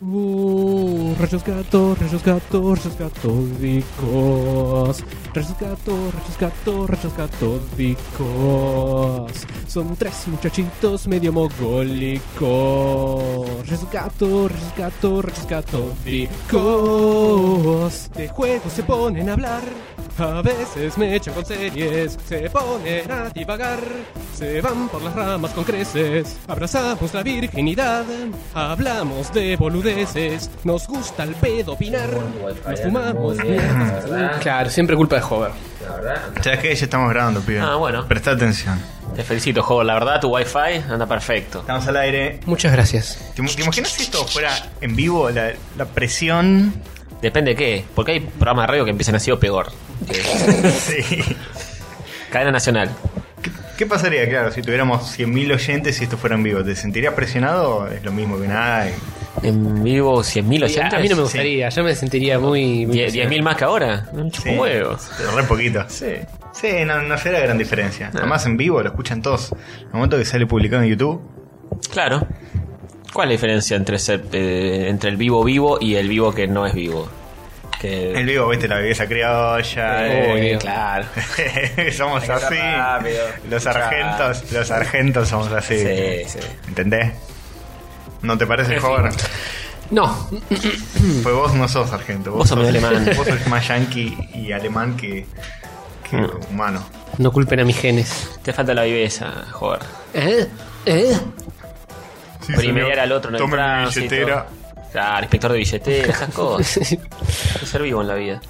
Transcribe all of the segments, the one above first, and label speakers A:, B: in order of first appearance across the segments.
A: Uh, rayos gato, rayos gato, rayos catódicos. Rayos gato, rayos gato, rayos catódicos. Son tres muchachitos medio mogólicos. Rayos gato, rayos gato, rayos catódicos. De juegos se ponen a hablar. A veces me echan con series, se ponen a divagar, se van por las ramas con creces, abrazamos la virginidad, hablamos de boludeces, nos gusta el pedo opinar, nos fumamos. mierdas.
B: Mm, Claro, siempre culpa de Hover.
C: Ya que ya estamos grabando, pibe.
D: Ah, bueno.
C: Presta atención.
D: Te felicito, Jobo. La verdad, tu wifi anda perfecto.
C: Estamos al aire.
B: Muchas gracias.
C: ¿Te, te imaginas si esto fuera en vivo? La, la presión.
D: Depende de qué, porque hay programas de radio que empiezan así o peor.
C: Sí.
D: Cadena Nacional.
C: ¿Qué pasaría, claro, si tuviéramos 100.000 oyentes y esto fuera en vivo? ¿Te sentirías presionado? Es lo mismo que nada.
D: En vivo 100.000 oyentes.
B: a mí no me gustaría, yo me sentiría muy. muy
D: Die- 10.000 más que ahora. No me chupo
C: Sí.
D: huevos.
C: Re poquito. Sí. Sí, no, no será gran diferencia. Además, en vivo lo escuchan todos. En el momento que sale publicado en YouTube.
D: Claro. ¿Cuál es la diferencia entre, ser, eh, entre el vivo vivo y el vivo que no es vivo? Que... Ah,
C: En vivo, viste, la belleza criolla.
B: Eh,
C: eh,
B: Dios.
D: claro.
C: somos así. Los argentos, los argentos somos así.
D: Sí, sí.
C: ¿Entendés? ¿No te parece, joven?
B: No,
C: Pues vos no sos sargento.
D: Mm. Vos sos
C: sos
D: medio alemán.
C: Vos sos más yankee y alemán que, que
D: Mm.
C: humano.
B: no culpen a mis genes.
D: Te falta la viveza, Jover.
B: ¿Eh? ¿Eh?
D: Primer al otro en el
C: Tomen mi
D: tránsito.
C: billetera.
D: Claro, inspector de billetera, esas cosas. Hay que ser vivo en la vida.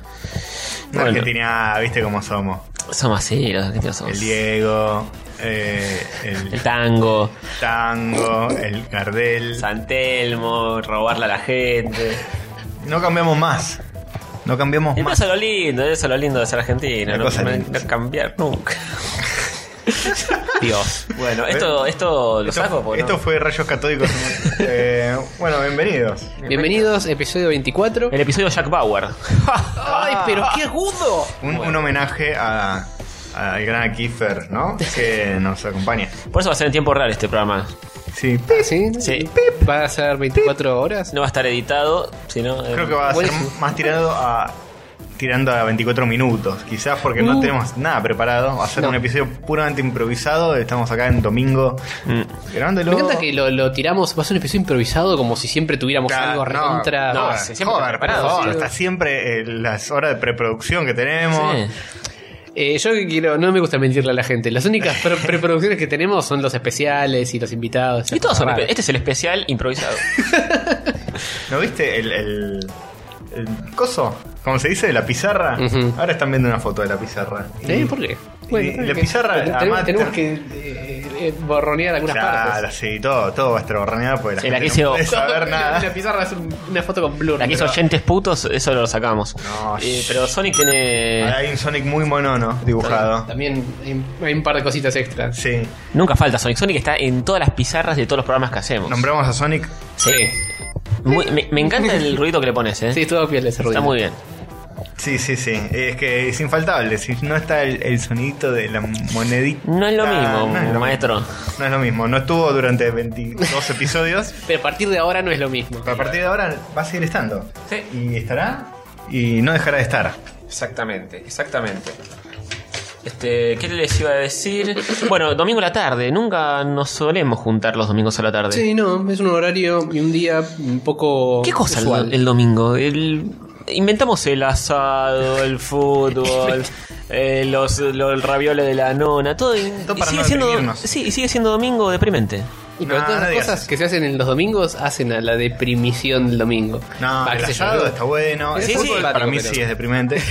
C: No,
D: Bueno.
C: Argentina, viste cómo somos.
D: Somos así, los argentinos somos.
C: El Diego, eh, el
D: El tango,
C: tango, el Gardel.
D: San Telmo, robarle a la gente.
C: No cambiamos más. No cambiamos
D: Y
C: más.
D: eso es lo lindo, eso es lo lindo de ser argentino.
C: La
D: No,
C: cosa
D: no-
C: linda.
D: no cambiar nunca. Dios. Bueno, esto,
C: Pero-
D: esto lo
C: Esto,
D: saco porque
C: esto
D: no-
C: fue Rayos Catódicos. Eh, bueno, bienvenidos.
B: Bienvenidos, episodio 24.
D: El episodio Jack Bauer.
B: ¡Ay, pero qué agudo!
C: Un, un homenaje a, al gran Kiefer, ¿no? Que nos acompaña.
D: Por eso va a ser en tiempo real este programa.
C: Sí,
B: ¿Sí?
D: Sí.
B: ¿Va a ser 24 horas?
D: No va a estar editado, sino. eh,
C: Creo que va a ser
B: Buenísimo.
C: más tirado a tirando a 24 minutos, quizás porque no tenemos nada preparado. Va a ser
B: Uh. No.
C: un episodio puramente improvisado. Estamos acá en domingo
D: Mm.
C: grabándolo.
B: Me encanta que lo, lo tiramos, va a ser un episodio improvisado como si siempre tuviéramos
C: Claro,
B: algo recontra.
D: no,
C: joder,
D: sí, siempre
C: joder,
D: preparado,
C: por favor,
B: sí.
C: Está siempre eh, las horas de preproducción que tenemos.
D: sí.
B: Eh, yo que quiero, no me gusta mentirle a la gente. Las únicas pre- preproducciones que tenemos son los especiales y los invitados.
D: Y todos son
B: Raro.
D: espe- Este es el especial improvisado.
C: ¿No viste el, el, el coso? ¿Cómo se dice? ¿La pizarra?
B: Ujú.
C: Ahora están viendo una foto de la pizarra.
B: ¿Eh?
C: Y-
B: ¿Por qué?
C: y la
B: está bien.
C: pizarra,
B: Ten- tenemos,
C: además,
B: tenemos
C: te-
B: que eh, eh, borronear algunas
C: Claro,
B: partes.
C: sí, todo, todo va a estar borroneado porque la
D: Sí, la
C: gente
D: que hizo-
C: no puede saber
B: La, la
C: nada.
B: pizarra es un- una foto con blur.
D: La que hizo
B: pero-
D: oyentes putos, eso lo sacamos.
C: No,
D: Eh,
C: sh-
D: pero Sonic tiene.
C: Hay un Sonic muy monono dibujado.
B: También hay, un- hay un par de cositas extras.
C: Sí.
D: Nunca falta Sonic. Sonic está en todas las pizarras de todos los programas que hacemos.
C: Nombramos a Sonic.
B: Sí,
D: Muy- me, me encanta el ruido que le pones, ¿eh?
B: sí, todo piel ese ruido.
D: está muy bien.
C: Sí, sí, sí. Es que es infaltable. Si no está el, el sonidito de la monedita.
D: No es lo mismo,
C: es lo
D: maestro.
C: mismo. No es lo mismo. No estuvo durante 22 episodios.
B: Pero a partir de ahora no es lo mismo.
C: Pero a partir de ahora va a seguir estando.
D: Sí.
C: Y estará. Y no dejará de estar.
D: Exactamente, exactamente. Este, ¿qué les iba a decir? Bueno, domingo a la tarde, nunca nos solemos juntar los domingos a la tarde.
B: Sí, no, es un horario y un día un poco.
D: ¿Qué cosa el,
B: usual.
D: do- el domingo? El- inventamos el asado, el fútbol, eh, los, los ravioles de la nona, todo. Y,
C: Todo
D: y
C: para
D: sigue
C: no
D: siendo,
C: deprimirnos.
D: sí, y sigue siendo domingo deprimente.
B: Y pero
C: No,
B: todas
C: no
B: las
C: digas
B: cosas
C: eso.
B: que se hacen en los domingos hacen a la deprimición del domingo.
C: No,
B: Va,
C: el
B: qué sé yo,
C: asado
B: yo-
C: está bueno. El
D: Sí,
C: fútbol
D: sí.
C: para mí
B: Pero-
C: sí es deprimente.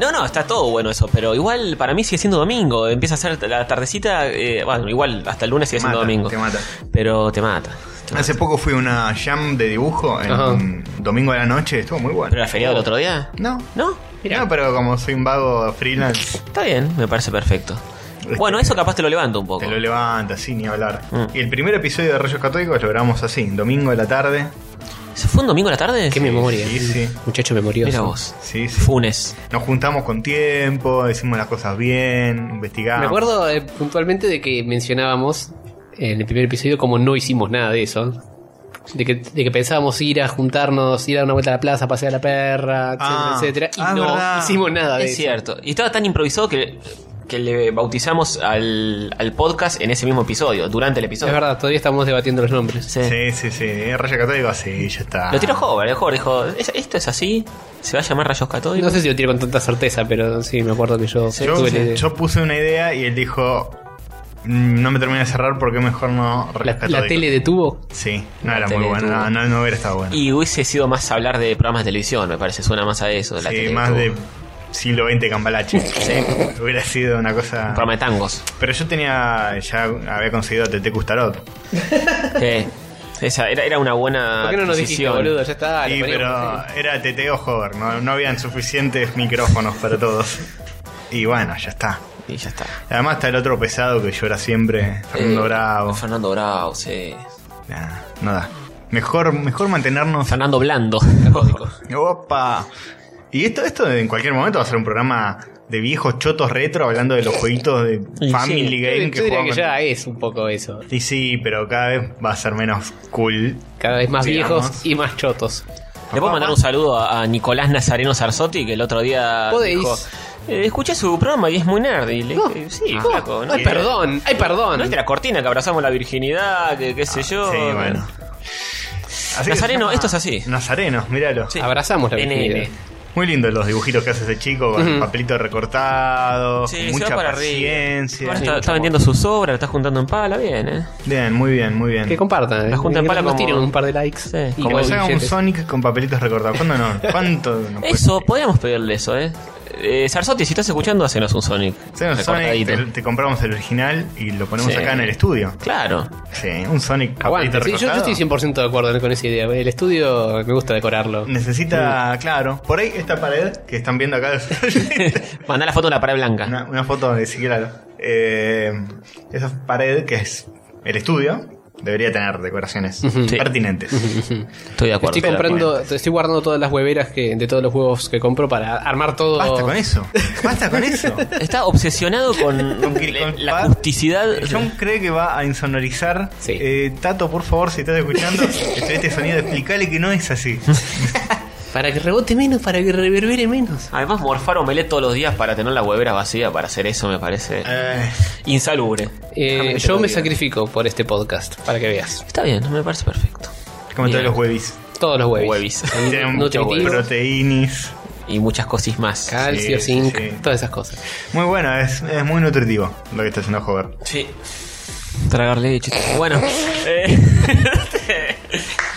D: No, no, está todo bueno eso, pero igual para mí sigue siendo domingo. Empieza a ser la tardecita, eh, bueno, igual hasta el lunes sigue siendo
C: Mata,
D: domingo.
C: Te mata.
D: Pero te mata. te mata.
C: Hace poco fui a una jam de dibujo en
B: Ajá.
C: domingo de la noche. Estuvo muy
D: ¿Pero
C: bueno.
D: era feriado el otro día?
C: No.
D: ¿No?
C: No, pero como soy un vago freelance.
D: Está bien, me parece perfecto. Bueno, eso capaz te lo levanto un poco.
C: Este- Te lo levanta, sí, ni hablar.
D: Mm.
C: Y el primer episodio de Rayos Católicos lo grabamos así, domingo de la tarde.
D: ¿Se fue un domingo a la tarde?
B: Qué memoria.
C: Sí, sí.
B: Muchacho memorioso.
D: Mira vos.
C: Sí, sí.
D: Funes.
C: Nos juntamos con tiempo, hicimos las cosas bien, investigamos.
B: Me acuerdo eh, puntualmente de que mencionábamos en el primer episodio como no hicimos nada de eso. de que, de que pensábamos ir a juntarnos, ir a dar una vuelta a la plaza, pasear a la perra, etcétera,
C: Ah,
B: etcétera. Y
C: ah,
B: no
C: verdad.
B: hicimos nada de
D: Es
B: eso.
D: cierto. Y estaba tan improvisado que, que le bautizamos al, al podcast en ese mismo episodio, durante el
B: Es
D: episodio.
B: verdad, todavía estamos debatiendo los nombres.
D: Sí.
C: Sí, sí, sí. Rayo Católico, sí, ya está.
D: Lo tiró Hover, el Hover dijo, "Es- esto es así, se va a llamar Rayos
B: No
D: Católicos.
B: sé si lo tiro con tanta certeza, pero sí, me acuerdo que yo
C: Yo,
B: tuve la idea.
C: yo puse una idea y él dijo: "Mm, No me termina de cerrar porque mejor no Rayos
B: la, la
C: Catódicos".
B: tele de tubo.
C: Sí, no
D: La
C: era
D: tele
C: muy bueno.
D: tuvo-
C: No, no, no hubiera estado bueno.
D: Y hubiese sido más hablar de programas de televisión, me parece, suena más a eso. de la
C: sí,
D: tele,
C: más
D: como
C: de
D: Un
C: siglo XX cambalache. Hubiera sido una cosa.
D: programa de tangos.
C: Pero yo tenía. Ya había conseguido a Tete Custarot.
D: Sí. Esa era, era una buena.
B: ¿Por qué no nos dijiste,
D: adquisición.
B: boludo? Ya está.
C: Sí,
B: lo
C: pero
B: poníamos.
C: era Tete o Hover. No, no habían suficientes micrófonos para todos. Y bueno, ya está.
D: Y ya está.
C: Además está el otro pesado que llora siempre, Fernando
D: Eh,
C: Bravo.
D: Fernando Bravo, sí.
C: Nah, no da. Mejor, mejor mantenernos.
D: Fernando Blando.
C: ¡Opa! Y esto, esto en cualquier momento va a ser un programa de viejos chotos retro hablando de los jueguitos de
D: sí,
C: Family
B: Yo-
C: Game
B: yo
C: que
B: diría que
C: jugaban-
B: ya es un poco eso.
C: Y sí, pero cada vez va a ser menos cool.
B: Cada vez más
C: Digamos.
B: viejos y más chotos.
D: Le puedo mandar un saludo a, a Nicolás Nazareno Sarsotti, que el otro día
B: Podéis.
D: dijo: "Eh, Escuché su programa y es muy nerd. Y le dije: Sí,
B: Ah,
D: flaco.
B: ay, perdón, ay, perdón.
D: No es de la cortina que abrazamos la virginidad, que qué sé yo.
C: Ah, Sí, bueno. Así que
D: Nazareno,
C: se llama
D: esto es así.
C: Nazareno, míralo.
D: Sí.
B: Abrazamos la
D: NN.
B: virginidad.
C: Muy lindo los dibujitos que hace ese chico con el
B: Ujú.
C: papelito recortado,
D: Sí,
C: con
D: se
C: mucha
D: va para arriba.
C: paciencia.
D: Ahora está,
C: mucho
D: está vendiendo sus obras, la está juntando en pala, bien, ¿eh?
C: amor. Bien, muy bien, muy bien.
B: Que compartan. eh.
D: La junta en
B: que
D: pala
B: nos
D: como-
B: tiren un par de likes.
D: Sí,
B: y
C: Como
B: luego
C: se haga un
B: billetes.
C: Sonic con papelitos recortados. ¿Cuándo no? ¿Cuánto no puede
D: Eso, podríamos pedirle eso, ¿eh? Eh, Sarsotti, si estás escuchando, hacenos un Sonic.
C: ser? Hacer un Sonic,
D: recortadito.
C: te, te compramos el original y lo ponemos
D: Sí.
C: acá en el estudio.
D: Claro.
C: Sí, un Sonic papelito
B: Aguante. sí, yo, yo
C: recortado.
B: estoy 100% de acuerdo con esa idea. El estudio me gusta decorarlo.
C: Necesita, claro. Por ahí esta pared que están viendo acá.
D: Mandá la foto de una pared blanca.
C: Una, una foto de siquiera. eh, esa pared que es el estudio debería tener decoraciones
D: Sí.
C: pertinentes.
D: Estoy de acuerdo. Estoy de
B: Estoy
D: acuerdo.
B: comprando, estoy guardando todas las hueveras que, de todos los juegos que compro para armar todo.
C: Basta
D: Oh.
C: con eso. Basta con eso.
D: Está obsesionado con,
C: Con que-
D: la-
C: con
D: la
C: pa-
D: justicidad.
C: John cree que va a insonorizar.
B: Sí.
C: Eh, Tato, por favor, si estás escuchando este este sonido, explicale que no es así.
B: Para que rebote menos, para que reverbere menos.
D: Además, morfar omelette todos los días para tener la huevera vacía para hacer eso me parece
C: Eh,
D: insalubre. Déjame que te
B: Eh, yo
D: lo
B: me
D: diga.
B: sacrifico por este podcast, para que veas.
D: Está bien, me parece perfecto.
C: como
D: Bien.
C: todos los huevis.
B: Todos los huevis.
D: Huevis.
C: Tienen
B: Nutritivos.
C: proteínis.
D: y muchas cosis más.
B: Calcio,
C: Sí, sí,
B: zinc,
C: sí.
B: todas esas cosas.
C: Muy bueno, es, es muy nutritivo lo que está haciendo Hover.
D: Sí. Tragar leche. Bueno. eh,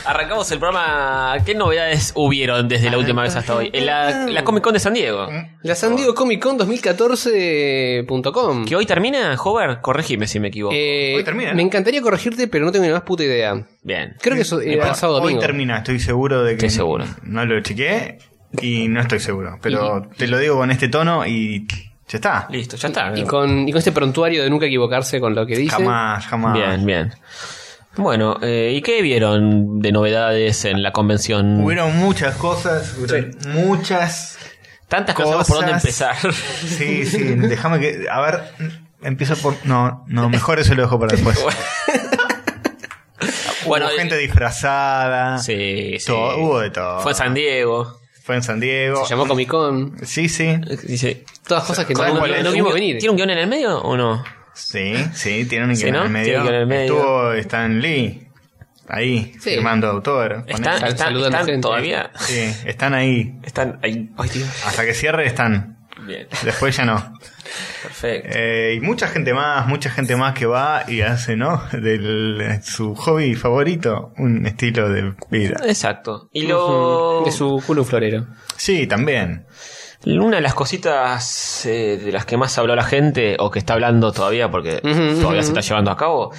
D: arrancamos el programa. ¿Qué novedades hubieron desde la última vez hasta hoy? Eh, La, la Comic Con de San Diego.
C: Mm.
B: La San Diego Comic Con 2014.com.
D: Que hoy termina, Hover, corregime si me equivoco.
B: Eh,
C: Hoy termina, ¿no?
B: Me encantaría corregirte, pero no tengo ni más puta idea.
D: Bien.
B: Creo que eso eh,
C: Me
B: era
C: pasa-
B: el sábado
C: Hoy
B: domingo.
C: termina, estoy seguro de que.
D: Estoy seguro.
C: No lo chequeé y no estoy seguro. Pero te lo digo con este tono y ya está.
D: Listo, ya está.
B: Y con, y con este prontuario de nunca equivocarse con lo que dice.
C: Jamás, jamás.
D: Bien, bien. Bueno, eh, ¿y qué vieron de novedades en la convención?
C: Hubieron muchas cosas, hubieron muchas.
D: Tantas cosas, no sabemos por dónde empezar.
C: cosas. Sí, sí, déjame que. A ver, empiezo por. No, no, mejor eso lo dejo para después.
D: bueno, eh,
C: hubo gente disfrazada.
D: sí, sí.
C: todo- hubo de todo.
D: Fue a San Diego.
C: Fue en San Diego.
B: Se llamó Comic Con.
C: Sí, sí.
D: Dice,
B: Todas cosas que no,
D: ¿Con un
B: no-
D: guion-
B: no
D: un
B: vimos
D: guion-
B: venir.
D: ¿Tiene un guión en el medio o no?
C: Sí, sí, tiene un
D: Sí,
C: guion
D: ¿no?
C: en el medio.
D: Tiene un guion en el medio.
C: Estuvo Stan Lee ahí,
B: Sí.
C: firmando autor.
D: Están,
B: Sal-
D: están,
B: saludando
D: están
B: gente.
D: todavía.
C: Sí, están ahí.
D: Están ahí. Ay, Dios.
C: Hasta que cierre están.
D: Bien,
C: Después ya no.
D: perfecto.
C: Eh, y mucha gente más, mucha gente más que va y hace, ¿no? Del, su hobby favorito, un estilo de vida.
D: Exacto. Y lo.
B: De su culo florero.
C: Sí, también.
D: Una de las cositas eh, de las que más habló la gente, o que está hablando todavía, porque
B: Ujú,
D: todavía
B: ujú.
D: se está llevando a cabo,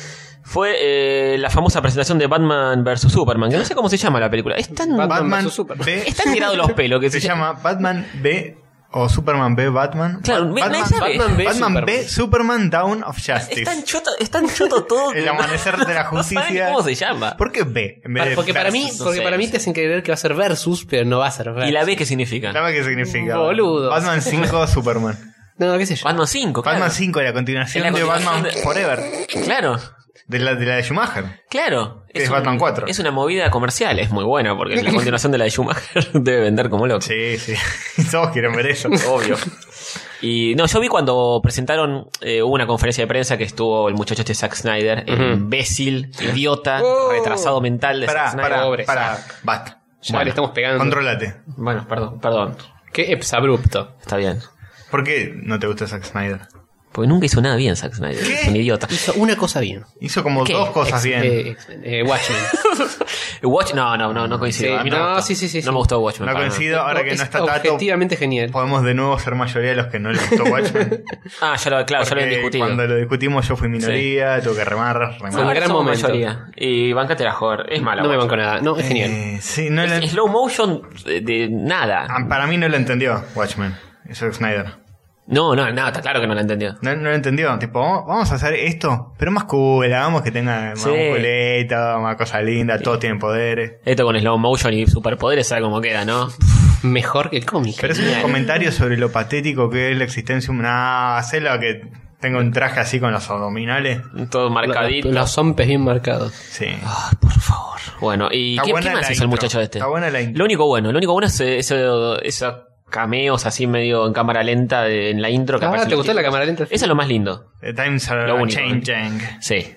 D: fue eh, la famosa presentación de Batman vs Superman, que no sé cómo se llama la película. Es tan,
B: Batman
C: Batman
B: versus Superman.
C: B.
D: es tan tirado los pelos que
C: Se llama Batman B o Superman B Batman.
D: Claro,
C: Ba-
D: nadie
C: Batman,
D: sabe.
C: Batman B,
B: Batman
C: Superman.
B: B,
C: Down of
D: Es tan
C: Justice.
D: choto, es tan choto todo.
C: El amanecer de la justicia.
D: No saben cómo se llama.
C: ¿Por qué B? En vez
B: Para-
C: de
B: porque para mí,
C: versus?
D: no
B: porque
D: sé,
B: para mí
D: no
B: te hacen creer que va a ser versus, pero no va a ser versus.
D: ¿Y la B qué significa?
C: ¿Sabes qué significa?
B: Boludo.
C: Batman 5 Superman.
B: No, qué sé yo.
D: Batman 5, claro.
C: Batman 5, la continuación
D: Es la
C: de
D: continuación
C: Batman
D: de-
C: Forever.
D: Claro.
C: De la de, la de Schumacher.
D: Claro.
C: Que es Batman 4.
D: Es una movida comercial, es muy buena, porque la continuación de la de Schumacher debe vender como loco.
C: Sí, sí. Todos quieren ver eso.
D: Obvio. Y no, yo vi cuando presentaron, eh, hubo una conferencia de prensa que estuvo el muchacho este Zack Snyder, el
B: Ujú.
D: imbécil, idiota,
B: Oh.
D: retrasado mental de
C: Pará,
D: Zack Snyder.
C: pará,
B: pobre
C: pará. Basta.
B: Ya le estamos pegando.
C: Controlate.
D: Bueno, perdón, perdón.
B: Qué exabrupto.
D: Está bien.
C: ¿Por qué no te gusta Zack Snyder?
D: Porque nunca hizo nada bien Zack Snyder.
C: ¿Qué?
D: Es un idiota.
B: Hizo una cosa bien.
C: Hizo como
D: ¿Qué?
C: dos cosas
B: Ex-
C: bien.
B: eh, ex- eh, Watchmen.
D: Watch, no, no, no, no coincido.
B: Sí,
D: A mí no, me
B: no,
D: gustó.
B: sí, sí, sí,
D: No
B: sí.
D: me gustó Watchmen.
C: No
D: para nada.
C: coincido, ahora que
B: Es
C: no está Tato,
B: Objetivamente genial.
C: podemos de nuevo ser mayoría de los que no les gustó Watchmen.
D: Ah, ya lo, claro, ya lo he
C: Porque
D: discutido.
C: Cuando lo discutimos yo fui minoría, tuve que remar,
B: Fue
C: remar.
B: un
D: Ahora
B: gran
D: somos
B: momento.
D: mayoría. Y bancate la joder. Es mala.
B: No me
D: Watchmen.
B: banco nada. No, es genial.
C: Eh, sí, no la-
D: Es slow motion de, de nada.
C: ah, para mí no lo entendió Watchmen, Zack Snyder.
D: No, no, nada, está claro que no la entendió.
C: No, no lo entendió, tipo, vamos vamos a hacer esto, pero más cool, hagamos que tenga más
D: Sí.
C: un culeta, más cosa linda, todos tienen poderes.
D: Esto con slow motion y superpoderes, sabe cómo queda, ¿no?
B: Mejor que el cómic.
C: Pero es un comentario sobre lo patético que es la existencia humana. Hacelo que tenga un traje así con los abdominales.
D: Todo
B: Los-
D: marcadito.
B: Los, zombes bien marcados.
C: Sí.
D: Ah, por favor. Bueno, ¿y
C: Está
D: qué,
C: buena
D: qué más
C: la
D: hizo el
C: intro.
D: muchacho este?
C: Está buena la intro.
D: Lo único bueno, lo único bueno es eh, eso- esos cameos así medio en cámara lenta de- en la intro. que
B: Ah,
D: aparecen
B: ¿te
D: los
B: gustó la
D: títulos.
B: cámara lenta?
D: Eso es lo más lindo.
C: The times are
D: Lo único.
C: changing.
D: Sí.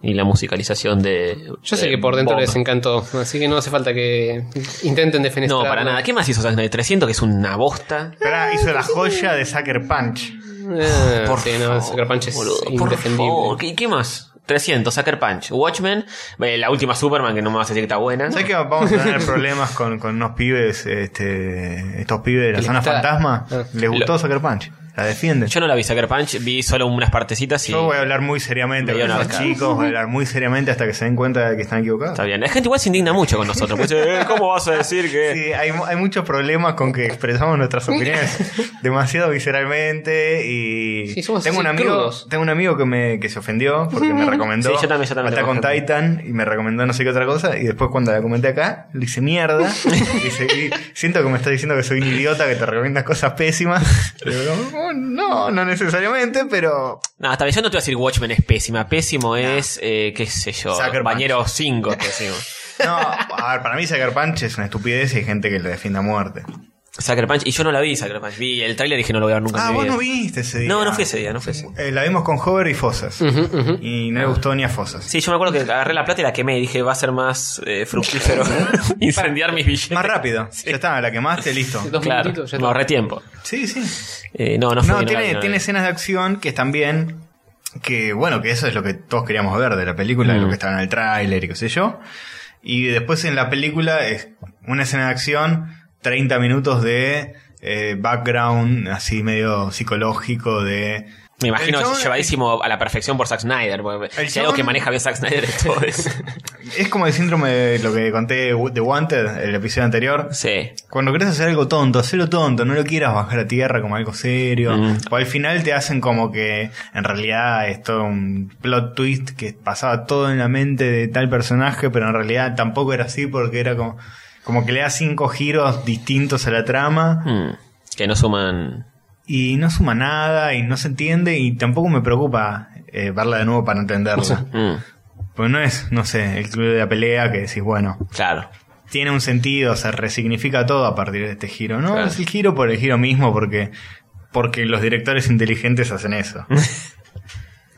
D: Y la musicalización de.
B: Yo sé
D: de
B: que por dentro
D: Bob.
B: les encantó, así que no hace falta que intenten
D: No,
B: defenestrar.
D: para nada. ¿Qué más hizo Zack Snyder? 300, que es una bosta.
C: Esperá, hizo la joya de Sucker Punch.
B: Ah,
D: Por
B: sí, no,
D: favor,
B: Sucker Punch es
D: boludo, por
B: indefendible.
D: favor. ¿Qué, qué más? 300, Sucker Punch, Watchmen, eh, la última Superman que no me vas a decir que está buena.
C: ¿Sabes que vamos a tener problemas con, con unos pibes, este, estos pibes de la
B: Les
C: zona
B: gusta-
C: fantasma?
B: Ah.
C: ¿Les gustó Sucker Punch? La defienden. Yo,
D: Yo no la vi Sucker Punch, vi solo unas partecitas y
C: voy a hablar muy seriamente
D: Me
C: con
D: dio
C: esos
D: una
C: chicos, voy a hablar muy seriamente hasta que se den cuenta de que están equivocados.
D: está bien. La gente igual se indigna mucho con nosotros. pues, eh, ¿Cómo vas a decir que.?
C: Sí, hay, mu- hay muchos problemas con que expresamos nuestras opiniones demasiado visceralmente y
B: Sí, somos
C: tengo un
B: así
C: amigo,
B: crudos.
C: tengo un amigo que me que se ofendió porque me recomendó
D: Sí, yo también, yo también
C: está
D: tengo
C: con
D: gente.
C: Titan y me recomendó no sé qué otra cosa y después cuando la comenté acá le hice mierda y, dice, y siento que me está diciendo que soy un idiota que te recomiendas cosas pésimas. Le digo, "Oh, no, no necesariamente, pero
D: No, está bien. Yo no te voy a decir Watchmen es pésima. Pésimo es, eh, qué sé yo,
C: Sucker Punch.
D: Bañero 5, te decimos.
C: no, a ver, para mí Sucker Punch es una estupidez y hay gente que le defiende a muerte.
D: Sucker Punch, y yo no la vi, Sucker Punch. Vi el tráiler y dije no lo voy a ver nunca.
C: Ah,
D: en mi
C: vos
D: vida.
C: no viste ese día.
D: No, no fui ese día, no fui ese día.
C: Eh, la vimos con Hover y Fosas.
B: Ujú, ujú.
C: Y no le gustó ni a Fosas.
D: Sí, yo me acuerdo que agarré la plata y la quemé y dije va a ser más eh, fructífero incendiar mis billetes.
C: Más rápido. Ya está, la quemaste, listo.
B: Dos
D: Claro,
B: minutitos,
D: me
B: ya está.
D: ahorré tiempo.
C: Sí, sí.
D: Eh, no, no fue
C: No,
D: que la vi,
C: tiene,
D: la
C: tiene
D: vi.
C: escenas de acción que están bien. Que bueno, que eso es lo que todos queríamos ver de la película, de lo que estaba en el tráiler y qué sé yo. Y después en la película es una escena de acción, 30 minutos de eh, background así medio psicológico de...
D: Me imagino
C: El chabón-
D: llevadísimo a la perfección por Zack Snyder. porque Si hay
C: chabón-
D: algo que maneja bien Zack Snyder es todo eso.
C: Es como el síndrome de lo que conté de Wanted, el episodio anterior.
D: sí.
C: Cuando querés hacer algo tonto, hacelo tonto, no lo quieras bajar a tierra como algo serio.
D: Mm.
C: O al final te hacen como que en realidad es todo un plot twist que pasaba todo en la mente de tal personaje, pero en realidad tampoco era así porque era como, como que le da cinco giros distintos a la trama
D: Mm. Que no suman.
C: y no suma nada y no se entiende y tampoco me preocupa eh, verla de nuevo para entenderla.
D: Mm,
C: Porque no es, no sé, el club de la pelea que decís, bueno,
D: Claro.
C: tiene un sentido, se resignifica todo a partir de este giro. No,
D: Claro.
C: es el giro por el giro mismo, porque, porque los directores inteligentes hacen eso.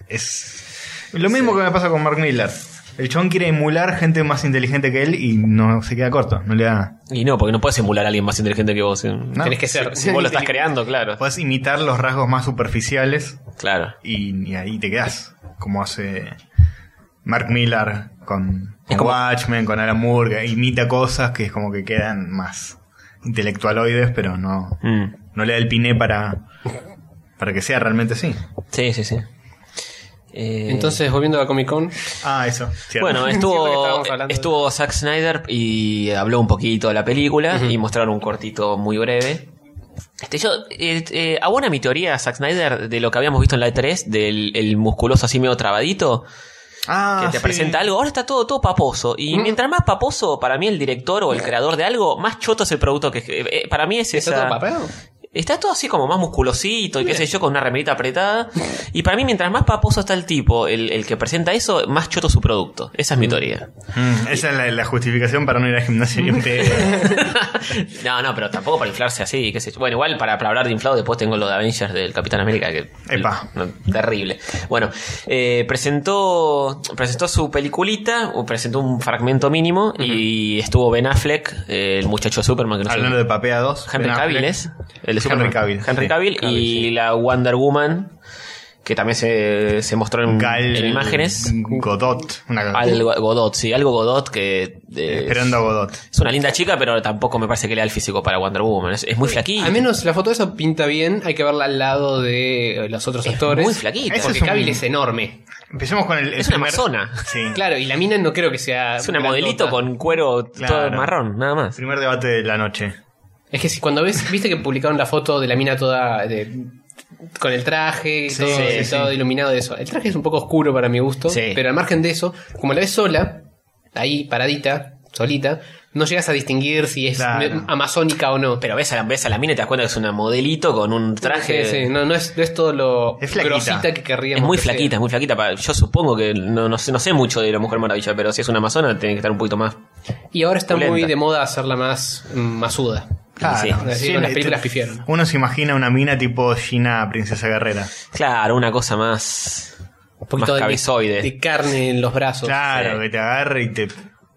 C: es lo mismo que me pasa con Mark Miller. El chabón quiere emular gente más inteligente que él y no se queda corto, no le da.
D: Y no, porque no puedes emular a alguien más inteligente que vos. eh.
C: No.
D: Tenés que ser. Si vos lo estás creando, claro.
C: Podés imitar los rasgos más superficiales
D: Claro.
C: y, y ahí te quedás. Como hace Mark Miller con, con
D: Es como-
C: Watchmen, con Alan Moore, que imita cosas que es como que quedan más intelectualoides, pero no,
D: Mm.
C: no le da el piné para, para que sea realmente así.
D: Sí, sí, sí. Eh,
B: Entonces, volviendo a la Comic Con,
C: Ah, eso. cierto.
D: Bueno,
B: Siento que
D: estuvo,
B: estábamos hablando de-
D: estuvo Zack Snyder y habló un poquito de la película y mostraron un cortito muy breve. Este, yo eh, eh, abona mi teoría, Zack Snyder, de lo que habíamos visto en la E3, del el musculoso así medio trabadito,
C: ah,
D: que te
C: sí.
D: presenta algo. Ahora está todo, todo paposo. Y mientras más paposo, para mí el director o el creador de algo, más choto es el producto que... eh, eh, para mí es
B: ¿está todo
D: esa...
B: papado?
D: Está todo así como más musculosito y qué sé yo, con una remerita apretada. Y para mí, mientras más paposo está el tipo, el, el que presenta eso, más choto su producto. Esa es mi teoría.
C: Mm, esa es la, la justificación para no ir al gimnasio y empe-
D: no, no, pero tampoco para inflarse así, qué sé yo. Bueno, igual para, para hablar de inflado, después tengo lo de Avengers del Capitán América, que
C: Epa.
D: no, terrible. Bueno, eh, presentó, presentó su peliculita, o presentó un fragmento mínimo, y estuvo Ben Affleck, eh, el muchacho de Superman que no sé-
C: Hablando de Papea 2.
D: Henry
C: Ben Affleck.
D: Cavill es. El de
C: Henry
D: Superman.
C: Cavill,
D: Henry
C: sí.
D: Cavill
B: Cavill,
D: y
B: sí.
D: la Wonder Woman, que también se, se mostró en,
C: Gal
D: en imágenes.
C: Godot. Una
D: Algo Godot, sí, algo Godot que. eh,
C: Esperando a Godot.
D: Es una linda chica, pero tampoco me parece que le da el físico para Wonder Woman. Es, es muy flaquita.
B: Al menos la foto esa pinta bien, hay que verla al lado de eh, los otros
D: Es
B: actores.
D: muy flaquita.
B: Porque
C: Ese es un-
B: Cavill es enorme.
C: Empecemos con el. el
D: Es una
C: primer-
D: amazona.
C: Sí.
B: Claro, y la mina no creo que sea.
D: Es una
B: grandota.
D: modelito con cuero todo
C: Claro.
D: marrón, nada más.
C: Primer debate de la noche.
B: Es que si cuando ves, viste que publicaron la foto de la mina toda. de- con el traje, y
C: Sí,
B: todo,
C: sí,
B: y
C: sí.
B: todo iluminado de eso. El traje es un poco oscuro para mi gusto,
D: Sí.
B: pero al margen de eso, como la ves sola, ahí paradita, solita, no llegas a distinguir si es
C: Claro.
B: me- amazónica o no.
D: Pero ves a, la, ves a la mina y te das cuenta que es una modelito con un traje.
B: Sí, sí, no, no es, no es todo lo
C: Es flaquita.
B: grosita que querríamos.
D: Es muy
B: que sea.
D: flaquita, es muy flaquita. Pa- Yo supongo que no, no, sé, no sé mucho de la Mujer Maravilla, pero si es una amazona, tiene que estar un poquito más.
B: Y ahora está muy
D: Pulenta.
B: de moda hacerla más mm, masuda.
D: Sí,
C: Claro.
B: así con las
C: le-
B: películas
C: te-
B: pifiaron.
C: Uno se imagina una mina tipo Gina Princesa Guerrera.
D: Claro, una cosa más.
B: Un poquito
D: más
B: de-
D: cabezoide.
B: de, carne en los brazos.
C: Claro,
D: sí.
C: que te agarre y te.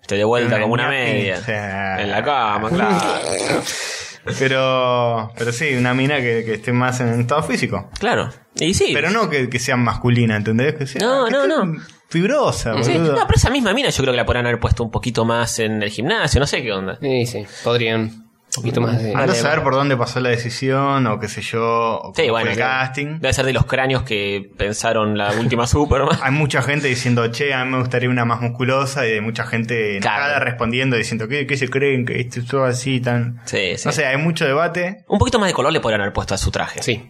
D: Te dé vuelta
C: Una
D: como una
C: ñapi,
D: media.
C: o sea.
D: En la cama, claro.
C: Pero. Pero sí, una mina que, que esté más en estado físico.
D: claro. Y sí.
C: Pero no que, que sea masculina, ¿entendés? Que sea,
D: No,
C: que
D: no,
C: esté
D: no.
C: Fibrosa,
D: Sí,
C: boludo.
D: no, pero esa misma mina yo creo que la podrían haber puesto un poquito más en el gimnasio, no sé qué onda.
B: Sí, sí, podrían. Un poquito más de.
C: Andá
D: Dale,
C: a saber por dónde pasó la decisión, o qué sé yo, o
D: Sí,
C: cómo
D: bueno.
C: fue el
D: claro.
C: casting.
D: Debe ser de los cráneos que pensaron la última Superman.
C: Hay mucha gente diciendo, che, a mí me gustaría una más musculosa, y hay mucha gente
D: Claro.
C: enojada respondiendo diciendo, ¿qué, qué se creen? Que esto es todo así, tan.
D: Sí, sí.
C: No sé, hay mucho debate.
D: Un poquito más de color le podrían haber puesto a su traje.
B: Sí.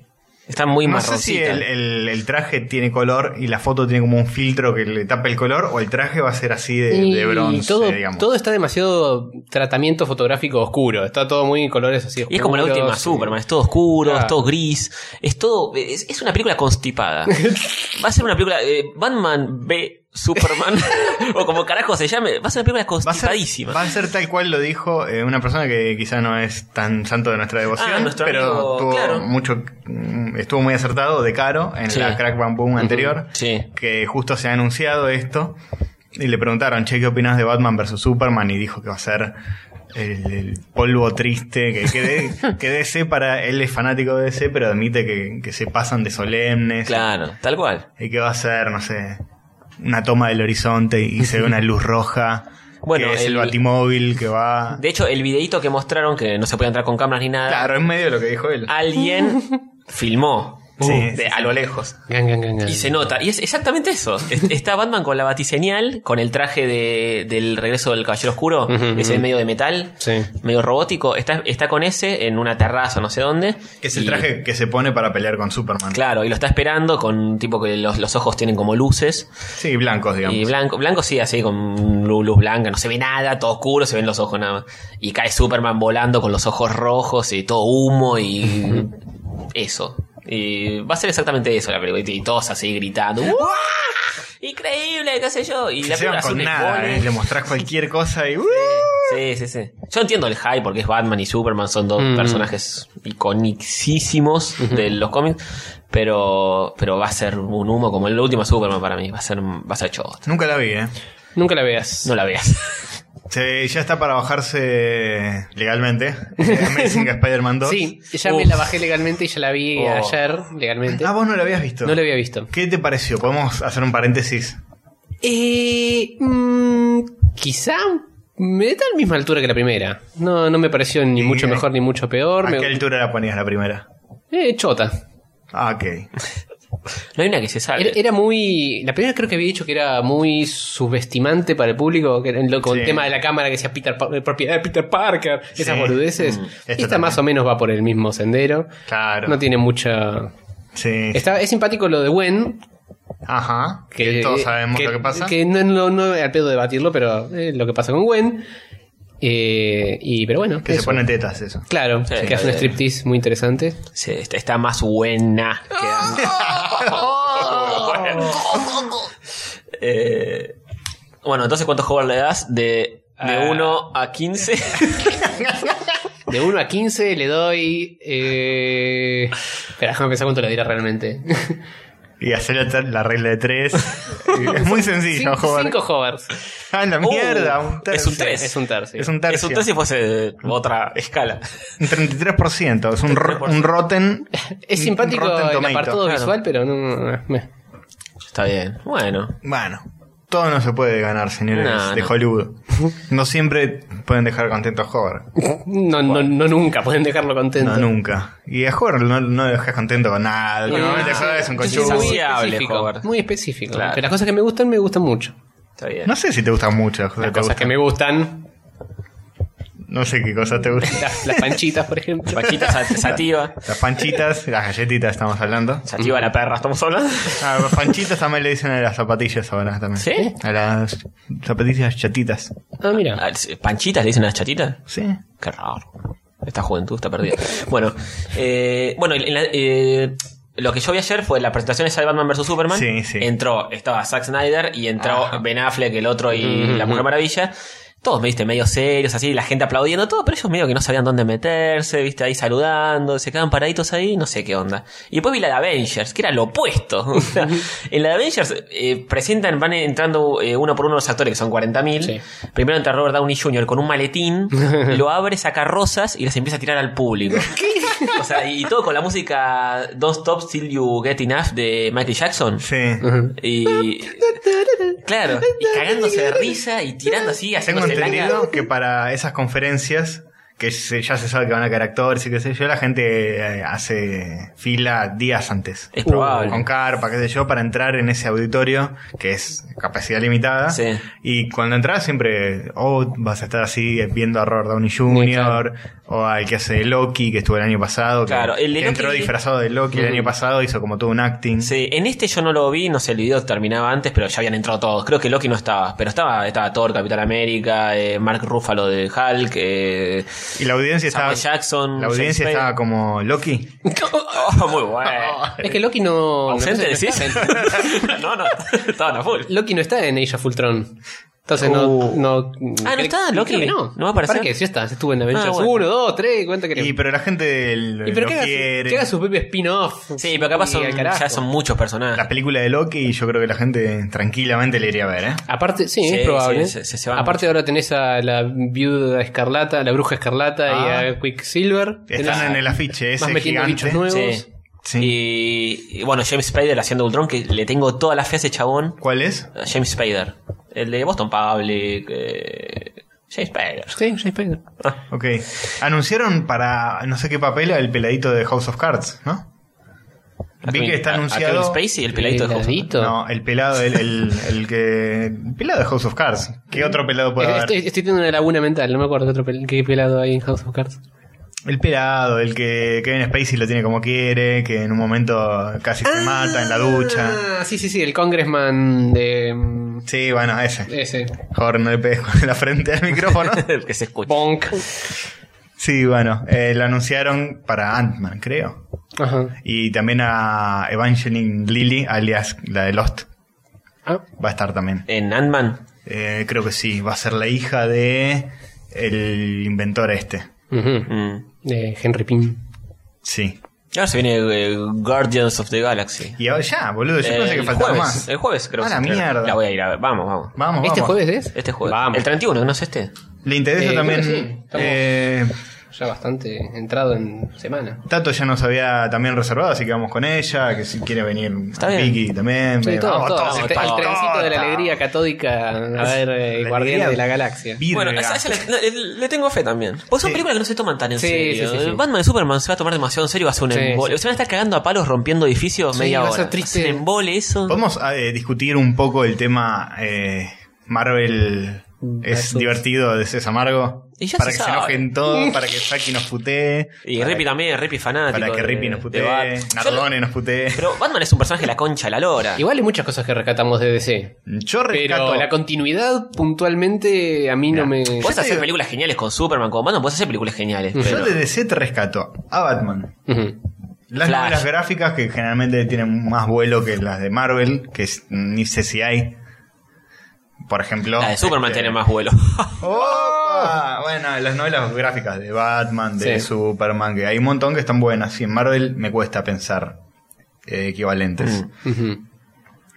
D: Está muy
C: No sé si
D: marroncita.
C: el, el- el traje tiene color y la foto tiene como un filtro que le tapa el color, o el traje va a ser así de,
B: Y
C: de bronce,
B: todo,
C: digamos.
B: todo está demasiado tratamiento fotográfico oscuro. Está todo muy en colores así.
D: Y es como la
B: oscuros,
D: última
B: y-
D: Superman, es todo oscuro,
B: Claro.
D: es todo gris, es todo. Es, es una película constipada. Va a ser una película. eh, Batman B. Superman, o como carajo se llame, va a ser una película
C: Va a, ser,
D: constipadísima.
C: va a ser tal cual lo dijo eh, una persona que quizá no es tan santo de nuestra devoción,
D: Ah, nuestro
C: pero
D: amigo,
C: tuvo
D: claro.
C: mucho, mm, estuvo muy acertado de caro en
D: Sí.
C: la Crack Bam Boom anterior,
D: Sí.
C: que justo se ha anunciado esto y le preguntaron, che, ¿qué opinas de Batman vs Superman? Y dijo que va a ser el, el polvo triste, que, que, de- que DC para él es fanático de DC, pero admite que, que se pasan de solemnes
D: Claro, tal cual.
C: y que va a ser, no sé, una toma del horizonte y se ve una luz roja.
D: Bueno,
C: que es el,
D: el-
C: batimóvil que va.
D: De hecho, el videito que mostraron, que no se podía entrar con cámaras ni nada,
C: Claro, en medio de lo que dijo él.
D: Ah, alguien filmó uh,
C: Sí,
D: de-
C: sí,
D: a lo lejos.
B: Gan, gan, gan, gan.
D: Y se nota, y es exactamente eso. Es- Está Batman con la batiseñal, con el traje de- del regreso del Caballero Oscuro,
B: Ujú,
D: ese
B: ujú.
D: medio de metal,
B: Sí.
D: medio robótico. Está, está con ese en una terraza, no sé dónde.
C: que es el
D: Y-
C: traje que se pone para pelear con Superman.
D: Claro, y lo está esperando con un tipo que los, los ojos tienen como luces.
C: Sí, blancos, digamos.
D: Y blanco, blanco sí, así con lu- luz blanca, no se ve nada, todo oscuro, se ven los ojos nada más. Y cae Superman volando con los ojos rojos y todo humo y eso. Y va a ser exactamente eso la película. Y todos así gritando. "¡Uah! Increíble, qué sé yo. Y
C: Que
D: la
C: se van
D: película es
C: con
D: un
C: nada,
D: embole.
C: eh, le mostrás cualquier cosa y. ¡uh!
D: Sí, sí, sí. Yo entiendo el hype porque es Batman y Superman, son dos
B: Mm.
D: personajes iconicísimos de los cómics, pero pero va a ser un humo como el último Superman para mí, va a ser va a ser choto.
C: Nunca la vi, eh.
B: Nunca la veas.
D: No la veas.
C: Se- ya está para bajarse legalmente. Amazing Spider-Man 2.
B: Sí, ya me
D: Uf.
B: la bajé legalmente y ya la vi
D: Oh.
B: ayer legalmente.
C: Ah, vos no la habías visto.
B: No la había visto.
C: ¿Qué te pareció? Podemos hacer un paréntesis.
B: Eh, mm, quizá me da la misma altura que la primera. No, no me pareció ni
C: Sí,
B: mucho
C: eh.
B: mejor ni mucho peor.
C: ¿A
B: Me-
C: qué altura la ponías la primera?
B: eh, chota.
C: Ah, ok.
D: No hay una que se
B: Era,
D: salve.
B: era muy. La primera creo que había dicho que era muy subestimante para el público, que era lo- con
C: Sí.
B: el tema de la cámara que decía Peter, Par- eh, propiedad de Peter Parker, esas
C: Sí.
B: boludeces.
C: Mm,
B: Esta
C: esto también.
B: más o menos va por el mismo sendero.
C: Claro.
B: No tiene mucha.
C: Sí.
B: Está, es simpático lo de Gwen.
C: Ajá. Que,
B: Que,
C: todos sabemos
B: que-
C: lo que pasa.
B: Que no, no, no al pedo debatirlo, pero eh, lo que pasa con Gwen. Eh, y, pero bueno.
C: Que se
B: eso.
C: ponen tetas, eso.
B: Claro,
D: Sí.
B: que hace un striptease muy interesante.
D: Sí, está, está más buena que antes.
B: ¡Ah!
D: Eh, bueno, entonces, ¿cuántos juegos le das? De, de
B: Ah.
D: 1 a 15.
B: De 1 a 15 le doy. Eh... Espera, déjame pensar cuánto le dirá realmente.
C: Y hacer la, la regla de tres. es muy sencillo, joder.
B: 5 hovers.
C: Ah, la
D: Uh,
C: mierda. un
D: es un
C: tercio.
D: tres.
B: Es un tercio.
C: Es un
D: Es
C: tercio.
D: un si fuese otra escala.
C: Un 33%. Es un, ro- un rotten.
B: Es
C: un
B: simpático
C: rotten
B: el
C: tomato.
B: apartado
D: claro.
B: visual, pero no. meh.
D: Está bien. Bueno.
C: Bueno, todo no se puede ganar, señores
D: No,
C: de
D: no.
C: Hollywood. No siempre pueden dejar contento a Hover.
B: No, no, no nunca pueden dejarlo contento.
C: No, nunca. Y a Hover no, no lo dejas contento con nada.
B: No,
C: No,
B: no,
C: es un
B: Es
C: conchudo.
B: muy
D: Saciable,
B: específico.
D: Howard.
B: Muy específico.
D: Claro.
B: Que las cosas que me gustan, me gustan mucho.
D: Está bien.
C: No sé si te gustan mucho las cosas,
B: Las
C: que te
B: cosas que me gustan,
C: gustan. No sé qué cosas te gustan.
B: las, las panchitas, por ejemplo.
D: Paquita sat- sativa.
C: Las panchitas, las galletitas estamos hablando.
D: Sativa la perra, estamos hablando.
C: Ah, las panchitas también le dicen a las zapatillas ahora también.
D: ¿Sí?
C: A las zapatillas chatitas.
B: Ah, mira.
D: Ah, ¿Panchitas le dicen a las chatitas?
C: Sí.
D: Qué raro. Esta juventud está perdida. Bueno, eh, bueno en la- eh, lo que yo vi ayer fue la presentación esa de Batman vs. Superman.
C: Sí, sí.
D: Entró, estaba Zack Snyder y entró
B: Ajá.
D: Ben Affleck, el otro y la Mujer Maravilla. Todos me viste medio serios, así, la gente aplaudiendo todo, pero ellos medio que no sabían dónde meterse, viste, ahí saludando, se quedaban paraditos ahí, no sé qué onda. Y después vi la de Avengers, que era lo opuesto. O sea, en la de Avengers eh, presentan, van entrando eh, uno por uno los actores, que son 40.000.
B: Sí.
D: Primero entra Robert Downey Jr. con un maletín, lo abre, saca rosas y las empieza a tirar al público. O sea, y todo con la música Don't Stop Till You Get Enough de Michael Jackson.
C: Sí.
D: Y. Claro, y cagándose de risa y tirando así,
C: Tengo
D: haciéndose
C: entendido
D: langa.
C: que para esas conferencias, que se- ya se sabe que van a caer actores y qué sé yo, la gente eh, hace fila días antes.
D: Es
C: Con
D: probable.
C: carpa, qué sé yo, para entrar en ese auditorio que es capacidad limitada.
D: Sí.
C: Y cuando entras siempre, oh, vas a estar así viendo a Robert Downey Jr.
B: Muy claro.
C: o al que hace de Loki, que estuvo el año pasado. que-
D: Claro,
C: que,
D: el de Loki- Mm.
C: entró disfrazado de Loki el año pasado, hizo como todo un acting.
D: Sí, en este yo no lo vi, no sé, el video terminaba antes, pero ya habían entrado todos. Creo que Loki no estaba, pero estaba, estaba Thor, Capitán América, eh, Mark Ruffalo de Hulk, eh,
C: Y la audiencia
D: Samuel
C: estaba...
D: Jackson.
C: la audiencia
D: James
C: estaba como Loki.
D: Oh, muy bueno.
B: Es que Loki no.
D: ¿Ausente
B: no-
D: decís? no, no, estaban a full.
B: Loki no está en Age of Ultron. Entonces
D: Uh.
B: no, no.
D: Ah, ¿no está Loki?
B: creo que No,
D: ¿No va a aparecer?
B: ¿Para qué? Sí está, estuvo en Avengers
D: Ah, bueno.
B: 1, 2, 3, ¿cuánto querés?
C: Y pero la gente del,
B: Y pero
C: lo
B: que haga, su-
C: quiere.
B: que haga su propio spin-off.
D: Sí, pero capaz
B: Y
D: son,
B: al carajo.
D: ya son muchos personajes.
C: La película de Loki y yo creo que la gente tranquilamente le iría a ver, ¿eh?
B: Aparte, sí,
D: Sí,
B: es probable.
D: sí, se- se- se van
B: Aparte ahora tenés a la viuda escarlata, la bruja escarlata
C: Ah.
B: y a Quicksilver.
C: Están
B: Tenés
C: en el afiche
B: Más
C: ese
B: metiendo
C: gigante.
B: bichos nuevos.
D: Sí.
C: Sí.
D: Y, y bueno, James Spader haciendo Ultron, que le tengo toda la fe a ese chabón.
C: ¿Cuál es?
D: A James Spader. El de Boston Public. eh, James Spader.
B: Sí, James Spader.
C: Ok. Anunciaron para no sé qué papel el peladito de House of Cards, ¿no?
D: A
C: Vi
D: Kevin-
C: que está
D: a- a
C: anunciado.
D: Kevin Spacey, el peladito de House.
B: Peladito.
C: No, el pelado, el, el, el que. El pelado de House of Cards. ¿Qué otro pelado puede haber?
B: Eh, Estoy, estoy teniendo una laguna mental, no me acuerdo de otro pel que pelado hay en House of Cards.
C: El pelado, el que Kevin Spacey lo tiene como quiere, que en un momento casi se mata en la ducha.
B: Ah, sí, sí, sí, el congressman de... mm,
C: Sí, bueno, ese.
B: Ese.
C: Joder, no le pegues con la frente al micrófono.
D: El que se escucha.
B: Bonk.
C: Sí, bueno, eh, lo anunciaron para Ant-Man, creo.
B: Ajá.
C: Y también a Evangeline Lilly, alias la de Lost,
B: Ah,
C: va a estar también.
D: En Ant-Man.
C: Eh, creo que sí, va a ser la hija de el inventor este.
B: ujú.
D: Mm.
B: De Henry Pym.
C: Sí.
D: Y ahora se viene eh, Guardians of the Galaxy.
C: Y ahora ya, boludo, yo
D: Eh,
C: pensé que
D: el
C: faltaba
D: jueves,
C: más.
D: El jueves creo
C: A
D: que
C: la
D: se estrena.
C: mierda.
D: La voy a ir a ver. Vamos, vamos.
C: Vamos,
B: ¿Este
C: vamos.
B: jueves es?
D: Este jueves.
B: Vamos.
D: El 31, ¿no es este?
C: Le interesa
B: Eh,
C: también.
B: creo que sí, estamos-
C: eh,
B: Ya bastante entrado en semana.
C: Tato ya nos había también reservado, así que vamos con ella, que si quiere venir
D: Está bien.
C: Vicky también.
B: Sí,
C: Vamos,
B: todo, todo.
C: todos,
B: el,
D: te-
C: todos,
B: el trencito de la
C: todos.
B: alegría catódica a ver eh,
C: La
B: Guardián
C: alegría
B: de la Galaxia.
D: Bueno,
C: Virga.
D: a esa le, le- le tengo fe también. Porque son
C: Sí.
D: películas que no se toman tan en
B: Sí,
D: serio.
B: sí, sí, sí.
D: Batman y Superman se va a tomar demasiado en serio, va a ser un
B: Sí,
D: embole. Se van a estar cagando a palos rompiendo edificios
B: Sí,
D: media
B: va a
D: hora.
B: ser triste.
D: Va a ser un embole eso.
C: Podemos eh, discutir un poco el tema eh, Marvel es
B: Versus.
C: divertido, DC es amargo.
D: Y ya
C: para
D: se
C: que se
D: sabe.
C: enojen todos, para que Saki nos putee.
D: Y
C: para
D: Rippy también, Rippy fanático.
C: Para que
D: de-
C: Rippy nos
D: de
C: putee,
D: Batman.
C: Nardone nos putee.
D: Pero Batman es un personaje de la concha de la lora.
B: Igual hay muchas cosas que rescatamos de DC.
C: Yo rescato.
B: Pero la continuidad puntualmente a mí no me...
D: Puedes
C: te
D: hacer
C: digo-
D: películas geniales con Superman, con Batman, puedes hacer películas geniales.
C: Yo
D: pero-
C: de DC te rescato a Batman.
B: Ujú.
C: Las
D: Flash.
C: novelas gráficas que generalmente tienen más vuelo que las de Marvel, que es- ni sé si hay. Por ejemplo.
D: La de Superman
C: este,
D: tiene más vuelo.
C: ¡Opa! Bueno, las novelas gráficas de Batman, de
B: Sí.
C: Superman, que hay un montón que están buenas. Y en Marvel me cuesta pensar eh, equivalentes.
B: Ujú.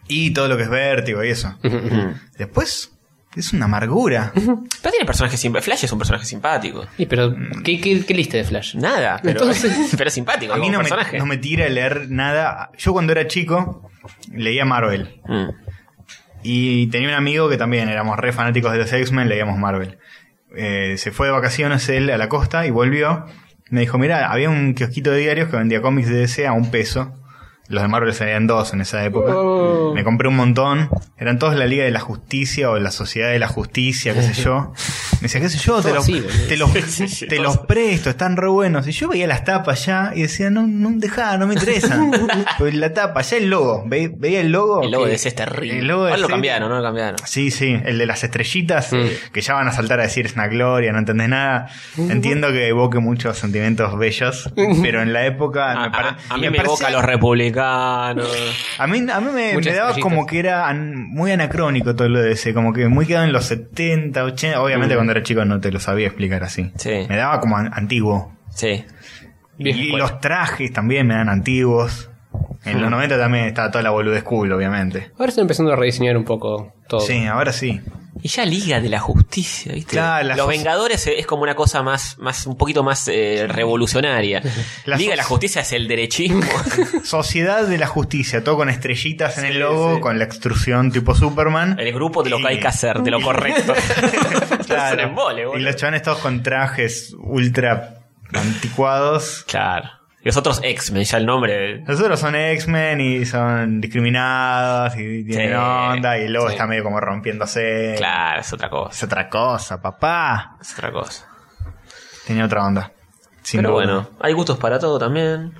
C: Y todo lo que es vértigo y eso.
B: Mm.
C: Después, es una amargura.
D: Pero tiene personajes simpáticos. Flash es un personaje simpático.
B: Y pero, ¿qué, qué, qué lista de Flash?
D: Nada, pero,
B: Entonces-
D: pero es simpático.
C: A mí
D: como
C: no me,
D: personaje.
C: no me tira leer nada. Yo cuando era chico leía Marvel.
D: Mm.
C: Y tenía un amigo que también éramos re fanáticos de los X-Men, leíamos Marvel. Eh, se fue de vacaciones él a la costa y volvió. Me dijo, mira, había un kiosquito de diarios que vendía cómics de DC a un peso. Los de Marvel salían dos en esa época.
B: Oh.
C: Me compré un montón. Eran todos la Liga de la Justicia o la Sociedad de la Justicia, qué sé yo. Me decía, qué sé yo, te
B: Todo
C: los,
B: así, boludo.
C: te los,
D: Sí, sí,
C: te
D: todo
C: los
D: así.
C: presto, están re buenos. Y yo veía las tapas ya y decía, no, no dejá, no me interesa. Pues la tapa, ya el logo. Ve- veía el logo.
D: El logo
C: que-
D: de ese es terrible.
C: El logo de
D: Ahora lo
C: ese-
D: cambiaron, Mm. no lo cambiaron.
C: Sí, sí, el de las estrellitas, que ya van a saltar a decir es una gloria, no entendés nada. Entiendo que evoque muchos sentimientos bellos, pero en la época
D: A,
C: Ah, me pare-
D: a- a mí me,
C: parecía-
D: evoca a los republicanos.
C: a mí, a mí me,
B: Muchas
C: me daba
B: estrellitas.
C: como que era an- muy anacrónico todo lo de ese, como que muy quedado en los 70, 80. Obviamente cuando era chico no te lo sabía explicar así.
D: Mm. Sí.
C: Me daba como an- antiguo.
D: Sí.
B: Vieja
C: y
B: escuela.
C: los trajes también me dan antiguos. En los 90 también estaba toda la boludez cool, obviamente.
B: Ahora están empezando a rediseñar un poco todo.
C: Sí, ahora sí.
D: Y ya Liga de la Justicia, ¿viste?
C: Claro, la
D: Los
C: soci-
D: Vengadores es como una cosa más, más un poquito más eh, revolucionaria.
C: La
D: Liga de la
C: soci-
D: Justicia es el derechismo.
C: Sociedad de la Justicia, todo con estrellitas en el logo, con la extrusión tipo Superman.
D: el grupo de lo que hay que
C: Y-
D: hacer, de lo correcto. Es un
C: Claro.
D: embole, boludo.
C: y los chavales todos con trajes ultra anticuados.
D: Claro. Y los otros X-Men, ya el nombre.
C: Nosotros son X-Men y son discriminados y tienen
D: Sí,
C: onda y el logo
D: sí.
C: está medio como rompiéndose.
D: Claro, es otra cosa.
C: Es otra cosa, papá.
D: Es otra cosa.
C: Tenía otra onda. Sin
D: Pero
C: duda.
D: bueno, hay gustos para todo también.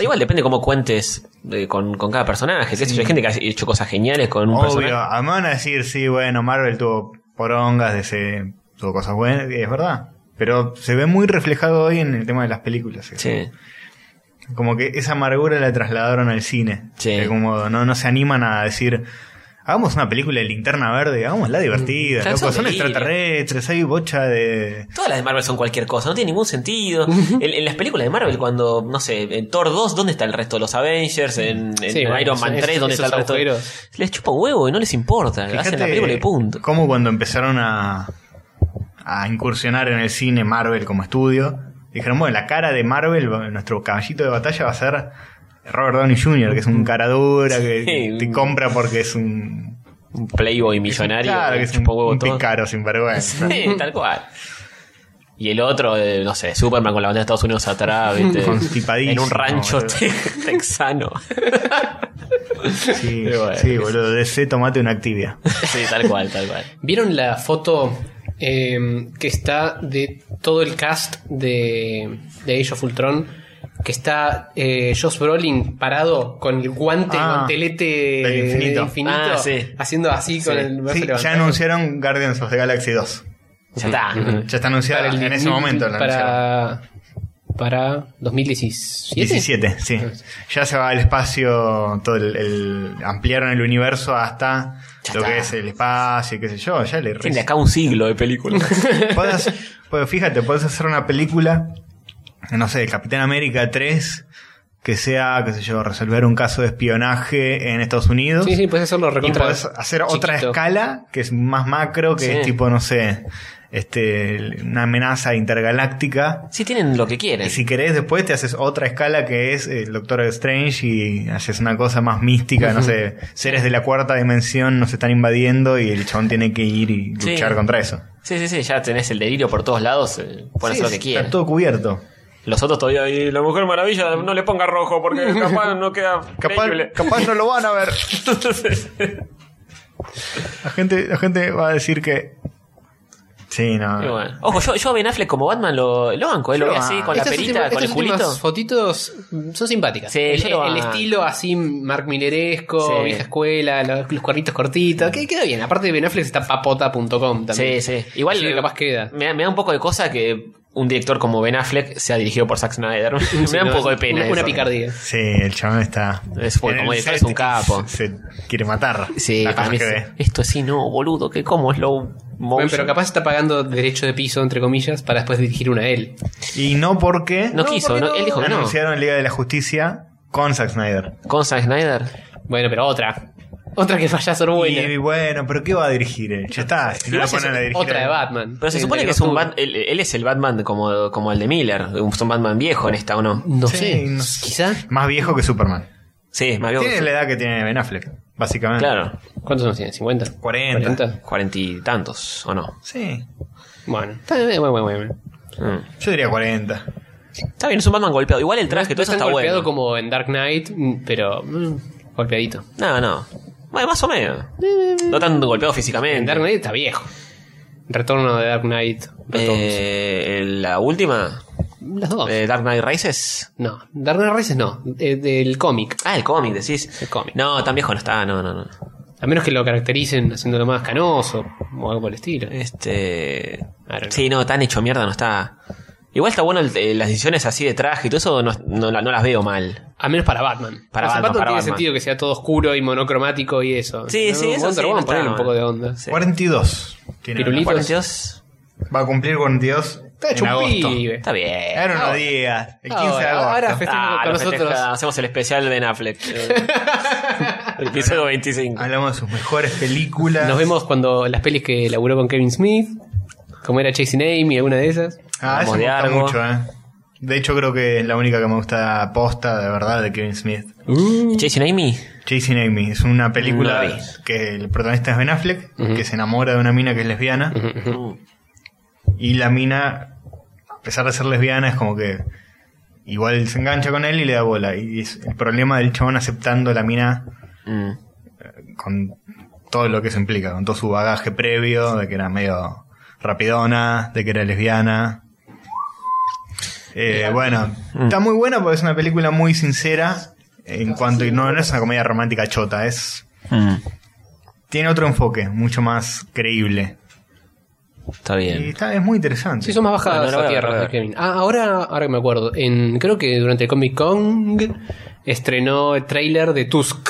D: Igual depende cómo cuentes eh, con, con cada personaje. qué sé yo. Hay gente que ha hecho cosas geniales con un
C: Obvio,
D: personaje.
C: además van a decir, sí, bueno, Marvel tuvo porongas, DC tuvo cosas buenas, y es verdad. Pero se ve muy reflejado hoy en el tema de las películas. ¿eh?
D: Sí.
C: Como que esa amargura la trasladaron al cine.
D: Sí.
C: De algún modo, no, no se animan a decir, hagamos una película de linterna verde, hagámosla divertida,
D: Claro,
C: loco,
D: son
C: son
D: delirios.
C: extraterrestres, hay bocha de...
D: Todas las de Marvel son cualquier cosa, no tiene ningún sentido. en, en las películas de Marvel, cuando, no sé, en Thor 2, ¿dónde está el resto de los Avengers? En, en
B: Sí, bueno,
D: Iron
B: son
D: Man
B: esos-
D: 3, ¿dónde está el
B: esos
D: resto? de-
B: agujeros.
D: Les chupa un huevo y no les importa. hacen la película y punto.
C: Como cuando empezaron a, a incursionar en el cine Marvel como estudio, dijeron, bueno, la cara de Marvel, va- nuestro caballito de batalla va a ser Robert Downey Jr., que es un cara dura, que
D: Sí,
C: te
D: un-
C: compra porque es un...
D: Un Playboy millonario.
C: Claro, que
D: les
C: es un,
D: chupa huevo
C: un
D: todo.
C: pícaro sinvergüenza.
D: Sí, tal cual. Y el otro, eh, no sé, Superman con la bandera de Estados Unidos atrás, ¿viste?
C: Constipadísimo,
D: En un rancho
C: boludo.
D: te- texano.
C: Sí,
D: Pero bueno,
C: sí,
D: qué
C: boludo, DC tomate una actividad.
D: sí, tal cual, tal cual.
B: ¿Vieron la foto eh, que está de todo el cast de, de Age of Ultron? Que está eh, Josh Brolin parado con el guante,
C: Ah,
B: guantelete
C: del infinito.
B: de infinito,
D: Ah, sí.
B: haciendo así con
D: Sí.
B: el brazo
C: Sí, ya
B: levantado.
C: anunciaron Guardians of the Galaxy 2.
D: Ya está.
C: Ya está anunciada
B: Para el-
C: en ese momento. La anunciaron.
B: para, para 2017.
C: 17, sí. Ya se va al espacio, todo el, el- ampliaron el universo hasta
D: Ya
C: lo
D: está.
C: que es el espacio y qué sé yo. Ya le
D: Tiene acá un siglo de película.
C: Podés- pues fíjate, puedes hacer una película, no sé, Capitán América 3, que sea, qué sé yo, resolver un caso de espionaje en Estados Unidos.
B: Sí, sí, puedes hacerlo
C: Y
B: recontra.
C: podés hacer otra
B: chiquito.
C: escala que es más macro, que
D: Sí.
C: es tipo, no sé, este, una amenaza intergaláctica.
D: Sí, tienen lo que
C: Y
D: quieren.
C: si querés, después te haces otra escala que es eh, el Doctor Strange y haces una cosa más mística, no sé, seres de la cuarta dimensión nos están invadiendo y el chabón tiene que ir y
D: Sí.
C: luchar contra eso.
D: Sí, sí, sí, ya tenés el delirio por todos lados, eh, pueden hacer
C: Sí,
D: lo que quieran.
C: Está todo cubierto.
D: Los otros todavía, y la Mujer Maravilla, no le ponga rojo porque capaz no queda
C: Capaz,
D: creíble.
C: capaz no lo van a ver.
D: Entonces,
C: La gente, la gente va a decir que Sí, no.
D: Y bueno. Ojo, yo, yo a Ben Affleck como Batman lo, lo banco, eh, lo
C: Yo
D: veo
C: lo
D: así
C: banco.
D: con la
B: Estas
D: perita,
B: últimas-
D: con el
B: estas últimas
D: culito.
B: fotitos son simpáticas.
D: Sí,
B: el,
D: yo lo
B: el
D: banco.
B: estilo así, Mark Milleresco,
D: Sí. Mm.
B: vieja escuela, los, los cuernitos cortitos, que queda bien. Aparte de Ben Affleck está papota.com también.
D: Sí, sí. Igual
B: Así que capaz queda.
D: Me, da- me da un poco de cosa que un director como Ben Affleck sea dirigido por Zack Snyder. me da un poco de pena.
B: Una, una
D: eso.
B: picardía.
C: Sí, el chabón está.
D: Es fue
C: en
D: como
C: el
D: director, es
C: set,
D: un capo.
C: Se quiere matar.
D: Sí,
C: Las
D: para
C: cosas
D: mí
C: que
D: es-
C: ve.
D: esto sí, no, boludo, que como slow motion.
B: Bueno, pero capaz está pagando derecho de piso, entre comillas, para después dirigir una a él.
C: Y no porque.
D: No quiso,
C: porque
D: no, él dijo que no.
C: Anunciaron Liga de la Justicia con Zack Snyder.
D: Con Zack Snyder.
B: Bueno, pero otra. Otra que vaya a ser buena.
C: Y bueno, pero ¿qué va a dirigir él? Ya está. Si no
D: Igual
C: la
D: es
C: ponen a dirigir.
B: Otra de
C: a-
B: Batman.
D: Pero se
B: Sí,
D: supone
B: de
D: que es un
B: Batman.
D: Bat- él, él es el Batman como, como el de Miller. Es un Batman viejo en esta, ¿o no?
B: No
C: Sí,
B: sé.
C: no sé.
B: Quizá.
C: Más viejo que Superman.
D: Sí, me había
C: Tiene la edad que tiene Ben Affleck, básicamente.
D: Claro,
B: ¿Cuántos años tiene? ¿50?
C: 40.
D: cuarenta y tantos, ¿o no?
C: Sí.
B: Bueno, está bien, bueno, bueno, bueno.
D: Mm.
C: Yo diría 40.
D: Está bien, es un Batman golpeado. Igual el traje, todo
B: No
D: eso
B: es tan
D: está
B: golpeado
D: bueno.
B: como en Dark Knight, mm, pero mm, golpeadito.
D: No, no. Bueno, más o menos. No tan golpeado
B: En Dark
D: físicamente.
B: Knight está viejo. Retorno de Dark Knight. Returns.
D: Eh, la última,
B: Las dos.
D: eh, Dark Knight Rises.
B: no, Dark Knight Rises no. eh, del cómic.
D: Ah, el cómic, decís.
B: El cómic.
D: No, tan viejo no está, no, no, no.
B: A menos que lo caractericen haciéndolo más canoso o algo por el estilo.
D: Eh. Este.
B: I don't know.
D: Sí, no, tan hecho mierda no está. Igual está bueno el- eh, las decisiones así de traje y todo eso, no, no la- no las veo mal.
B: A menos para Batman.
D: Para
B: O sea,
D: Batman, para
B: tiene
D: Batman.
B: sentido que sea todo oscuro y monocromático y eso.
D: Sí,
B: No,
D: sí, eso
B: Wonder
D: sí,
B: Woman,
D: no
B: ponele
D: está
B: un
D: mal.
B: poco de onda.
D: Sí.
C: 42. Tiene
B: Pirulito.
C: Ben
D: 42.
C: Affleck. Va a cumplir 42
B: Está hecho
C: en
B: un
C: agosto.
B: pibe.
D: Está bien.
C: Era unos días. El 15 de
B: Ahora,
C: agosto.
B: ahora festejo
D: Ah,
B: con
D: lo festeja-
B: nosotros.
D: Hacemos el especial de Ben Affleck. el episodio 25.
C: Hablamos de sus mejores películas.
B: Nos vemos cuando las pelis que laburó con Kevin Smith, como era Chasing Amy, alguna de esas.
C: Ah, eso
D: Hablamos
C: me
D: de
C: gusta
D: algo.
C: mucho, eh. De hecho, creo que es la única que me gusta posta, de verdad, de Kevin Smith.
D: Jason Amy.
C: Chasing Amy es una película
D: No la vi.
C: que el protagonista es Ben Affleck, que se enamora de una mina que es lesbiana. Y la mina, a pesar de ser lesbiana, es como que igual se engancha con él y le da bola. Y es el problema del chabón aceptando a la mina
D: Mm.
C: con todo lo que eso implica, con todo su bagaje previo, de que era medio rapidona, de que era lesbiana. Eh, bueno,
B: Mm.
C: está muy buena porque es una película muy sincera en cuanto y no, no es una comedia romántica chota, es
D: Mm.
C: tiene otro enfoque, mucho más creíble.
D: Está
C: Y
D: bien.
C: está, es muy interesante.
B: Sí, son más
D: Bueno,
B: bajas
D: ahora voy
B: a
D: a
B: tierra
D: ver.
B: de Kevin. Ah, ahora, ahora que me acuerdo, en, creo que durante el Comic Con estrenó el trailer de Tusk.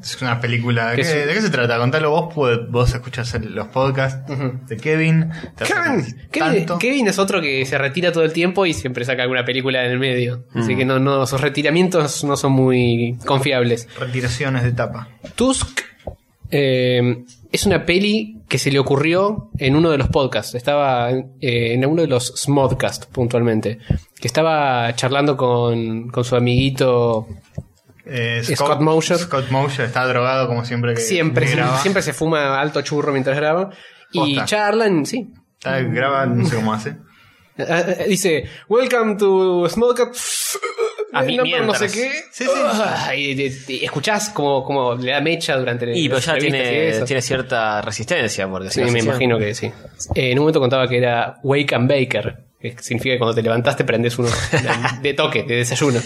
C: Es una película.
B: Que
C: ¿qué-
B: es un-
C: ¿De qué se trata? Contalo vos, pues, vos escuchas el- los podcasts de Kevin. te acercas
B: Kevin,
C: tanto.
B: Kevin es otro que se retira todo el tiempo y siempre saca alguna película en el medio. Así que no, no, sus retiramientos no son muy confiables.
C: Retiraciones de etapa.
B: Tusk eh, es una peli que se le ocurrió en uno de los podcasts. Estaba eh, en uno de los Smodcasts puntualmente. Que estaba charlando con, con su amiguito.
C: Eh,
B: Scott Mosher.
C: Scott Mosher está drogado como siempre
D: Eh,
C: que
B: Siempre,
C: que
B: se-
C: graba.
B: siempre se fuma alto churro mientras graba. Y
C: Posta.
B: charlan, sí.
C: Está- graba, no sé cómo hace.
B: Eh, eh, Dice, welcome to Smodcast.
D: A mí
B: Number no
D: mientras.
B: sé qué.
C: Sí, sí.
B: Ah, y- y- y escuchás como, como le da mecha durante
D: Y pero
B: las
D: ya
B: entrevistas y
D: tiene,
B: eso.
D: tiene cierta resistencia, porque si
B: Sí,
D: no
B: me
D: se-
B: imagino que sí. Eh, en un momento contaba que era Wake and Baker, que significa que cuando te levantaste prendes uno de- de toque, de desayuno.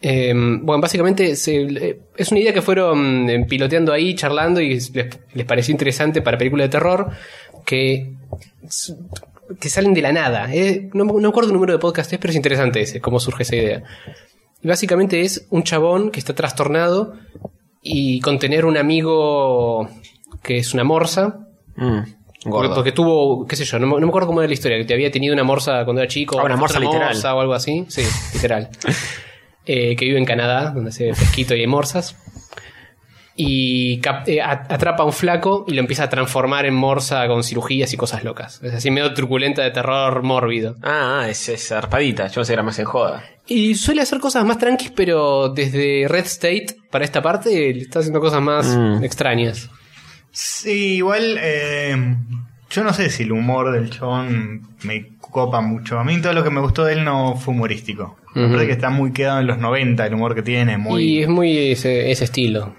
B: Eh, bueno, básicamente se- eh, es una idea que fueron eh, piloteando ahí, charlando y les, les pareció interesante para películas de terror que, s- que salen de la nada. Eh, no, me- no me acuerdo el número de podcast es, pero es interesante ese, cómo surge esa idea. Y Básicamente es un chabón que está trastornado y con tener un amigo que es una morsa.
D: Mm.
B: Porque,
D: Gordo.
B: porque tuvo, qué sé yo, no, me- no me acuerdo cómo era la historia, que te había tenido una morsa cuando era chico.
D: Ah, una
B: otra
D: morsa literal.
B: o algo así. Sí, literal. Eh, que vive en Canadá, donde se ve fresquito y hay morsas. Y cap- eh, a- atrapa a un flaco y lo empieza a transformar en morsa con cirugías y cosas locas. Es así medio truculenta de terror mórbido.
D: Ah, ah, es, es zarpadita. Yo sé que era más en joda.
B: Y suele hacer cosas más tranquis, pero desde Red State para esta parte le está haciendo cosas más
D: Mm.
B: extrañas.
C: Sí, igual. eh, yo no sé si el humor del chabón me copa mucho. A mí todo lo que me gustó de él no fue humorístico. Me
B: Ujú.
C: parece que está muy quedado en los 90 el humor que tiene,
B: Y
C: muy,
B: es muy ese, ese estilo.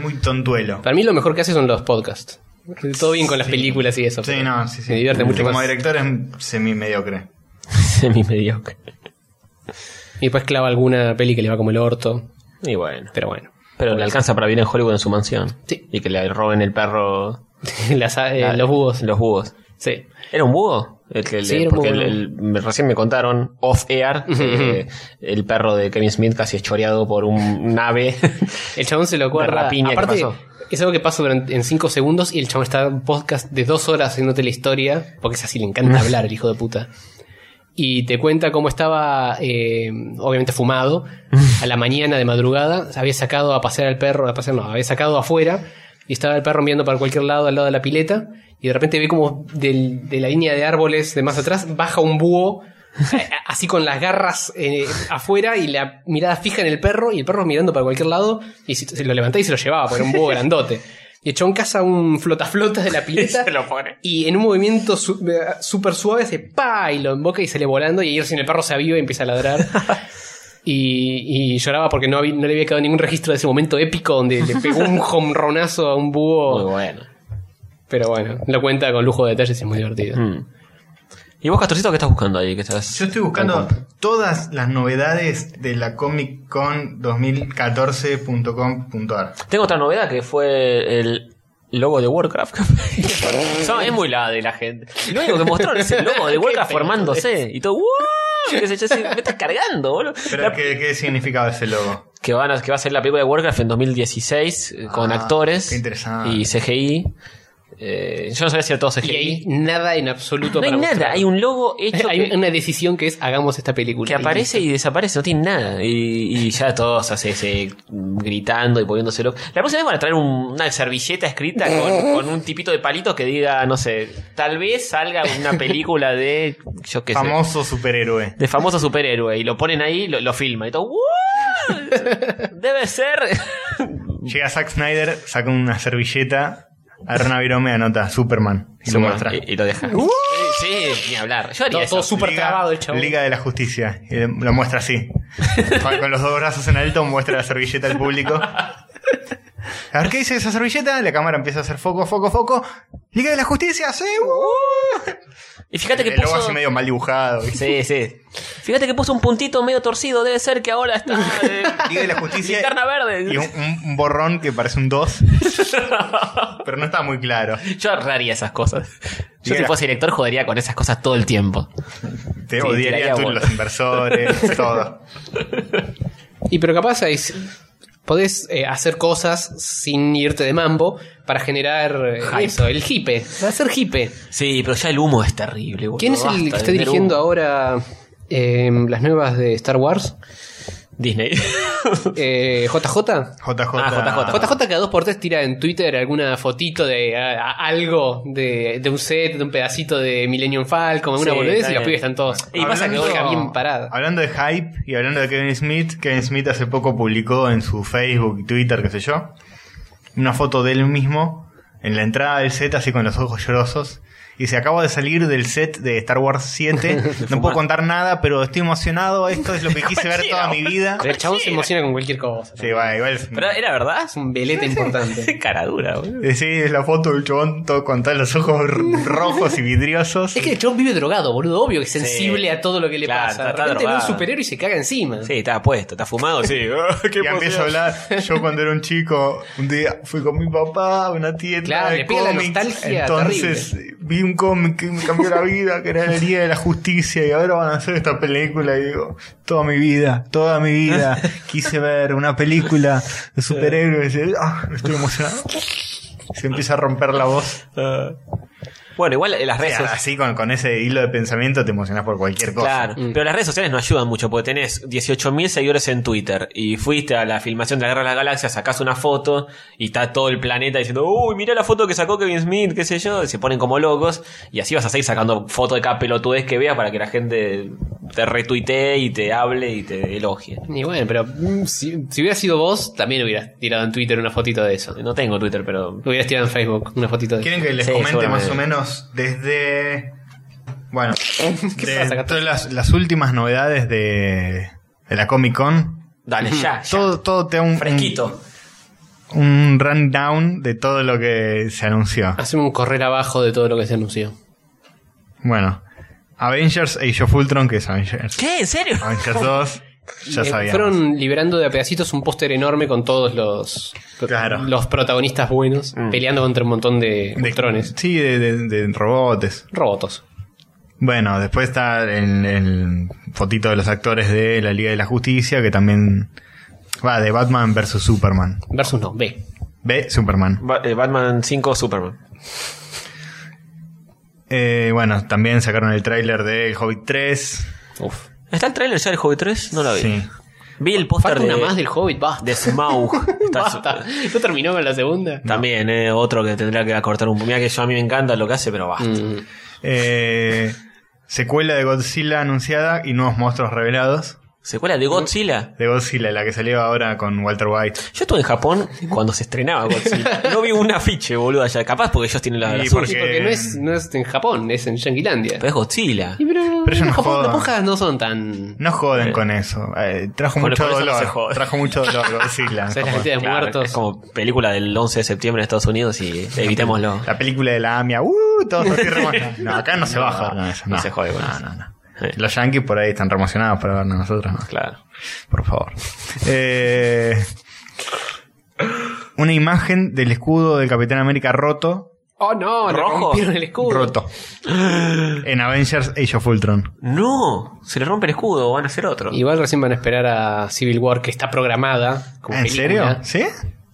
C: muy tontuelo.
B: Para mí lo mejor que hace son los podcasts. Todo bien con las películas y eso.
C: Sí,
B: pero
C: no, sí, sí.
B: Me divierte mucho
C: Como
B: más.
C: director es semi-mediocre.
D: Semi mediocre.
B: Y después clava alguna peli que le va como el orto.
D: Y bueno.
B: Pero bueno.
D: Pero le alcanza para vivir en Hollywood en su mansión.
B: Sí.
D: Y que le roben el perro.
B: Las- eh,
D: la-
B: los búhos.
D: Los búhos.
B: Sí.
D: ¿Era un búho? El que
B: Sí,
D: le-
B: era un
D: porque
B: búho,
D: el-
B: era un
D: el- me- recién me contaron, off air, que el perro de Kevin Smith casi es choreado por un nave.
B: El chabón se lo acuerda.
D: rapiña que
B: Aparte,
D: pasó.
B: es algo que pasa durante, en 5 segundos y el chabón está en un podcast de dos horas haciéndote la historia, porque es así, le encanta hablar el hijo de puta. Y te cuenta cómo estaba, eh, obviamente fumado, a la mañana de madrugada, había sacado a pasear al perro, a pasear no, había sacado afuera y estaba el perro mirando para cualquier lado, al lado de la pileta, y de repente ve como del- de la línea de árboles de más atrás baja un búho. eh, Así con las garras eh, afuera y la mirada fija en el perro, y el perro mirando para cualquier lado, y si- se lo levantaba y se lo llevaba, porque era un búho grandote. Y echó en casa un flota-flota de la pileta.
D: lo pone.
B: Y en un movimiento su- eh, súper suave se pa y lo emboca y sale volando. Y ahí recién el perro se aviva y empieza a ladrar. y, y lloraba porque no, habí- no le había quedado ningún registro de ese momento épico donde le pegó un jonronazo a un
D: Muy
B: búho.
D: bueno.
B: Pero bueno, lo cuenta con lujo de detalles y es muy divertido.
D: Mm. ¿Y vos, Castorcito, qué estás buscando ahí? ¿Qué estás
C: Yo estoy buscando todas las novedades de la Comic Con 2014.com.ar.
D: Tengo otra novedad que fue el logo de Warcraft. Son- es muy la de la gente. Lo único que mostró es el logo de Warcraft
B: Qué
D: formándose. Y todo, ¡wow! Que se, yo se- me estás cargando, boludo.
C: Pero,
D: La-
C: ¿qué, qué significaba ese logo?
D: que, van a, que va a ser la película de Warcraft en 2016 eh, con
C: Ah,
D: actores
C: qué interesante.
D: y CGI. Eh, yo no sabía si era todo CGI.
B: Y ahí nada en absoluto
D: no hay
B: para
D: nada,
B: mostrar.
D: hay un logo hecho
B: Hay
D: que,
B: una decisión que es hagamos esta película.
D: que aparece y desaparece, no tiene nada. Y, y ya todos así, se- gritando y poniéndose locos. La próxima vez van a traer un- una servilleta escrita con, con un tipito de palito que diga, no sé, tal vez salga una película de, yo qué sé,
C: Famoso superhéroe.
D: de famoso superhéroe. Y lo ponen ahí, lo, lo filma y todo, "¡Wow! Debe ser.
C: Llega Zack Snyder, saca una servilleta, Arna Virome anota Superman y lo
D: Suma,
C: muestra.
D: Y, y lo deja.
C: ¡Uh!
D: Sí, ni hablar. Yo haría
B: Todo,
D: eso.
B: todo súper
C: Liga-
B: trabado el chabón.
C: Liga de la Justicia. Y lo muestra así. Con con los dos brazos en alto muestra la servilleta al público. A ver qué dice esa servilleta. La cámara empieza a hacer foco, foco, foco. Liga de la Justicia, sí. uh.
D: Y fíjate que
C: El logo
D: puso...
C: así medio mal dibujado. ¿viste?
D: Sí, sí. Fíjate que puso un puntito medio torcido. Debe ser que ahora está... eh,
C: Liga de la Justicia.
D: Linterna verde.
C: Y un, un- un borrón que parece un 2. Pero no está muy claro.
D: Yo haría esas cosas. Yo si
C: Diga-
D: fuese director jodería con esas cosas todo el tiempo.
C: Te
D: Sí,
C: odiarían
D: tiraría
C: tú y
D: vos.
C: los inversores, todo.
B: Y pero capaz ahí s- podés eh, hacer cosas sin irte de mambo para generar eh,
D: Hype.
B: eso, el hipe. Hacer hipe.
D: Sí, pero ya el humo es terrible. boludo.
B: ¿Quién es
D: Basta
B: el
D: de
B: que está
D: vender
B: dirigiendo
D: humo.
B: ahora eh, las nuevas de Star Wars?
D: Disney.
B: Eh, ¿JJ?
C: JJ.
D: Ah, JJ.
B: JJ cada dos por tres tira en Twitter alguna fotito de a- a- algo, de, de un set, de un pedacito de Millennium Falcon, una
D: Sí,
B: boludez,
D: está
B: y los
D: bien.
B: pibes están todos.
D: Y pasa que
B: Hablando-
D: ahora-
B: Deja bien parada.
C: Hablando de hype y hablando de Kevin Smith, Kevin Smith hace poco publicó en su Facebook y Twitter, qué sé yo, una foto de él mismo en la entrada del set, así con los ojos llorosos. Y se acabo de salir del set de Star Wars 7. No puedo contar nada, pero estoy emocionado. Esto es lo que quise ver toda mi vida.
B: Pero el chabón se emociona con cualquier cosa.
C: Sí, va, igual.
D: Pero era verdad.
B: Es un velete importante.
D: Qué cara dura, boludo.
C: Eh, Sí, es la foto del chabón todo con todos los ojos r- rojos y vidriosos.
B: Es que el chabón vive drogado, boludo. Obvio que es sensible a todo lo que le
D: Claro,
B: pasa.
D: está-
B: De
D: está
B: repente ve un
D: drogado.
B: superhéroe y se caga encima.
D: Sí, está puesto, está fumado, sí.
C: Y empiezo a hablar. Yo cuando era un chico, un día fui con mi papá, una tienda
B: Claro,
C: de
B: le pega la
C: cómics.
B: nostalgia
C: Entonces vi un cómic que me cambió la vida, que era el Día de la Justicia, y ahora van a hacer esta película. Y digo, toda mi vida, toda mi vida quise ver una película de superhéroes. Y, ah, estoy emocionado. Se empieza a romper la voz.
D: Bueno, igual en las
C: O
D: redes
C: sea,
D: sociales.
C: así con, con ese hilo de pensamiento te emocionas por cualquier cosa.
D: Claro,
B: Mm.
D: pero las redes sociales no ayudan mucho porque tenés 18.000 seguidores en Twitter y fuiste a la filmación de la Guerra de las Galaxias, sacás una foto y está todo el planeta diciendo, uy, mirá la foto que sacó Kevin Smith, qué sé yo, y se ponen como locos y así vas a seguir sacando foto de cada pelotudez que veas para que la gente te retuitee y te hable y te elogie.
B: Y bueno, pero mm, si, si hubieras sido vos, también hubieras tirado en Twitter una fotito de eso.
D: No tengo Twitter, pero...
B: Hubieras tirado en Facebook una fotito de eso.
C: ¿Quieren que les
D: Sí,
C: comente más
D: seguramente.
C: o menos desde. Bueno, de
B: pasa, Cato?
C: todas las, las últimas novedades de, de la Comic Con?
D: Dale, Ah, ya, ya.
C: Todo, todo te da un.
D: Fresquito.
C: un rundown de todo lo que se anunció.
B: Hacemos un correr abajo de todo lo que se anunció.
C: Bueno, Avengers Age of Ultron, que es Avengers.
D: ¿Qué? ¿En serio?
C: Avengers 2, ya
B: Eh,
C: sabíamos.
B: Fueron liberando de a pedacitos un póster enorme con todos los,
C: Claro. Mm.
B: los protagonistas buenos peleando contra un montón de,
C: De-
B: Ultrones.
C: Sí, de, de- de robotes.
B: Robotos.
C: Bueno, después está el, el fotito de los actores de la Liga de la Justicia, que también va de Batman versus Superman.
B: Versus no, B.
C: Ve Superman.
D: Ba- eh, Batman 5 Superman.
C: Eh, bueno, también sacaron el tráiler de El Hobbit 3.
B: Uf.
D: ¿Está el trailer ya del Hobby 3? No lo vi.
C: Sí.
D: Vi el póster
B: Falta
D: de,
B: una más del Hobbit, basta.
D: de Smaug. Está-
B: Basta. ¿No terminó con la segunda?
D: También, eh, otro que tendrá que acortar un poco. Mira que yo a mí me encanta lo que hace, pero basta.
B: Mm.
C: Eh, secuela de Godzilla anunciada y nuevos monstruos revelados.
D: ¿Secuela de Godzilla?
C: De Godzilla, la que salió ahora con Walter White.
D: Yo estuve en Japón cuando se estrenaba Godzilla. No vi un afiche, boludo, allá. Capaz porque ellos tienen la, la
C: Y
D: suya.
B: Sí, porque no es, no es en Japón, es en Yanquilandia.
D: Pero es Godzilla.
B: Y pero,
C: Pero yo
B: en
C: no
B: Japón
C: jodo.
B: las pujas no son tan...
C: No joden con eso. Eh, trajo,
D: Con el
C: mucho
D: corazón se
C: dolor,
D: jode.
C: trajo mucho dolor. Godzilla.
B: O sea, la
C: Como
B: cantidad de
D: Claro,
B: muertos.
D: Es como película del 11 de septiembre en Estados Unidos y evitémoslo.
C: La película de la AMIA. ¡Uh! Todos así re emocionados. No, acá no se
D: No,
C: baja.
D: no,
C: eso
D: no se jode con
C: No,
D: eso.
C: no, no. Los yankees por ahí están re emocionados para vernos nosotros. no.
D: Claro.
C: Por favor. Eh, una imagen del escudo del Capitán América roto.
B: Oh no, le
D: ¿Rojo?
B: rompieron el escudo.
C: Roto. En Avengers Age of Ultron.
D: No, se le rompe el escudo, van a hacer otro.
B: Igual recién van a esperar a Civil War que está programada. Como
C: ¿En serio?
B: película.
C: ¿Sí?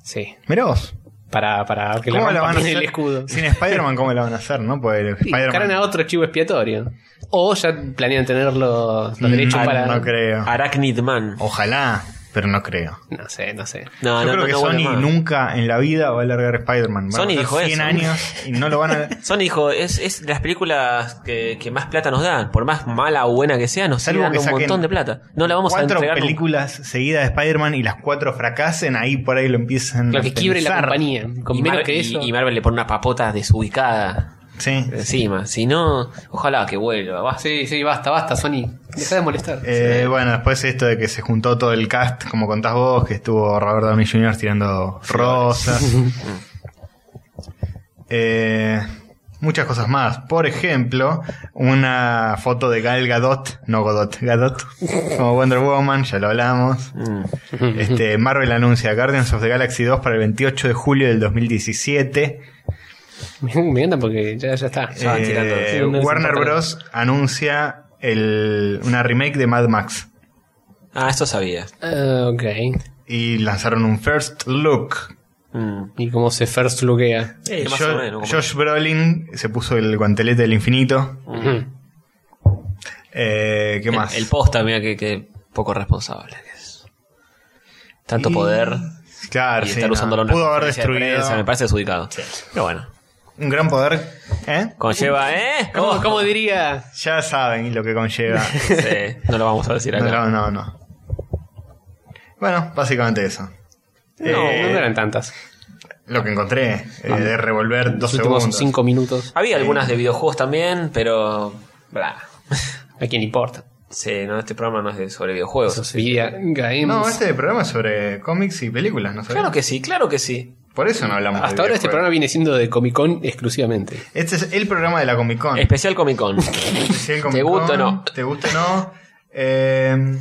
B: Sí.
C: Mirá vos.
B: Para, para que le
C: ¿Cómo la van a
B: rompan
C: hacer?
B: el escudo.
C: Sin Spider-Man, ¿cómo la van a hacer? ¿No? Porque
B: Y buscarán a
C: Spider-Man.
B: otro chivo expiatorio. O ya planean tener los, los derechos
C: Mm,
B: para. Ah.
C: No creo.
D: Arachnid Man.
C: Ojalá, pero no creo.
B: No sé, Ah, no sé.
D: No,
C: Yo
D: no,
C: creo
D: no,
C: que
D: no vuelve
C: Sony
D: más.
C: nunca en la vida va a alargar Spider-Man. Va a
D: Sony
C: pasar
D: dijo
C: 100
D: eso.
C: años y no lo van a.
D: Sony dijo, es, es de las películas que, que más plata nos dan. Por más mala o buena que sea, nos sigue
C: Salvo que
D: dando un
C: saquen
D: montón de plata. No la vamos a
C: cuatro
D: entregar. nunca.
C: películas seguidas de Spider-Man y las cuatro fracasen, ahí por ahí lo empiezan
B: Lo que
C: a
B: quiebre la
C: Mm, pensar.
B: compañía. Con
D: y,
B: menos
D: Mar-
B: que
D: y-
B: eso.
D: y Marvel le pone una papota desubicada
C: Sí.
D: encima. Si no, ojalá que vuelva. basta.
B: Sí, sí, basta, basta, Sony. Deja de molestar.
C: Eh, Bueno, después esto de que se juntó todo el cast, como contás vos, que estuvo Robert Downey Jr. tirando rosas. Eh, muchas cosas más. Por ejemplo, una foto de Gal Gadot, no Godot, Gadot, como Wonder Woman, ya lo hablamos.
D: Mm.
C: Este, Marvel anuncia Guardians of the Galaxy 2 para el 28 de julio del 2017.
B: Me me encanta porque ya, ya está. Ya van
C: Eh,
B: tirando. Sí, no es
C: Warner
B: importante.
C: Bros. anuncia el- una remake de Mad Max.
D: Ah, esto sabía.
B: Ah, ok.
C: Y lanzaron un first look.
D: Mm.
B: Y cómo se first lookea.
D: Eh, más
C: Jo-
D: o menos, como-
C: Josh Brolin se puso el guantelete del infinito. Eh, ¿Qué
D: el-
C: más?
D: El, posta, mira que, que poco responsable que es. Tanto
C: Y-
D: poder
C: Claro,
D: y
C: sí,
D: estar
C: no.
D: usándolo en una
C: Pudo haber
D: conferencia de
C: destruido
D: prensa, me parece desubicado. Pero bueno,
C: un gran poder. ¿eh?
D: conlleva, ¿eh?
B: ¿Cómo,
D: Oh,
B: cómo diría?
C: Ya saben lo que conlleva.
D: sí, no lo vamos a decir acá.
C: no, no, no. Bueno, básicamente eso.
B: No,
C: Eh,
B: no eran tantas.
C: Lo que encontré eh,
D: Ah.
C: de revolver dos
B: Los últimos
C: segundos.
B: cinco minutos.
D: Había algunas de videojuegos también, pero. Bla.
B: ¿A quién importa?
D: Sí, no, este programa no es de sobre videojuegos.
B: Esos video games.
C: No, este programa es sobre cómics y películas, ¿no sabés?
D: Claro que sí, claro que sí.
C: Por eso no hablamos de
B: Hasta ahora este programa
C: videojuegos.
B: viene siendo de Comic Con exclusivamente.
C: Este es el programa de la Comic Con.
D: Especial Comic Con.
C: Sí, el Comic
D: ¿Te gusta
C: Con,
D: o no?
C: ¿Te gusta o no? Eh,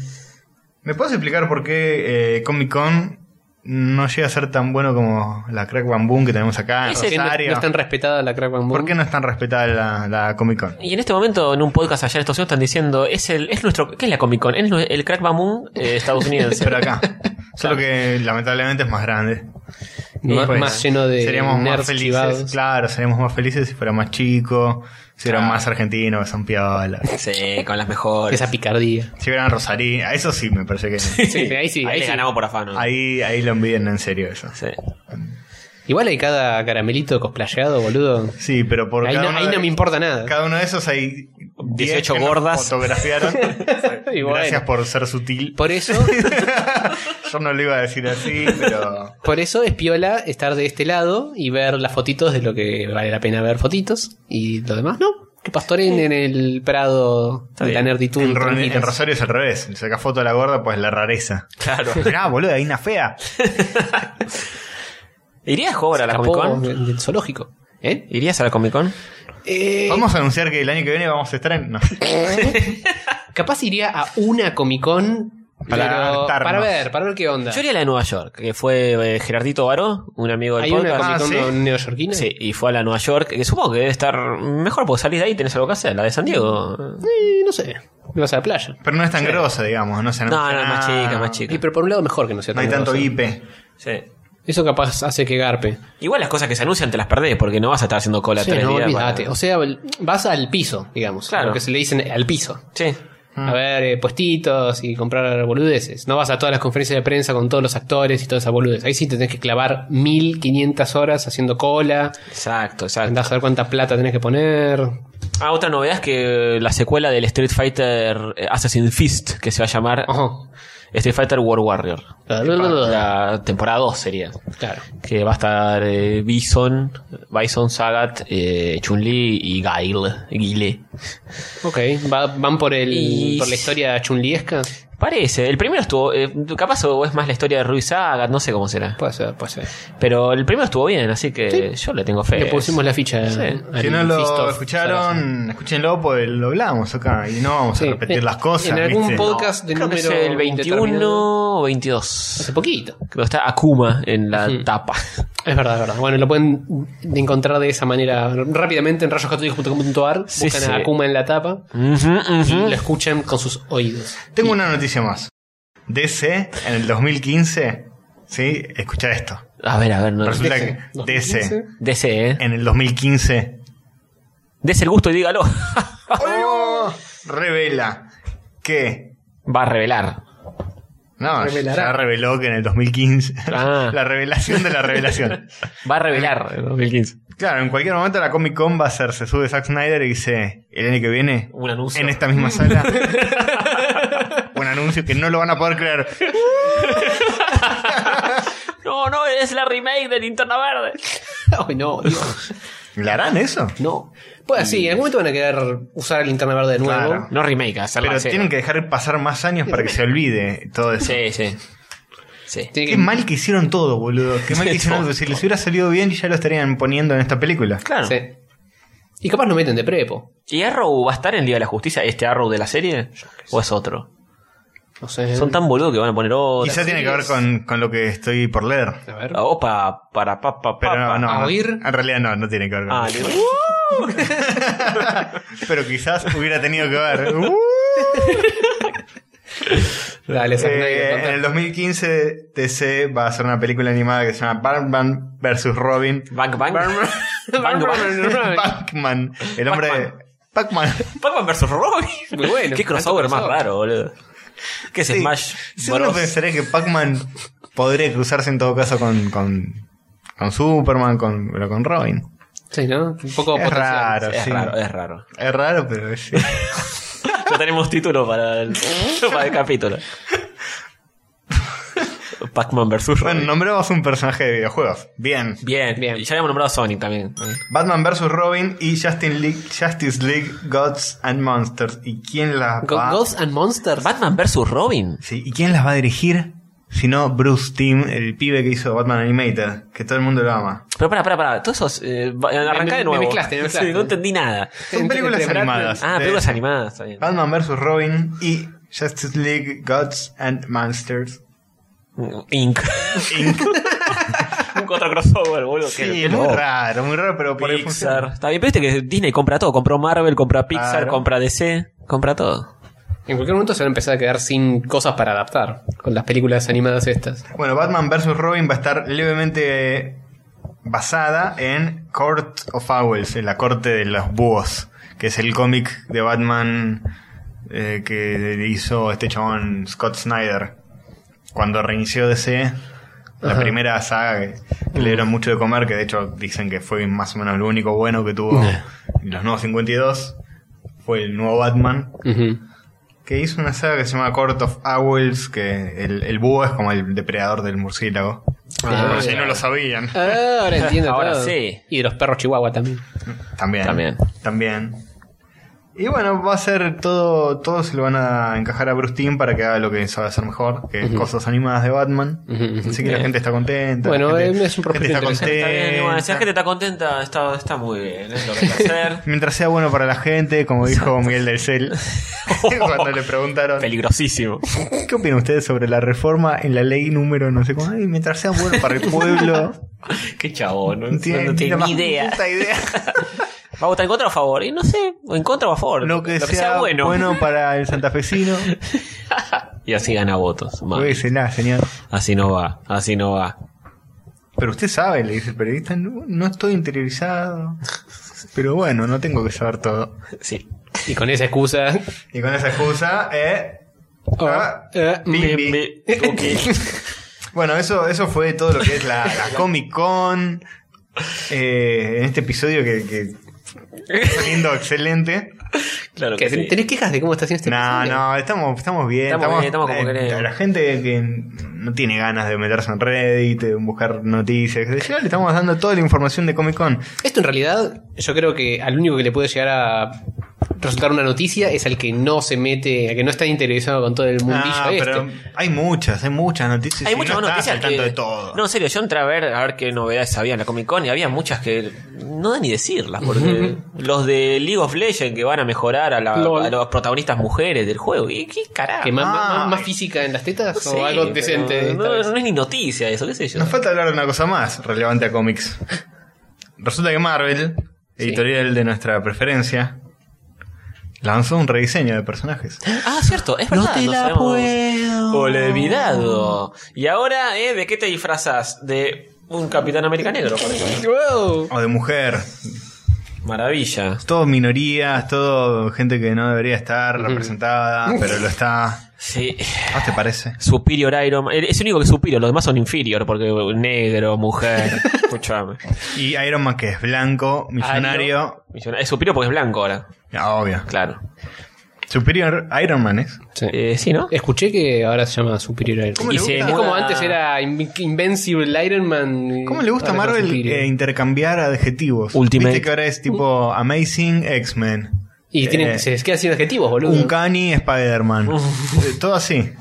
C: ¿Me puedes explicar por qué eh, Comic Con no llega a ser tan bueno como la Crack Bam Boom que tenemos acá en
B: ¿Por qué no,
C: Rosario?
B: no es tan respetada la Crack Bang Boom?
C: ¿Por qué no es tan respetada la, la Comic Con?
D: Y en este momento, en un podcast allá en Estados Unidos, están diciendo: es el es nuestro ¿Qué es la Comic Con? Es nue- el Crack Bamoon eh, estadounidense.
C: Pero acá. Solo que lamentablemente es más grande.
B: Más-
C: Pues,
B: más lleno de
C: Seríamos más
B: nerds
C: felices.
B: chivados.
C: Claro, seríamos más felices si fuera más chico, si fuera
D: Claro.
C: más argentino, que son piolas.
D: Sí, con las mejores.
B: Esa picardía.
C: Si fueran Rosarí, a eso sí me parece que.
B: Sí, ahí sí, ahí
D: le
B: sí.
D: ganamos por afano.
C: Ahí, ahí lo envidian en serio eso.
D: Sí.
B: Igual hay cada caramelito cosplayado, boludo.
C: Sí, pero por
B: Ahí,
C: cada
B: no,
C: uno
B: ahí
C: de-
B: no me importa nada.
C: Cada uno de esos hay
D: 18
C: que nos
D: gordas.
C: Fotografiaron.
B: Y bueno.
C: Gracias por ser sutil.
B: Por eso,
C: Yo no lo iba a decir así, pero.
B: por eso es piola estar de este lado y ver las fotitos de lo que vale la pena ver fotitos y lo demás no. Que pastoren en el prado de la
D: bien.
B: nerditud.
C: En, Ro- en
B: tranquilos.
C: Rosario es al revés. Le sacas foto a la gorda, pues la rareza.
D: Claro.
C: Mirá, boludo, hay una fea.
D: ¿Irías, Hover, a la Comic
B: Escapó
D: Con?
B: del, del zoológico. ¿Eh?
D: ¿Irías a la Comic Con?
B: Eh,
C: Vamos a anunciar que el año que viene vamos a estar en. No.
B: Capaz iría a una Comic Con
C: Para
B: pero-
C: hartarnos.
B: para ver, para ver qué onda.
D: Yo iría a la de Nueva York, que fue eh, Gerardito Baró, un amigo del
B: Hay una
D: podcast.
B: Comic Con
C: Ah, sí.
B: neoyorquina.
D: Sí, y fue a la Nueva York, que supongo que debe estar mejor, porque salís de ahí y tenés algo que hacer, la de San Diego.
B: Eh, no sé. Ibas a la playa.
C: Pero no es tan grosa, digamos. No, se
D: No, no,
C: anuncia
D: es más
C: nada.
D: chica, más chica.
B: Y, pero por un lado mejor que no sea
C: No hay
B: tan
C: tanto
B: grosso.
C: IP.
D: Sí.
B: Eso capaz hace que garpe.
D: Igual las cosas que se anuncian te las perdés, porque no vas a estar haciendo cola
B: Sí,
D: tres
B: no,
D: días.
B: olvídate.
D: para-
B: O sea, el- vas al piso, digamos.
D: Claro.
B: Lo que se le dicen al piso.
D: Sí.
B: A ver, eh, puestitos y comprar boludeces. No vas a todas las conferencias de prensa con todos los actores y todas esas boludeces. Ahí sí te tenés que clavar 1500 horas haciendo cola.
D: Exacto, exacto.
B: Andás a ver cuánta plata tenés que poner.
D: Ah, otra novedad es que la secuela del Street Fighter eh, Assassin's Fist, que se va a llamar
B: Ojo.
D: Street Fighter War Warrior. La temporada 2 sería.
B: Claro.
D: Que va a estar eh, Bison, Bison, Sagat, eh, Chun-Li y Gail. Guile.
B: Ok. Va- van por el
D: Y-
B: por la historia chunliesca.
D: Parece, el primero estuvo. eh, capaz o es más la historia de Ruiz Sagat, no sé cómo será.
B: Puede ser, puede ser.
D: Pero el primero estuvo bien, así que yo le tengo fe.
B: Le pusimos la ficha.
D: Pues, Sí.
B: al
C: Si no
B: Fist
C: lo
B: of Sarasa.
C: escucharon, escúchenlo, pues lo hablamos acá. Y no vamos
B: Sí.
C: a repetir las cosas.
B: En algún
C: ¿viste?
B: podcast de
D: Creo que es
B: número
D: el
B: indeterminado.
D: 21 o
B: Hace
D: 22.
B: poquito.
D: Creo que está Akuma en la
B: Ujú.
D: tapa.
B: Es verdad, es verdad. Bueno, lo pueden encontrar de esa manera rápidamente en rayoscatólicos.com.ar.
D: Sí,
B: buscan a
D: sí.
B: Akuma en la tapa
D: Ujú,
B: y
D: ujú.
B: lo escuchan con sus oídos.
C: Tengo una noticia más. DC, en el 2015, ¿sí? Escucha esto.
D: A ver, a ver, no.
C: Resulta
B: DC,
C: que DC,
B: 2015.
D: DC, ¿eh?
C: en el 2015,
D: Dese el gusto y dígalo.
B: ¡Oh!
C: revela que.
D: Va a revelar.
C: No,
B: Revelará.
C: ya reveló que en el 2015.
D: Ah.
C: la revelación de la revelación.
D: Va a
C: Ah.
D: revelar en 2015.
C: claro, en cualquier momento la Comic Con va a ser. Se sube Zack Snyder y dice: el año que viene,
D: Un anuncio.
C: en esta misma sala. un anuncio que no lo van a poder creer.
D: No, no, es la remake de Linterna Verde.
B: Ay, no, Dios,
C: ¿Le harán eso?
B: no. Pues sí, en algún momento van a querer usar el linterna verde de nuevo.
C: Claro.
D: No remake, hacerla
C: Pero
D: de cero.
C: tienen que dejar pasar más años para que se olvide todo eso.
D: Sí, sí. Sí.
B: Tiene
C: Qué
B: que-
C: mal que hicieron todo, boludo. Qué mal que hicieron
D: Todo.
C: todo. Si les hubiera salido bien, ya lo estarían poniendo en esta película.
D: Claro.
B: Sí. Y capaz lo meten de prepo.
D: ¿Y Arrow va a estar en Liga de la Justicia? ¿Este Arrow de la serie? ¿O es otro?
B: No sé.
D: Son tan boludos que van a poner otro.
C: Quizá tiene que ver con, con lo que estoy por leer.
B: A ver.
D: Opa, para pa, pa,
C: Pero
D: pa,
C: no,
D: pa.
C: no,
B: ¿a
C: no.
B: oír?
C: En realidad no, no tiene que ver con
D: Ah,
C: eso.
D: digo,
C: Pero quizás hubiera tenido que ver. Uh,
B: Dale, Zack Snyder,
C: eh,
B: total.
C: en el 2015, TC va a hacer una película animada que se llama Batman vs. Robin.
D: Bang Bang. Bang Bang.
C: Batman. El hombre. Batman.
D: Pac-Man vs. Robin.
B: Muy bueno.
D: Qué crossover
B: Tanto
D: más
B: crossover.
D: raro, boludo. ¿Qué es Este Smash
C: Si uno
D: Bros?
C: pensaría que Pac-Man podría cruzarse en todo caso con, con, con Superman, con, pero con Robin.
B: Sí, ¿no? Un poco
C: Es
B: potencial.
C: raro,
D: es
C: sí.
D: raro, es raro.
C: Es raro, pero es-
D: Ya tenemos título para el, para el capítulo. Pac-Man vs. Robin.
C: Bueno, nombramos un personaje de videojuegos. Bien.
D: Bien, bien.
B: Bien.
D: Ya habíamos nombrado a Sonic también.
C: Batman vs. Robin y Justin League, Justice League, Gods and Monsters. ¿Y quién las
B: Go-
C: va?
B: Ghosts and Monsters.
D: Batman vs. Robin.
C: Sí, ¿y quién las va a dirigir? Si no, Bruce Timm, el pibe que hizo Batman Animated, que todo el mundo lo ama.
D: Pero para, para, para. Todos esos. Eh, va- arrancá
B: me-
D: de nuevo.
B: me mezclaste, me mezclaste.
D: Sí, no entendí nada.
C: Son películas
B: Entre- entre
C: animadas.
D: Ah,
C: De-
D: películas animadas. Está bien.
C: Batman vs. Robin y Justice League, Gods and Monsters.
D: Inc.
C: Inc.
D: Otro crossover, boludo.
C: Sí,
D: Qué
C: es muy
D: loco.
C: raro, muy raro, pero por ahí
D: Pixar.
C: funciona.
D: Está bien, pero viste que Disney compra todo. Compró Marvel, compra Pixar,
C: Claro.
D: compra DC, compra todo.
B: En cualquier momento se van a empezar a quedar sin cosas para adaptar con las películas animadas estas.
C: Bueno, Batman vs. Robin va a estar levemente eh, basada en Court of Owls, en la corte de los búhos, que es el cómic de Batman eh, que hizo este chabón Scott Snyder cuando reinició DC. La
B: Ajá.
C: primera saga que que le dieron mucho de comer, que de hecho dicen que fue más o menos lo único bueno que tuvo en los nuevos 52, fue el nuevo Batman.
B: Ujú.
C: que hizo una saga que se llama Court of Owls, que el, el búho es como el depredador del murciélago.
B: Ah,
C: Por si
B: mira.
C: no lo sabían.
B: Ah, ahora entiendo
D: Ahora
B: todo.
D: sí.
B: Y de los perros chihuahua también.
C: También.
D: También.
C: También. Y bueno, va a ser todo, todos se lo van a encajar a Bruce Timm para que haga lo que sabe hacer mejor, que es cosas animadas de Batman. Así que la
B: Bien.
C: gente está contenta.
B: Bueno,
C: la gente,
B: eh, es un
C: gente está
B: proyecto
D: Está bien, bueno, si la gente
C: contenta.
D: está contenta, está, está muy bien, es lo que hay que hacer.
C: Mientras sea bueno para la gente, como dijo Miguel del Cel, cuando le preguntaron
D: Peligrosísimo.
C: ¿Qué opinan ustedes sobre la reforma en la ley número no sé cómo? Ay, mientras sea bueno para el pueblo.
D: Qué chabón, no,
C: No
D: no
C: tiene
D: tiene
C: la
D: ni
C: más
D: idea.
C: puta idea.
D: ¿Va a votar en contra o a favor? Y no sé, o en contra o a favor.
C: No que, sea, bueno. para el santafesino.
D: Y así gana votos. man.
C: Jueguesela, señor.
D: Así no va, así no va.
C: Pero usted sabe, le dice el periodista, no, no estoy interiorizado. Pero bueno, no tengo que saber todo.
D: Sí.
B: Y con esa excusa.
C: Y con esa excusa, eh.
B: Oh,
C: ah,
B: eh,
C: bimbi.
D: Bien, bien. Ok.
C: Bueno, eso, eso fue todo lo que es la, la Comic Con. eh, en este episodio que, que está saliendo excelente.
D: Claro
B: ¿Qué?
D: que sí.
B: ¿Tenés quejas de cómo está haciendo este
C: No,
B: episodio?
C: no, estamos, estamos bien.
D: Estamos bien, estamos como queremos.
C: La gente que no tiene ganas de meterse en Reddit, de buscar noticias, qué sé yo, le estamos dando toda la información de Comic Con.
B: Esto en realidad, yo creo que al único que le puede llegar a resultar una noticia es al que no se mete, al que no está interesado con todo el mundillo
C: Ah,
B: este.
C: pero hay muchas, hay muchas noticias.
D: Hay
C: y
D: muchas
C: no
D: más noticias
C: estás al
D: que-
C: tanto de todo.
D: No, en serio, yo entré a ver, a ver qué novedades había en la Comic Con y había muchas que no da ni decirlas, porque los de League of Legends que van a mejorar a, la-
B: Lol.
D: a los protagonistas mujeres del juego, ¿y qué carajo?
B: ¿Que más,
C: Ah.
B: más- más física en las tetas
D: No sé,
B: o algo
D: pero
B: decente?
D: No,
B: esta vez?
D: no es ni noticia eso, qué sé yo.
C: Nos falta hablar de una cosa más relevante a cómics. Resulta que Marvel, editorial de nuestra preferencia, lanzó un rediseño de personajes.
D: Ah, cierto, es verdad. nos habíamos Olvidado. Y ahora, ¿eh? ¿De qué te disfrazas? De un Capitán América Negro, por ejemplo.
B: Wow.
C: O de mujer.
D: Maravilla.
C: Todo minorías, todo gente que no debería estar representada, pero lo está.
D: Sí.
C: ¿A vos Ah, te parece?
D: Superior Iron Man. Es el único que es superior, los demás son inferior, porque negro, mujer. Escuchame.
C: Y Iron Man que es blanco, millonario.
D: Millona- Es superior porque es blanco ahora,
C: Ah, obvio.
D: claro.
C: Superior Iron Man es.
B: Sí.
D: Eh, sí, ¿no?
B: Escuché que ahora se llama Superior Iron
C: ¿Cómo
B: Man.
C: le
B: Y se-
C: gusta?
B: Es como
D: Ah.
B: antes era In- Invincible Iron Man.
C: ¿Cómo le gusta a
B: ahora se llama
C: Marvel
B: Superior. Uh.
C: eh, intercambiar adjetivos?
D: Ultimate.
C: Viste que ahora es tipo Amazing X-Men.
B: y tienen,
C: eh,
B: se quedan sin adjetivos, boludo. Uh.
C: Uncanny Spider-Man. Eh, Todo así.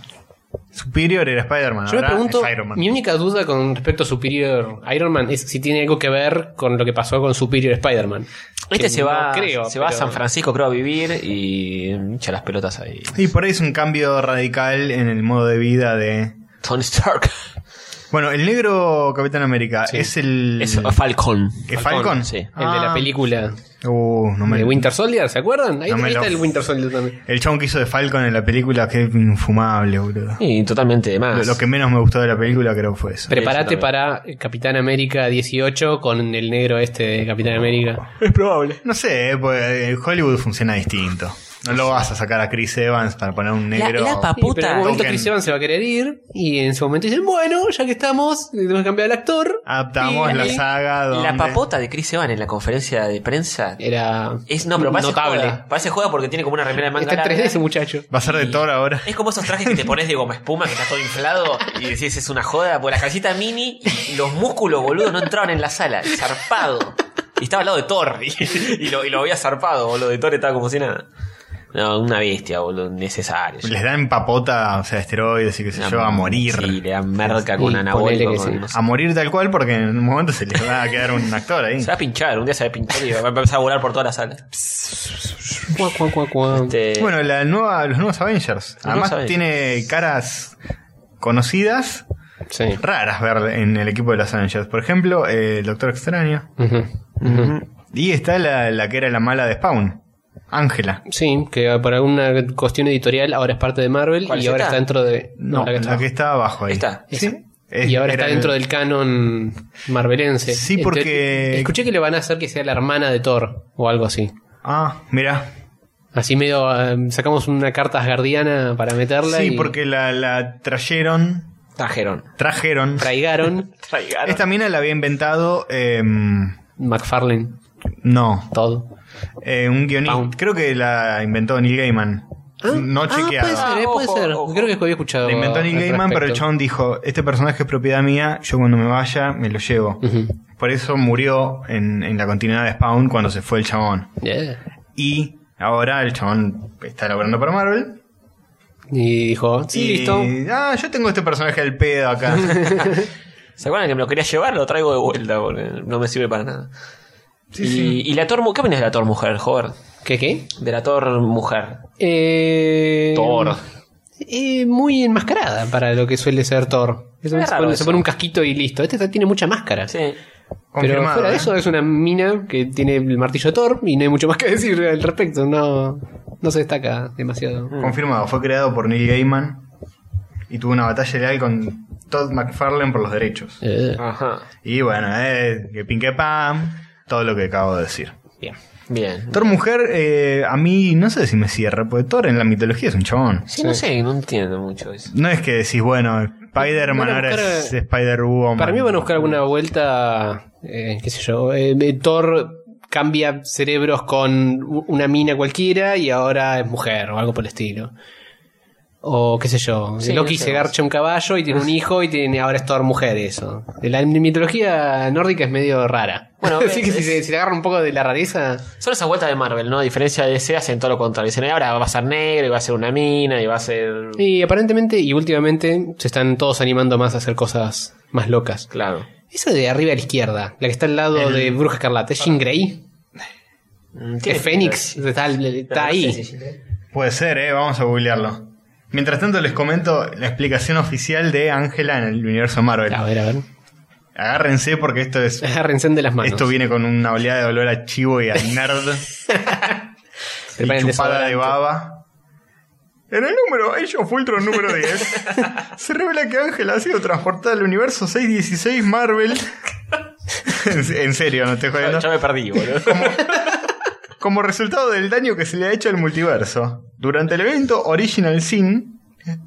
C: Superior era Spider-Man.
B: Yo me
C: ahora
B: pregunto,
C: es Iron Man.
B: mi única duda con respecto a Superior Iron Man es si tiene algo que ver con lo que pasó con Superior Spider-Man.
D: Este
B: Que
D: se
B: no
D: va,
B: creo,
D: se va a
B: pero-
D: San Francisco, creo, a vivir y hincha las pelotas ahí.
C: Y por ahí es un cambio radical en el modo de vida de.
D: Tony Stark.
C: Bueno, el negro Capitán América es el.
D: Es Falcon.
C: ¿Es Falcon? Ah.
D: Sí.
B: El de la película
C: Uh, no me
B: de Winter Soldier, ¿se acuerdan? Ahí,
C: No me
B: ahí
C: lo-
B: está el Winter Soldier también.
C: El chabón que hizo de Falcon en la película, que es infumable, boludo.
D: Y totalmente de
C: Lo,
D: más.
C: lo que menos me gustó de la película creo que fue eso.
B: Prepárate
D: también.
B: para Capitán América 18 con el negro este de Capitán
C: Oh.
B: América.
D: Es probable.
C: No sé, eh, porque eh, Hollywood funciona distinto. No lo vas a sacar a Chris Evans para poner un negro.
D: la pap-
B: Sí, pero en
D: Puta.
B: algún momento
C: Token.
B: Chris Evans se va a querer ir y en su momento dicen, bueno, ya que estamos, tenemos que cambiar el actor.
C: Adaptamos la saga donde...
D: La papota de Chris Evans en la conferencia de prensa
B: Era
D: es no, pero parece
B: Eh, notable.
D: joda. Parece juega porque tiene como una remera de manga
B: Está en 3D
D: larga.
B: ese muchacho.
C: Va a ser de Thor ahora.
D: Es como esos trajes que te pones de goma espuma, que está todo inflado y decís es una joda, porque la calcita mini y los músculos, boludo, no entraban en la sala, zarpado. Y estaba al lado de Thor y, y lo, y lo había zarpado, boludo, de Thor estaba como si nada. No, una bestia, boludo, necesario.
C: Les dan papota, o sea, esteroides y qué sé yo, a morir.
D: Sí, le dan merca con
B: Sí,
D: anabólico.
B: ponele que
D: con
B: sí.
D: no sé.
C: A morir tal cual porque en un momento se les va a quedar un actor ahí.
D: Se va a pinchar, un día se va a pinchar y va a empezar a volar por toda la sala.
B: Cuá, cuá, cuá, cuá.
D: Este,
C: Bueno, la nueva, los nuevos Avengers. Además
D: nuevos Avengers.
C: tiene caras conocidas,
B: Sí.
C: raras ver en el equipo de los Avengers. Por ejemplo, eh, el Doctor Extraño.
B: Ujú, ujú.
C: Y está la, la que era la mala de Spawn, Ángela.
B: Sí, que para una cuestión editorial ahora es parte de Marvel
D: ¿Cuál
B: y
D: es
B: ahora
D: esta?
B: está dentro de...
C: No,
B: la que está.
C: abajo ahí.
D: Está,
C: Sí. Es-
B: y ahora
C: era
B: está dentro
C: el-
B: del canon marvelense.
C: Sí,
B: Ente-
C: porque-
B: Escuché que le van a hacer que sea la hermana de Thor o algo así.
C: Ah, mira.
B: Así medio eh, sacamos una carta asgardiana para meterla
C: Sí,
B: y
C: porque la, la trajeron.
D: trajeron.
C: Trajeron.
B: traigaron
D: Traigaron.
C: Esta mina la había inventado. em,
B: McFarlane,
C: no.
B: Todd.
C: eh, un guionista.
B: Paun.
C: Creo que la inventó Neil Gaiman.
B: Ah,
C: No chequeado.
B: puede ser,
D: eh, puede
B: puede
D: ser.
B: ser. Creo que había escuchado.
C: La inventó Neil Gaiman, pero el chabón dijo: Este personaje es propiedad mía. Yo cuando me vaya me lo llevo. Por eso murió en, en la continuidad de Spawn cuando se fue el chabón. Y Ahora el chabón está laburando para Marvel.
B: Y dijo, sí,
C: y,
B: listo.
C: Ah, yo tengo este personaje al pedo acá.
D: ¿Se acuerdan que me lo quería llevar? Lo traigo de vuelta, porque no me sirve para nada. y, y la Thor, mu- ¿qué opinas de la Thor mujer, joder?
B: ¿Qué qué?
D: De la Thor mujer.
B: Eh,
D: Thor.
B: eh, muy enmascarada para lo que suele ser Thor.
D: Es
B: Es- se,
D: raro
B: pone,
D: eso.
B: se pone un casquito y listo. Este tiene mucha máscara.
D: Sí.
B: Pero
C: Confirmado,
B: fuera de
C: ¿eh?
B: eso es una mina que tiene el martillo de Thor y no hay mucho más que decir al respecto. No, no se destaca demasiado.
D: Mm.
C: Confirmado, fue creado por Neil Gaiman y tuvo una batalla leal con Todd McFarlane por los derechos.
B: Eh,
D: Ajá.
C: Y bueno, eh, que pin que pam, todo lo que acabo de decir.
B: bien.
D: Bien.
C: Thor mujer, eh, a mí no sé si me cierra, porque Thor en la mitología es un chabón.
D: Sí, no sé, no entiendo mucho eso.
C: No es que decís, bueno, Spider-Man
B: Van a
C: ahora
B: buscar-
C: es Spider-Woman.
B: Para mí van a buscar alguna vuelta, eh, qué sé yo, eh, eh, Thor cambia cerebros con u- una mina cualquiera y ahora es mujer o algo por el estilo. O qué sé yo,
D: Sí,
B: Loki
D: no sé
B: se
D: más.
B: garcha un caballo y tiene un hijo y tiene ahora es Thor mujer eso. De la mitología nórdica es medio rara.
D: Bueno,
B: así que
D: es-
B: si, se, si le agarra un poco de la rareza,
D: Son esas vueltas de Marvel, ¿no? A diferencia de DC, hacen todo lo contrario. Dicen, ahora va a ser negro, y va a ser una mina, y va a ser.
B: y aparentemente y últimamente se están todos animando más a hacer cosas más locas.
D: Claro.
B: Esa de arriba a la izquierda, la que está al lado
C: El-
B: de Bruja Escarlata, ¿es Jean Grey?
D: ¿Qué
B: Mm, Es Fénix, está, está ahí.
C: Puede ser, eh, vamos a googlearlo. Mientras tanto les comento la explicación oficial de Ángela en el universo Marvel.
B: A ver, a ver.
C: Agárrense porque esto es...
B: Agárrense de las Eh, manos.
C: Esto viene con una oleada de olor a chivo y a nerd. Y
B: Preparen el
C: chupada de
B: desodorante.
C: baba. En el número Age of Ultron número 10 se revela que Ángel ha sido transportada al universo 616 Marvel. en, en serio, no te
D: Ya,
C: jodiendo.
D: ya me perdí, boludo.
C: Como resultado del daño que se le ha hecho al multiverso. Durante el evento Original Sin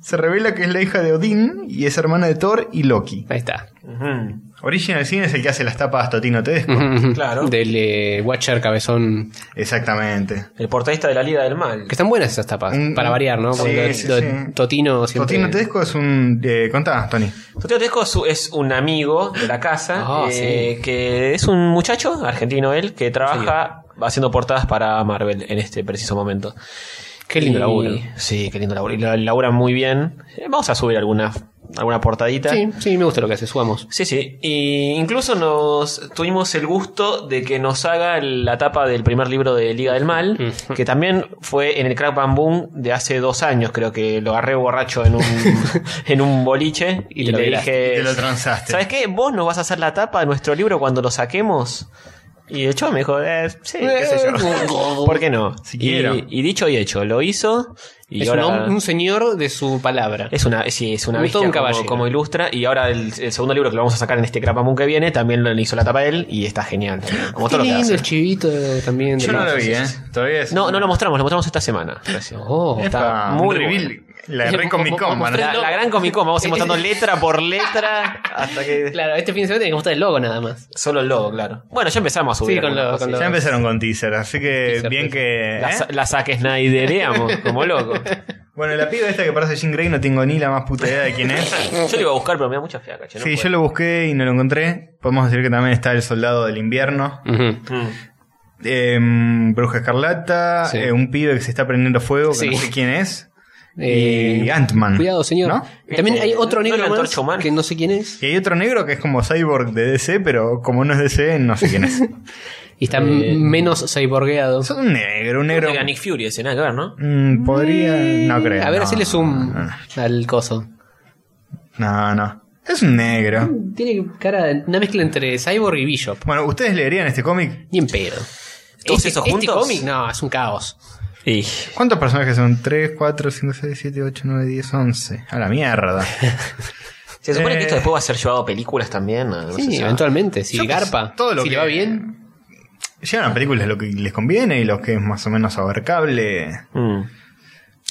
C: se revela que es la hija de Odín y es hermana de Thor y Loki.
B: Ahí está.
D: Ujú.
C: Original Sin es el que hace las tapas Totino Tedesco.
D: Claro.
B: Del eh, Watcher Cabezón.
C: Mm. Exactamente.
D: El portadista de la Liga del Mal.
B: Que están buenas esas tapas.
C: Un-
B: para variar, ¿no?
C: Mm, sí,
B: Porque
C: sí,
B: lo-
C: sí.
B: Totino siempre.
C: Totino Tedesco es un... eh, contá, Tony.
D: Toteo Tesco es, es un amigo de la casa,
B: Ah,
D: eh, que es un muchacho, argentino él, que trabaja haciendo portadas para Marvel en este preciso momento.
B: Qué lindo
D: Y-
B: laburo.
D: Sí, qué lindo laburo. Y la- labura muy bien. Eh, Vamos a subir alguna, alguna portadita.
B: Sí, sí, me gusta lo que hace. Subamos.
D: Sí, sí. Y incluso nos tuvimos el gusto de que nos haga la tapa del primer libro de Liga del Mal, que también fue en el Crack Bam Boom de hace dos años, creo que lo agarré borracho en un, en un boliche
B: Y
D: y,
B: te lo
D: le
B: viraste,
D: dije...
C: y te lo transaste.
D: ¿Sabes qué? Vos no vas a hacer la tapa de nuestro libro cuando lo saquemos. Y el chavo me dijo, eh, sí, qué sé yo. ¿Por qué no?
C: Si
D: y,
C: quiero.
D: y dicho y hecho, lo hizo. Y
B: es un
D: ahora...
B: hom- un, señor de su palabra.
D: Es una, sí, es una
B: Un
D: bestia
B: todo un
D: como,
B: caballero.
D: como ilustra. Y ahora el, el segundo libro que lo vamos a sacar en este Crapamón que viene también lo hizo la tapa él y está genial. Como
B: Qué
D: todo lo que
B: lindo
D: hace.
B: el chivito también. de
C: Yo no
B: los-
C: lo vi, ¿eh? Todavía es...
D: No, no lo mostramos, lo mostramos esta semana. Gracias.
B: Oh,
C: Epa,
D: está
C: un
D: muy
C: reveal. La
B: Es
C: re
B: mo-
C: Comic
B: mo-
C: Con,
B: mo-
C: van
D: La,
C: a-
D: la gran Comic Con, vamos a ir mostrando letra por letra hasta que.
B: Claro, este fin de semana tiene que mostrar el logo nada más.
D: Solo el logo, claro. Bueno, ya empezamos a subir.
B: Sí, con
D: algunas
B: lo-
D: cosas.
B: con lo-
C: Ya empezaron con teaser, así que
B: Teaser,
C: bien
B: teaser.
C: que.
D: La,
C: ¿eh?
D: sa- la saque Snydereamos, como loco.
C: Bueno, la piba esta que parece Jean Grey no tengo ni la más puta idea de quién es.
D: Yo lo iba a buscar, pero me da mucha fiaca. che, no
C: Sí,
D: puedo.
C: yo lo busqué y no lo encontré. Podemos decir que también está el soldado del invierno.
D: Mm.
C: em, Bruja Escarlata.
B: Sí.
C: eh, un pibe que se está prendiendo fuego, que
B: Sí.
C: no sé quién es.
B: Eh,
C: y Ant-Man.
B: Cuidado, señor.
C: ¿no?
B: También hay otro
D: Eh, ¿No era
B: negro
D: la
B: más
D: antorcha humana?
B: que no sé quién es.
C: Y hay otro negro que es como Cyborg de DC, pero como no es DC, no sé quién es.
B: Y está
C: Eh,
B: m- menos cyborgueado.
C: es un negro, un negro.
D: Oiga, Nick Fury, ese nada que ver, ¿no?
C: Mm, podría. No creo.
B: A ver,
C: no. Ah.
B: así le zoom al coso.
C: No, no. Es un negro.
B: Tiene cara, de- una mezcla entre cyborg y bishop.
C: Bueno, ¿ustedes leerían este cómic?
B: Ni en pedo. Este
D: ¿Todos esos juntos?
B: cómic? No, es un caos.
D: Y
C: ¿Cuántos personajes son? 3, 4, 5, 6, 7, 8, 9, 10, 11. A la mierda.
D: se supone
C: Eh.
D: que esto después va a ser llevado a películas también. no
B: Sí,
D: se sabe.
B: eventualmente. Si
C: Yo que
B: garpa,
C: sé, todo lo
B: si le
C: que-
B: va bien.
C: Llegan a películas lo que les conviene y lo que es más o menos abarcable.
D: Mm.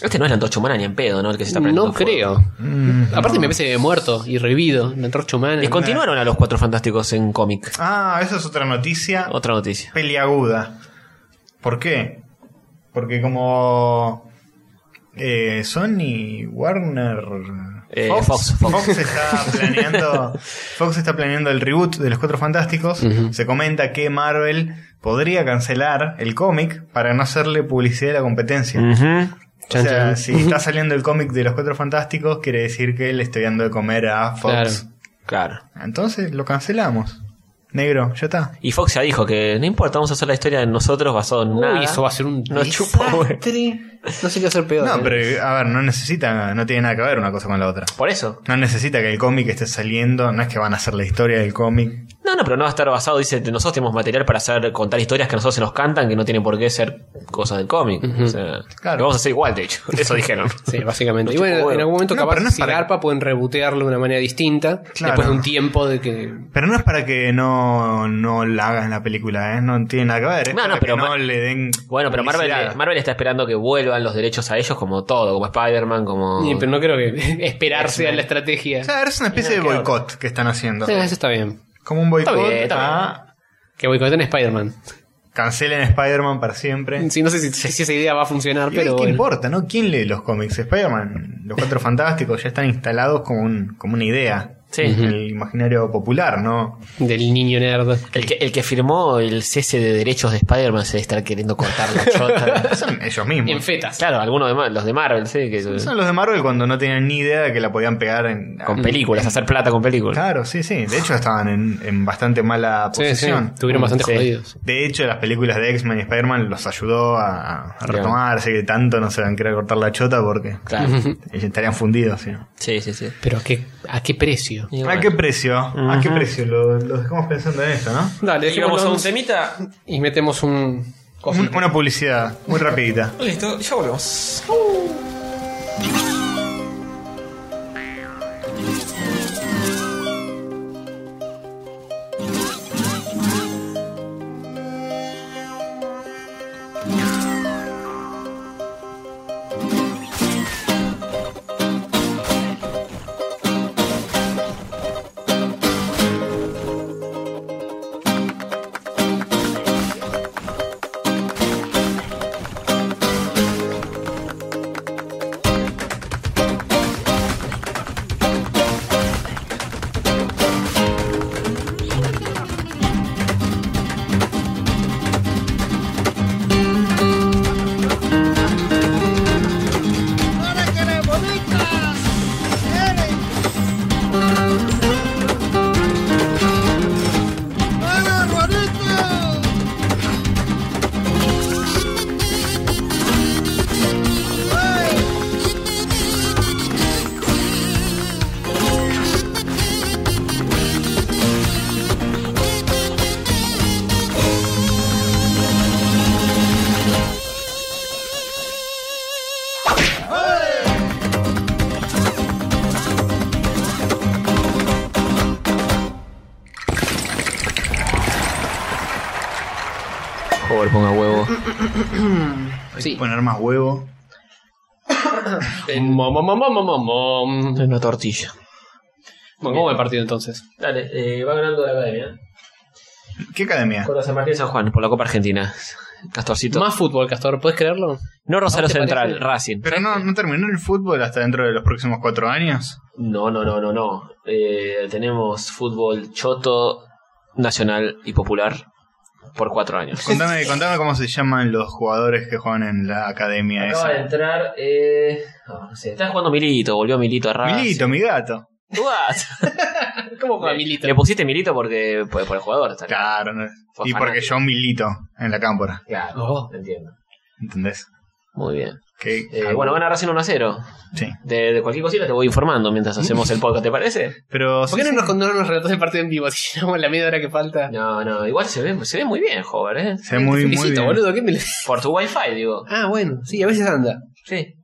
D: Este no es la antorcha humana ni en pedo, ¿no? El que se está prendiendo
B: No
D: fuego.
B: creo.
C: Mm.
B: Aparte me parece muerto y revivido. La antorcha humana.
D: Les continuaron a los cuatro fantásticos en cómic.
C: Ah, esa es otra noticia.
D: Otra noticia.
C: Peliaguda. ¿Por qué? Porque como. eh, Sony, Warner.
D: Eh, Fox, Fox.
C: está planeando Fox está planeando el reboot de los Cuatro Fantásticos. Se comenta que Marvel podría cancelar el cómic para no hacerle publicidad a la competencia.
D: Ujú.
C: O sea,
B: Chan, chan.
C: si está saliendo el cómic de los Cuatro Fantásticos, quiere decir que le estoy dando de comer a Fox.
D: Claro.
C: Entonces lo cancelamos. Negro, ya está.
D: Y Fox ya dijo que no importa, vamos a hacer la historia de nosotros basado en
B: Uy,
D: nada.
B: eso va a ser un
D: No chupa, güey.
B: desastre. No sé qué hacer peor.
C: No,
B: eh.
C: pero a ver, no necesita, no tiene nada que ver una cosa con la otra.
D: Por eso.
C: No necesita que el cómic esté saliendo, no es que van a hacer la historia del cómic.
D: No, no, pero no va a estar basado, dice, de nosotros tenemos material para hacer contar historias que a nosotros se nos cantan, que no tienen por qué ser cosas del cómic. O sea,
C: Claro.
D: lo vamos a hacer igual, de hecho. Eso dijeron.
B: Sí, básicamente. Y
D: No chupa
B: bueno,
D: huevo.
B: en algún momento
C: No,
B: capaz
C: pero no es
B: si
C: para-
B: garpa pueden rebotearlo de una manera distinta.
C: Claro.
B: Después de un tiempo de que.
C: Pero no es para que no, no la hagan la película, ¿eh? No tiene nada que ver. es
D: No, no,
C: para
D: pero
C: que no
D: ma-
C: le den.
D: Bueno, pero Marvel,
C: publicidad.
D: Marvel está esperando que vuelvan los derechos a ellos como todo, como Spider-Man, como...
B: Sí, pero no creo que esperarse a la estrategia.
C: O sea, es una especie de
D: queda
C: boicot que están haciendo.
B: Sí, eso está bien.
C: Como un boicot
D: bien, está
C: a
B: Que boicoteen Spider-Man.
C: cancelen Spider-Man para siempre.
B: Sí, no sé si, si esa idea va a funcionar,
C: ¿Y
B: pero.
C: ¿Qué
B: bueno.
C: importa, no? ¿Quién lee los cómics? Spider-Man, los Cuatro Fantásticos ya están instalados como, un, como una idea.
D: Sí.
C: En El imaginario popular, ¿no?
B: Del niño nerd.
D: El que, el que firmó el cese de derechos de Spider-Man se debe estar queriendo cortar la chota.
C: Son ellos
B: En
C: mismos.
B: fetas.
D: claro, algunos de, Ma- los de Marvel, sí, que
C: Son los de Marvel cuando no tenían ni idea de que la podían pegar en...
D: con películas, hacer plata con películas.
C: Claro, sí, sí. De hecho estaban en, en bastante mala
B: Sí, sí,
C: posición.
B: Estuvieron bastante
D: Mm, Sí.
B: jodidos.
C: De hecho, las películas de X-Men y Spider-Man los ayudó a, a
D: Bien.
C: retomarse, que tanto no se van a querer cortar la chota porque
D: Claro.
C: estarían fundidos. ¿sí?
D: Sí, sí, sí.
B: Pero ¿a qué, a qué precio?
D: Y
C: ¿A
D: bueno.
C: qué precio? ¿A qué precio? Lo, lo dejamos pensando en esto, ¿no?
B: Dale,
D: Y vamos a un Mm, temita.
B: y metemos un.
C: Un- una publicidad, muy rapidita.
D: Listo, ya volvemos.
E: ¡Ahora que eres bonita! ¡Eres! ¡Eres bonita! ¡Ay!
D: Joder, ponga huevo.
B: Sí.
C: Poner más huevo.
D: mm,
B: Mom, mom, mom, mom, mom, mom. Bueno,
D: Una tortilla.
B: ¿cómo va el partido entonces?
D: Dale, eh, va ganando la academia.
C: ¿Qué academia?
D: Con la San Martín San Juan, por la Copa Argentina. Castorcito.
B: Más fútbol, Castor, ¿puedes creerlo?
D: No Rosario
B: ¿No te
D: Central,
B: parece?
D: Racing.
C: Pero no, no terminó el fútbol hasta dentro de los próximos cuatro años.
D: No, no, no, no, no. Eh, tenemos fútbol choto, nacional y popular por cuatro años.
C: Contame, contame cómo se llaman los jugadores que juegan en la academia
D: Acaba de
C: esa.
D: entrar. Eh, no, no sé, está jugando Milito, volvió Milito a Racing.
C: Ah,
B: Ah,
C: Milito, mi gato.
D: What?
B: ¿Cómo
D: Le- Le pusiste Milito porque por, por el jugador. Está claro.
C: Claro, no-
D: Fue
C: y porque
D: fanático.
C: yo milito en la cámpora.
D: Claro,
B: Oh.
D: entiendo.
C: ¿Entendés?
D: Muy bien.
C: Que,
D: Eh, bueno, van a Racing 1 a 0.
C: sí.
D: De, de cualquier cosita te voy informando mientras hacemos el podcast, ¿te parece?
C: Pero
B: ¿Por qué no nos, no nos relatás el partido en vivo? Si llegamos a la media hora que falta.
D: No, no, igual se ve, se ve muy bien, joven, ¿eh?
C: se ve muy,
B: Te
C: muy
B: felicito,
C: bien.
B: boludo. ¿qué me lo-
D: Por tu wifi, digo.
B: Ah, bueno, sí, a veces anda.
D: Sí.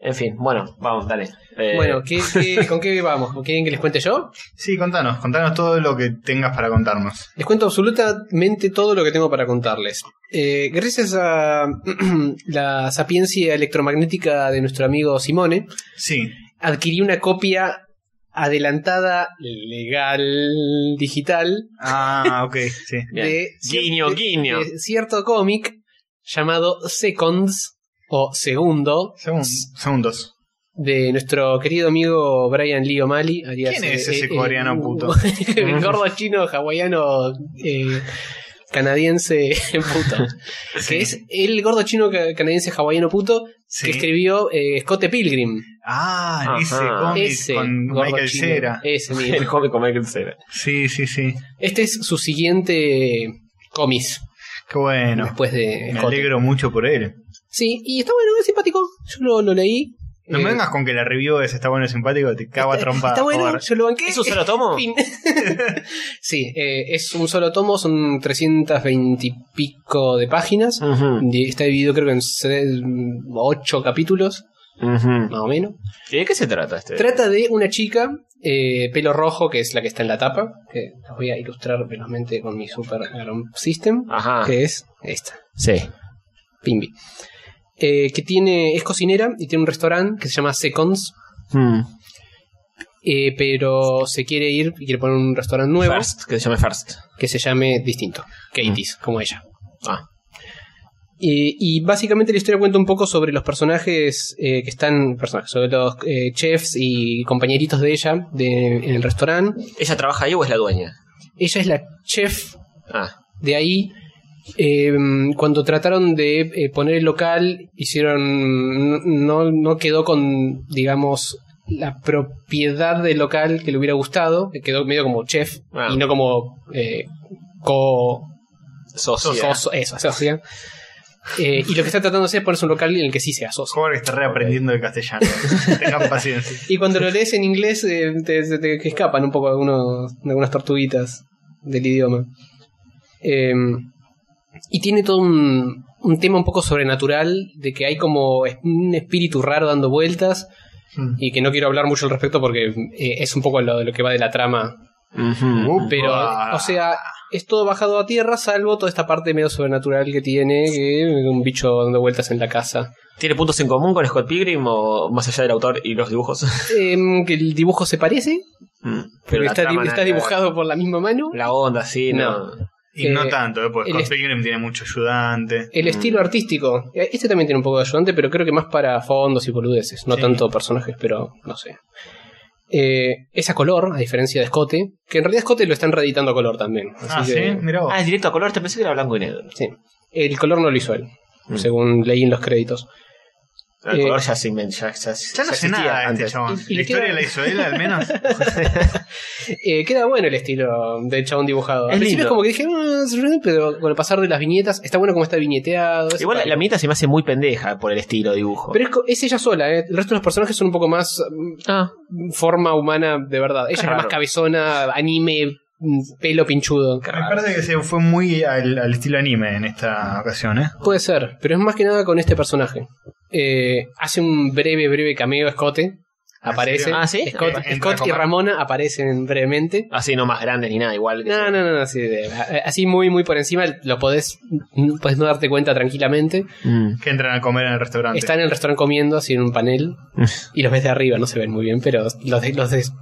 D: En fin, bueno, vamos, dale. Eh,
B: Bueno, ¿qué, qué, con qué vamos? ¿Con ¿Quieren que les cuente yo?
C: Sí, contanos, contanos todo lo que tengas para contarnos.
B: Les cuento absolutamente todo lo que tengo para contarles. Eh, gracias a la sapiencia electromagnética de nuestro amigo Simone,
C: Sí,
B: adquirí una copia adelantada, legal, digital,
C: Ah, ok, sí.
D: Bien.
B: de,
D: Guiño,
B: de-
D: guiño.
B: de cierto cómic llamado Seconds o Segundo
C: Segun- segundos.
B: de nuestro querido amigo Brian Lee O'Malley. alias, eh, uh,
C: ¿Quién es ese coreano puto?
B: el gordo chino hawaiano eh, canadiense puto. Que es el gordo chino ca- canadiense hawaiano puto
C: Sí.
B: que escribió eh, Scott Pilgrim.
C: Ah,
D: Ajá.
C: ese cómic
B: Ese
C: con
B: gordo
C: Michael
B: chino. Eh.
C: Cera.
B: Ese
D: El
B: mismo.
D: cómic con Michael Cera.
C: Sí, sí, sí.
B: Este es su siguiente cómic
C: Qué bueno.
B: después de
C: Me
B: Scott.
C: alegro mucho por él.
B: Sí, y está bueno, es simpático. Yo lo, lo leí.
C: No
B: Eh,
C: me vengas con que la review es está bueno y simpático, te cago a trompada.
B: Está bueno,
C: joder.
B: yo lo banqué.
D: ¿Es un solo tomo?
B: Fin. sí, eh, es un solo tomo, son 320 y pico de páginas.
D: Ujú,
B: Di- Está dividido creo que en 8 capítulos,
D: ujú.
B: más o menos.
D: ¿Y de qué se trata este?
B: Trata de una chica, eh, pelo rojo, que es la que está en la tapa, que las voy a ilustrar velozmente con mi super Alarm system,
D: Ajá.
B: que es esta,
D: Sí.
B: Pimbi. Eh, que tiene, es cocinera y tiene un restaurante que se llama Seconds,
D: Hmm.
B: eh, pero se quiere ir y quiere poner un restaurante nuevo
D: First, que se llame First.
B: que se llame distinto, Katie's, como ella.
D: Ah.
B: Eh, y básicamente la historia cuenta un poco sobre los personajes eh, que están, personajes, sobre los eh, chefs y compañeritos de ella de- en el restaurante.
D: ¿Ella trabaja ahí o es la dueña?
B: Ella es la chef
D: Ah.
B: de ahí. Eh, cuando trataron de eh, poner el local, hicieron. No, no quedó con, digamos, la propiedad del local que le hubiera gustado, que quedó medio como chef
D: Ah.
B: y no como eh, co
D: Socia.
B: Socio- eso, asocia. Eh, y lo que está tratando de hacer es ponerse un local en el que sí se asocia.
C: Joder, que está reaprendiendo el castellano. Tengan paciencia.
B: Y cuando lo lees en inglés eh, te, te- te escapan un poco algunos, algunas tortuguitas del idioma. Eh, y tiene todo un, un tema un poco sobrenatural de que hay como es- un espíritu raro dando vueltas y que no quiero hablar mucho al respecto porque eh, es un poco lo, lo que va de la trama
D: Ujú.
C: Upa.
B: Pero, o sea, es todo bajado a tierra, salvo toda esta parte medio sobrenatural que tiene, que un bicho dando vueltas en la casa.
D: ¿Tiene puntos en común con Scott Pilgrim o más allá del autor y los dibujos?
B: Em, que el dibujo se parece,
D: Mm.
B: pero
D: la
B: está,
D: trama
B: está
D: nada que ver.
B: dibujado por la misma mano.
D: La onda, sí, no.
C: y no
B: eh,
C: tanto, eh, porque
B: el Eh,
C: Scott
B: est-
C: Pilgrim tiene mucho ayudante.
D: Mm.
B: El estilo artístico. Este también tiene un poco de ayudante, pero creo que más para fondos y boludeces, no
C: Sí.
B: tanto personajes, pero no sé. Eh, es a color, a diferencia de Escote, que en realidad Escote lo están reeditando a color también. así
C: ah,
B: que-
C: sí, mira vos.
D: Ah, es directo a color, te pensé que era blanco y negro.
B: sí. El color no lo hizo él,
D: Mm.
B: según leí en los créditos.
D: Ah, El
B: Eh,
D: color ya se inventó, ya, ya,
C: ya
D: ya
C: no sé
D: existía
C: nada de este
D: antes.
C: chabón.
B: Y- y
C: la
B: le
C: historia
B: queda-
C: la hizo él, al menos.
B: Eh, queda bueno el estilo de chabón dibujado. Al
D: Es lindo.
B: principio es como que dije, "Ah, es re", pero con el pasar de las viñetas, está bueno como está viñeteado. es
D: Igual la,
B: simpático.
D: la minita se me hace muy pendeja por el estilo de dibujo.
B: Pero es, co- es ella sola, ¿eh? el resto de los personajes son un poco más mm,
D: Ah,
B: forma humana de verdad. Ella es la más
D: raro.
B: cabezona, anime, mm, pelo pinchudo.
C: Me parece que se fue muy al, al estilo anime en esta ocasión, ¿eh?
B: Puede ser, pero es más que nada con este personaje. Eh, hace un breve, breve cameo Escote.
C: ¿En
B: Aparece.
C: serio?
D: Ah, ¿sí?
B: Scott,
C: Entra
B: Scott
C: a
B: y
C: comer.
B: Ramona aparecen brevemente.
D: así no más grande ni nada, igual. Ah, que-
B: No, no, no, no, sí, de- a- así muy, muy por encima, lo podés, mm, podés no darte cuenta tranquilamente.
D: Mm.
C: Que entran a comer en el restaurante.
B: Están en el restaurante comiendo, así en un panel, y los ves de arriba, no se ven muy bien, pero los, de- los des-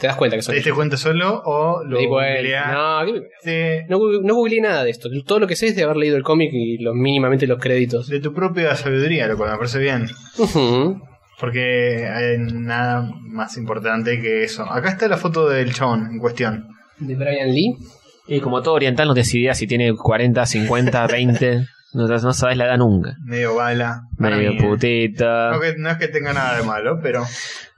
B: te das cuenta que son
C: ¿Te diste
B: ellos.
C: cuenta Este solo o lo
B: Y bueno,
C: googleaste?
B: eh, no, ¿qué me- no, gu- no googleé nada de esto. Todo lo que sé es de haber leído el cómic y lo- mínimamente los créditos.
C: de tu propia sabiduría, lo cual me parece bien.
B: Ujú.
C: Porque hay nada más importante que eso. Acá está la foto del chabón en cuestión.
B: De Brian Lee.
D: Y como todo oriental no te idea si tiene 40, 50, 20. No, no sabes la edad nunca.
C: Medio bala. Para
D: Medio
C: mí, eh.
D: putita.
C: No, que- no es que tenga nada de malo, pero.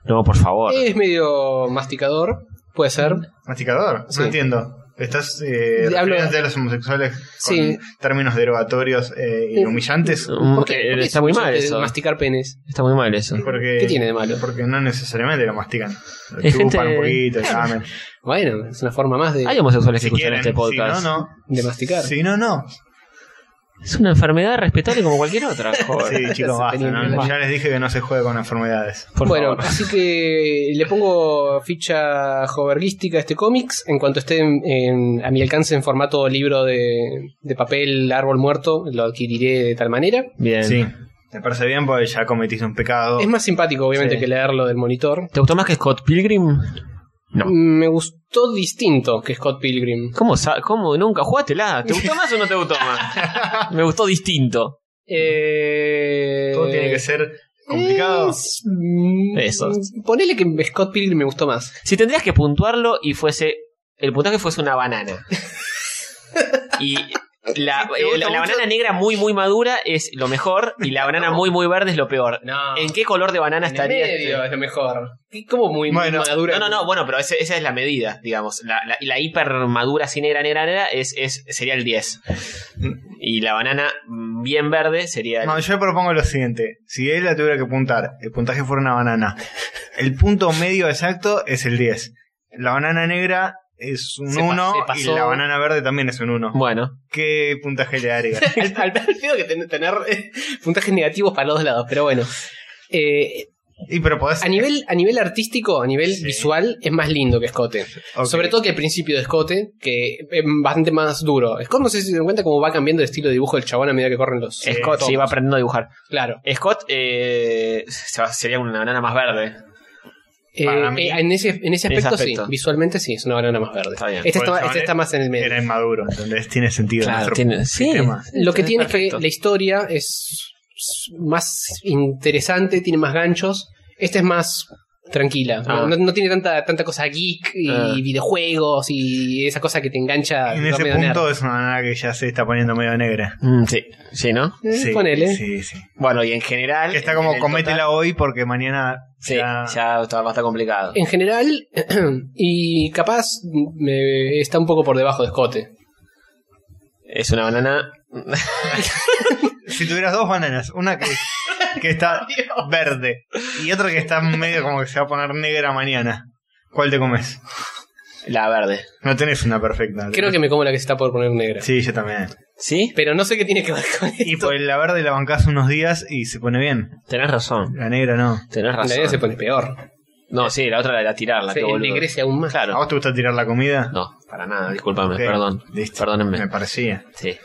D: No, por favor.
B: Es medio masticador, puede ser.
C: Masticador,
B: Sí.
C: no entiendo. Estás eh,
B: Hablo-
C: refiriéndote a los homosexuales con
B: Sí.
C: términos derogatorios eh, y
B: Eh,
C: humillantes.
D: Mm,
B: ¿Por qué?
D: eh,
B: ¿Por qué
D: Está muy
B: es-
D: mal
B: es
D: eso.
B: Masticar penes.
D: Está muy mal eso.
C: Porque,
B: ¿Qué tiene de malo?
C: Porque no necesariamente lo mastican. Lo
D: Hay gente-
C: chupan un poquito, lamen.
B: Bueno, es una forma más de,
D: Hay homosexuales que
C: Si
D: escuchan
C: quieren,
D: este podcast.
C: si no, no.
B: de masticar.
C: Si no, no.
D: Es una enfermedad respetable como cualquier otra. joder.
C: Sí, chicos,
B: Se
C: basta.
B: tenían
C: ¿no?
B: que-
C: Ya les dije que no se juega con enfermedades.
D: Por
B: bueno,
D: favor.
B: así que le pongo ficha joverguística a este cómics. En cuanto esté en- en- a mi alcance en formato libro de, de papel árbol muerto, lo adquiriré de tal manera.
D: Bien.
C: Sí. Me parece bien porque ya cometiste un pecado.
B: Es más simpático, obviamente,
D: Oh. Sí.
B: que leerlo del monitor.
D: ¿Te gustó más que Scott Pilgrim? No.
C: Mm.
B: Me gustó distinto que Scott Pilgrim.
D: ¿Cómo, sa- cómo nunca? Jugátela. ¿Te gustó más o no te gustó más? Me gustó distinto.
B: Eh,
C: Todo tiene que ser complicado.
B: es- mm,
D: Eso.
B: Ponele que Scott Pilgrim me gustó más.
D: Si tendrías que puntuarlo y fuese. El puntaje fuese una banana. y La,
C: ¿Te gusta
D: eh, la- la
C: mucho?
D: banana negra muy, muy madura es lo mejor y la banana muy, muy verde es lo peor.
B: No.
C: Ah.
D: ¿En qué color de banana
B: En el
D: estaría? este?
B: medio es lo mejor. ¿Qué- ¿Cómo muy
C: Bueno,
B: madura?
D: No, no, no, bueno, pero ese- esa es la medida, digamos. La, la, la hiper madura así negra, negra, negra es, es, sería el 10. Y la banana mm, bien verde sería el...
C: No, yo propongo lo siguiente. Si él la tuviera que apuntar, el puntaje fuera una banana. El punto medio exacto es el 10. La banana negra es un
B: Se pa-
C: 1
B: se
C: y
B: pasó.
C: la banana verde también es un 1.
D: Bueno,
C: ¿Qué puntaje le daría?
B: al, al pedo que ten- tener eh, puntajes negativos para los dos lados, pero bueno. Eh,
C: y pero podés...
B: a, nivel, a nivel artístico, a nivel
C: Sí.
B: visual, es más lindo que eh. Escote.
C: Ok.
B: Sobre todo que el principio de Escote, que es bastante más duro. Scott no sé si se dan cuenta cómo va cambiando el estilo de dibujo del chabón a medida que corren los.
C: Sí.
D: Scott
B: topos.
D: sí va aprendiendo a dibujar.
B: Claro.
D: Scott eh, se va- sería una banana más verde.
B: Eh,
C: Para mí-
B: eh, en, ese, en ese
D: en ese
B: aspecto,
D: aspecto.
B: sí. Visualmente sí, es una banana más verde.
D: Está bien.
B: Este,
C: Por
B: está,
C: eso
B: este
C: es-
B: está más en el medio.
C: Era inmaduro, ¿entendés? Tiene sentido.
D: Claro,
C: nuestro
D: tiene- sí.
C: sistema.
B: Lo que
D: Sí,
B: tiene es
D: perfecto.
B: que la historia es es más interesante, tiene más ganchos. Esta es más tranquila.
D: Ah.
B: No, no tiene tanta, tanta cosa geek y
D: Ah.
B: videojuegos y esa cosa que te engancha.
C: En
B: lo
C: ese
B: medio nerd.
C: punto es una banana que ya se está poniendo medio negra.
D: Mm, sí, sí, ¿no?
B: Eh, ponele.
C: Sí, sí.
D: Bueno, y en general...
C: Que está
D: en
C: como
D: el
C: cométela
D: total-
C: hoy porque mañana
D: Sí,
C: ya-
D: ya está, va a estar complicado.
B: En general, y capaz me- está un poco por debajo de escote.
D: Es una banana...
C: Si tuvieras dos bananas, una que, que está verde y otra que está medio como que se va a poner negra mañana, ¿cuál te comes?
D: La verde.
C: No tenés una perfecta.
B: Creo que me como la que se está por poner negra.
C: Sí, yo también.
D: ¿Sí?
B: Pero no sé qué tiene que ver con
C: Y
B: esto.
C: por la verde la bancás unos días y se pone bien.
D: Tenés razón.
C: La negra no.
D: Tenés
B: La negra
D: razón.
B: se pone peor.
D: No, sí, la otra la de la tirarla.
B: Se
D: qué boludo.
B: ennegrece aún más.
C: ¿A
D: Claro.
C: vos te gusta tirar la comida?
D: No, para nada, discúlpame,
C: Ok,
D: perdón.
C: listo. Me
D: Perdónenme.
C: parecía.
D: Sí.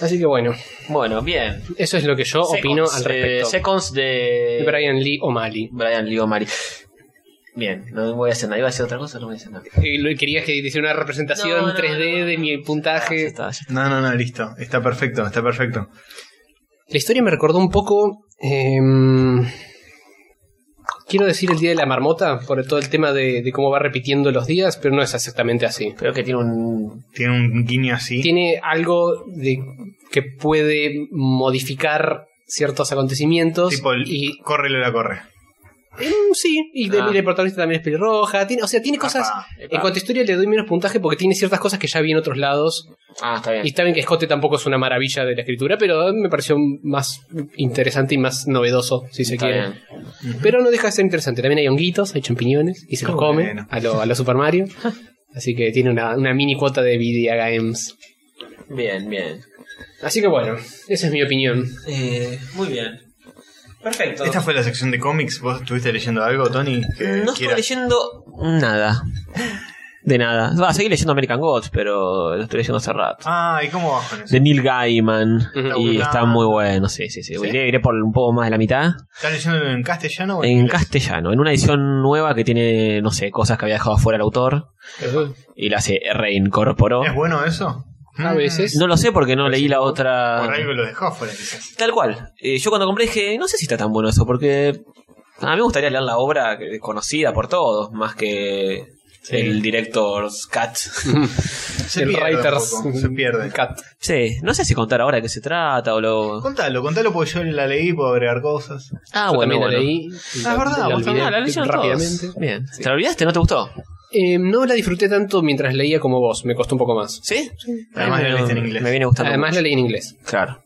B: Así que bueno,
D: Bueno, bien.
B: eso es lo que yo opino al
D: Seconds, eh,
B: respecto. Eh,
D: seconds de
B: Brian Lee O'Malley.
D: Brian Lee O'Malley. Bien, no voy a hacer nada. Iba a decir otra cosa, no voy a hacer nada.
B: Y Eh, lo- querías que hiciera una representación
D: No, no,
B: 3D
D: no.
B: de mi
D: Ah, ya
B: puntaje.
D: está, ya está.
C: No, no, no, listo. Está perfecto, está perfecto.
B: la historia me recordó un poco. em, quiero decir el día de la marmota, por todo el tema de, de cómo va repitiendo los días, pero no es exactamente así.
D: Creo que tiene un.
C: Tiene un guiño así.
B: Tiene algo de que puede modificar ciertos acontecimientos.
C: Tipo, el-
B: y,
C: córrelo la corre.
B: em, sí, y de-
D: Ah.
B: el protagonista también es pelirroja. Tiene, o sea, tiene cosas.
C: Apa.
B: En cuanto a historia le doy menos puntaje porque tiene ciertas cosas que ya vi en otros lados.
D: Ah, está bien.
B: Y está bien que Scott tampoco es una maravilla de la escritura, pero me pareció más interesante y más novedoso, si se
D: Está
B: quiere.
D: bien.
B: Pero no deja de ser interesante. También hay honguitos, hay champiñones, y se los
C: Qué
B: come
C: bueno.
B: a lo, a lo Super Mario. Así que tiene una, una mini cuota de video games.
D: Bien, bien.
B: Así que bueno, esa es mi opinión.
D: Eh, muy bien. Perfecto.
C: Esta fue la sección de cómics. ¿Vos estuviste leyendo algo, Tony? Que
D: No estoy
C: quieras-
D: leyendo nada. De nada. Va a seguir leyendo American Gods, pero lo estoy leyendo hace rato.
C: Ah, ¿y cómo vas con eso?
D: De Neil Gaiman. Y
C: bueno.
D: está muy bueno, sí, sí, sí.
B: ¿Sí?
D: Iré, iré por un poco más de la mitad.
C: ¿Estás leyéndolo en castellano? o en
D: En
C: inglés?
D: castellano, en una edición nueva que tiene, no sé, cosas que había dejado afuera el autor y las eh, reincorporó.
C: ¿Es bueno eso?
B: A
C: Mm.
B: veces.
D: No lo sé porque no leí la
C: Por
D: otra.
C: algo lo dejó afuera, quizás.
D: Tal cual. Eh, yo cuando compré dije, no sé si está tan bueno eso, porque a mí me gustaría leer la obra que- conocida por todos, más que el director's cut.
C: Se
B: el
C: pierde un
B: writers mm,
C: poco, se pierde.
B: cat.
D: sí, no sé si contar ahora de qué se trata o lo.
C: Contalo, contalo porque yo la leí, puedo agregar cosas.
D: Ah,
B: Yo
D: bueno,
B: también
D: bueno.
B: la leí. y
C: Ah, es verdad, vos
B: olvidé
D: Ah, la leyeron todos.
B: rápidamente.
D: Bien. ¿Te la olvidaste? ¿No te gustó?
B: Eh, no la disfruté tanto mientras leía como vos, me costó un poco más.
D: ¿Sí?
C: Además
D: Ay,
C: la
D: me-
C: leíste en inglés.
D: Me viene gustando.
B: Además
D: mucho.
B: la leí en inglés.
D: Claro.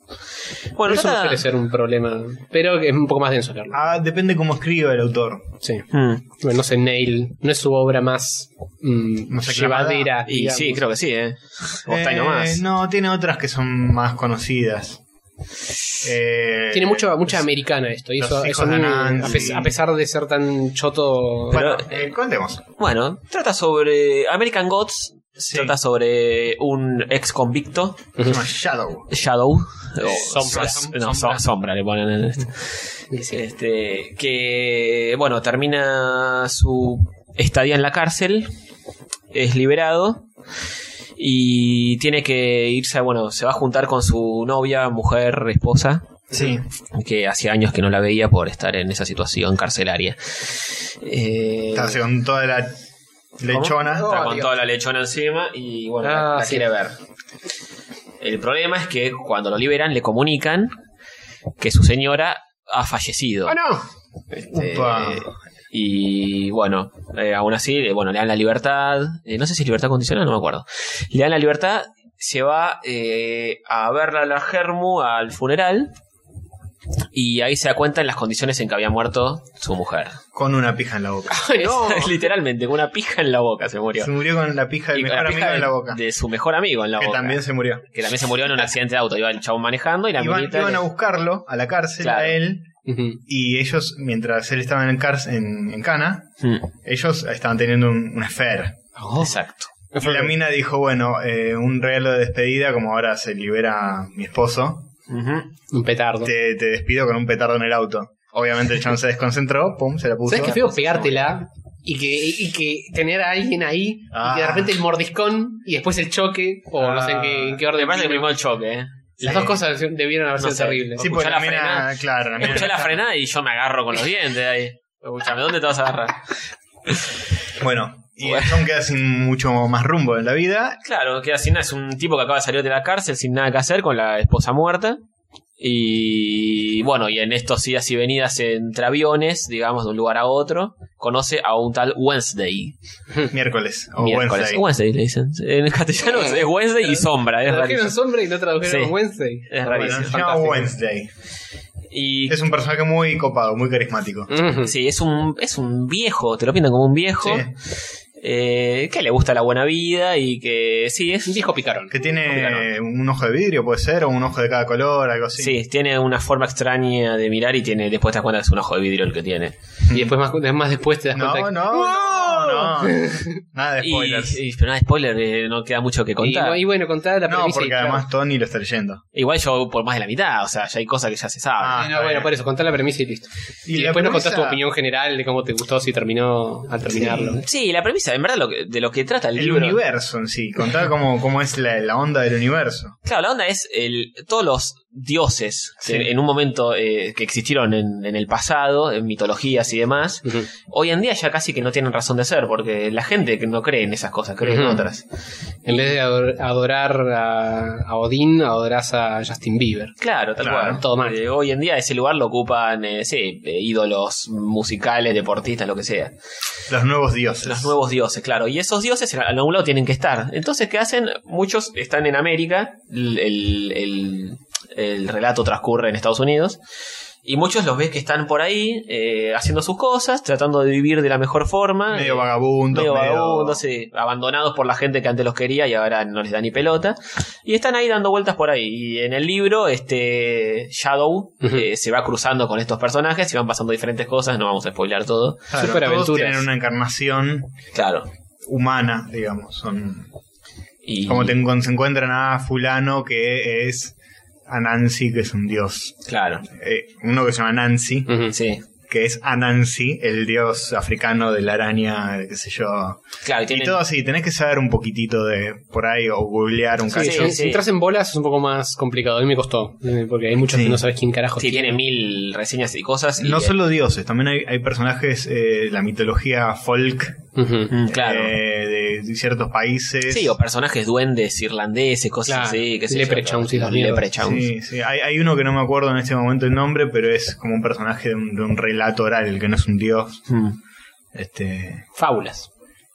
D: Bueno,
B: eso no
D: trata-
B: suele ser un problema, pero es un poco más denso leerlo.
C: Ah, depende cómo escriba el autor.
B: Sí.
D: Mm.
B: Bueno, no sé, Neil, no es su obra más mm,
C: Más aclamada.
B: llevadera.
D: Ah, Y
B: digamos.
D: sí, creo que sí, ¿eh? O está ahí
C: Eh,
D: nomás.
C: No, tiene otras que son más conocidas. Eh,
B: Tiene mucho, mucha
C: los-
B: americana esto, y
C: Los
B: eso,
C: hijos
B: eso a, mí
C: de
B: me- a,
C: Nancy.
B: pes- a pesar de ser tan choto...
D: pero-
C: Bueno, eh, contemos.
D: Bueno, trata sobre American Gods.
C: Sí.
D: Trata sobre un ex convicto,
C: Se llama Shadow.
D: Shadow. o
C: Sombra.
D: so- no, so- sombra. le ponen en este. Este, que, bueno, termina su estadía en la cárcel. Es liberado. Y tiene que irse, bueno, se va a juntar con su novia, mujer, esposa.
C: Sí.
D: que hacía años que no la veía por estar en esa situación carcelaria. Eh,
C: Está así con toda la lechona.
D: está
B: Oh,
D: con
B: Dios.
D: toda la lechona encima y bueno, la-
B: Ah,
D: la,
B: sí.
D: quiere ver. El problema es que cuando lo liberan le comunican que su señora ha fallecido. Este,
C: Ah, Upa.
D: y bueno, eh, aún así, eh, bueno, le dan la libertad. eh, no sé si es libertad condicional, no me acuerdo. Le dan la libertad, se va eh, a verla a la Germu al funeral. Y ahí se da cuenta en las condiciones en que había muerto su mujer.
C: Con una pija en la boca.
D: Literalmente, con una pija en la boca se murió.
C: Se murió con la pija
D: Y
C: del
D: con
C: mejor
D: la
C: amigo
D: pija
C: en la boca.
D: de su mejor amigo en la
C: que
D: boca.
C: también se murió.
D: que también se murió en un accidente de auto. Iba el chabón manejando y la
C: Iban,
D: minita
C: iban
D: le-
C: a buscarlo a la cárcel,
D: Claro.
C: a él,
B: Ujú.
C: y ellos, mientras él estaba en, cárcel, en, en Cana,
D: Mm,
C: ellos estaban teniendo un, una esfera.
D: Exacto.
C: Y la mina dijo, bueno, eh, un regalo de despedida, como ahora se libera mi esposo,
D: Ujú.
B: Un petardo.
C: te, te despido con un petardo en el auto. Obviamente el chabón se desconcentró, pum, se la puso.
B: ¿Sabes qué feo pegártela y que, y que tener a alguien ahí
C: Ah.
B: y que de repente el mordiscón y después el choque o no sé en qué, en
C: Ah.
B: qué orden?
D: Me parece que
B: vino.
D: primero el choque, ¿eh?
B: Las
C: Sí.
B: dos cosas debieron haber
D: No
B: sido
D: sé.
B: terribles.
C: Sí, porque
D: Escuchá
C: la
D: la
C: mina,
D: frenada.
C: claro, la mina...
D: Escuché la frenada y yo me agarro con los dientes ahí. Escuchame, ¿dónde te vas a agarrar?
C: Bueno, y
D: Bueno.
C: el chabón queda sin mucho más rumbo en la vida.
D: Claro, queda sin nada. Es un tipo que acaba de salir de la cárcel sin nada que hacer, con la esposa muerta. Y bueno, y en estos idas y venidas entre aviones, digamos, de un lugar a otro, conoce a un tal Wednesday.
C: Miércoles, o
D: Miércoles.
C: Wednesday.
D: Wednesday le dicen. En castellano es Wednesday y sombra, es
B: Tradujeron
D: rarísimo.
B: sombra y no tradujeron
D: Sí.
B: Wednesday.
D: Es
C: Bueno,
D: rarísimo.
C: se llama
B: fantástico.
C: Wednesday.
D: Y Mm.
C: Es un personaje muy copado, muy carismático.
D: Sí, es un, es un viejo, te lo pintan como un viejo. eh, que le gusta la buena vida y que sí, es,
B: Un viejo picarón.
C: Que tiene un ojo de vidrio, puede ser, o un ojo de cada color, algo así.
D: sí, tiene una forma extraña de mirar y tiene después te das cuenta que es un ojo de vidrio el que tiene.
B: Y después más, más después te das
C: No,
B: cuenta
C: no,
B: que-
C: no, no. Nada de
D: Y,
C: spoilers.
D: y- pero nada, de spoiler, eh, no queda mucho que
B: Y,
D: contar.
B: y bueno, contar la
C: no,
B: premisa. y
C: porque
B: claro.
C: además Tony lo está leyendo.
D: Igual yo por más de la mitad, o sea, ya hay cosas que ya se
C: Ah.
D: saben.
B: Eh, no, bueno, por eso, contar la premisa y listo. Y,
C: la
B: después nos
C: premisa-
B: contás tu opinión general de cómo te gustó, si terminó al terminarlo.
D: Sí, la premisa, en verdad, lo que- de lo que trata el,
C: El
D: libro.
C: universo en sí, contar cómo, cómo es la, la onda del universo.
D: Claro, la onda es el, todos los dioses
C: Sí.
D: en, en un momento eh, que existieron en, en el pasado, en mitologías y demás,
B: Ujú.
D: hoy en día ya casi que no tienen razón de ser, porque la gente que no cree en esas cosas, cree en
B: Ujú.
D: otras.
B: En vez de ador- adorar a, a Odín, adorás a Justin Bieber.
D: Claro, tal
C: Claro,
D: cual.
B: todo mal.
D: Eh, hoy en día ese lugar lo ocupan, eh, sí, eh, ídolos musicales, deportistas, lo que sea.
C: Los nuevos dioses.
D: Los nuevos dioses, claro. Y esos dioses en algún lado tienen que estar. Entonces, ¿qué hacen? Muchos están en América, el, el- el- el relato transcurre en Estados Unidos. Y muchos los ves que están por ahí eh, haciendo sus cosas, tratando de vivir de la mejor forma.
C: Medio
D: eh,
C: vagabundos.
D: medio
C: Medio
D: vagabundos, sí, abandonados por la gente que antes los quería y ahora no les da ni pelota. Y están ahí dando vueltas por ahí. Y en el libro, este Shadow
B: Ujú.
D: eh, se va cruzando con estos personajes, se van pasando diferentes cosas, no vamos a spoilear todo.
C: Claro,
B: superaventuras.
C: todos tienen una encarnación
D: Claro.
C: humana, digamos. Son
D: Y,
C: como te, cuando se encuentran a fulano que es Anansi, que es un dios.
D: Claro.
C: Eh, uno que se llama Nancy,
D: Sí.
C: que es Anansi, el dios africano de la araña, qué sé yo.
D: Claro, y
C: Y
D: tienen-
C: todo así, tenés que saber un poquitito de por ahí o googlear un
B: Sí,
C: cacho.
D: sí.
B: si- si entras en bolas es un poco más complicado. A mí me costó, eh, porque hay muchos
C: Sí.
B: que no sabes quién carajo
D: sí, tiene
B: tiene.
D: mil reseñas y cosas. y- eh,
C: No solo dioses, también hay, hay personajes, eh, la mitología folk
B: Ujú.
D: Mm, Claro.
C: eh, de ciertos países.
D: Sí, o personajes duendes irlandeses, cosas
B: Claro.
D: así. qué sé yo,
B: Leprechauns y
D: los
B: esas mierdas.
D: leprechauns.
C: Sí, sí. Hay, hay uno que no me acuerdo en este momento el nombre, pero es como un personaje de un, de un relato oral, que no es un dios.
D: Mm.
C: Este,
B: Fábulas.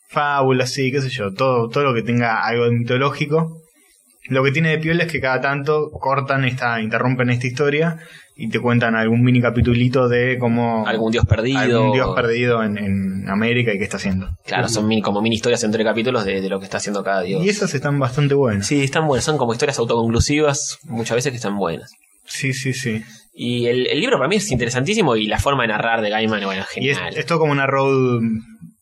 C: fábulas, sí, qué sé yo, todo, todo lo que tenga algo de mitológico. Lo que tiene de piola es que cada tanto cortan esta, interrumpen esta historia y te cuentan algún mini capitulito de cómo
D: Algún dios perdido.
C: Mm. algún dios perdido en, en América y qué está haciendo.
D: Claro, son mini- como mini historias entre capítulos de, de lo que está haciendo cada dios.
C: Y esas están bastante buenas.
D: Sí, están buenas, son como historias autoconclusivas, muchas veces que están buenas.
C: Sí, sí, sí.
D: Y el, el libro para mí es interesantísimo y la forma de narrar de Gaiman, bueno, es
C: Y es,
D: genial.
C: es todo como una road,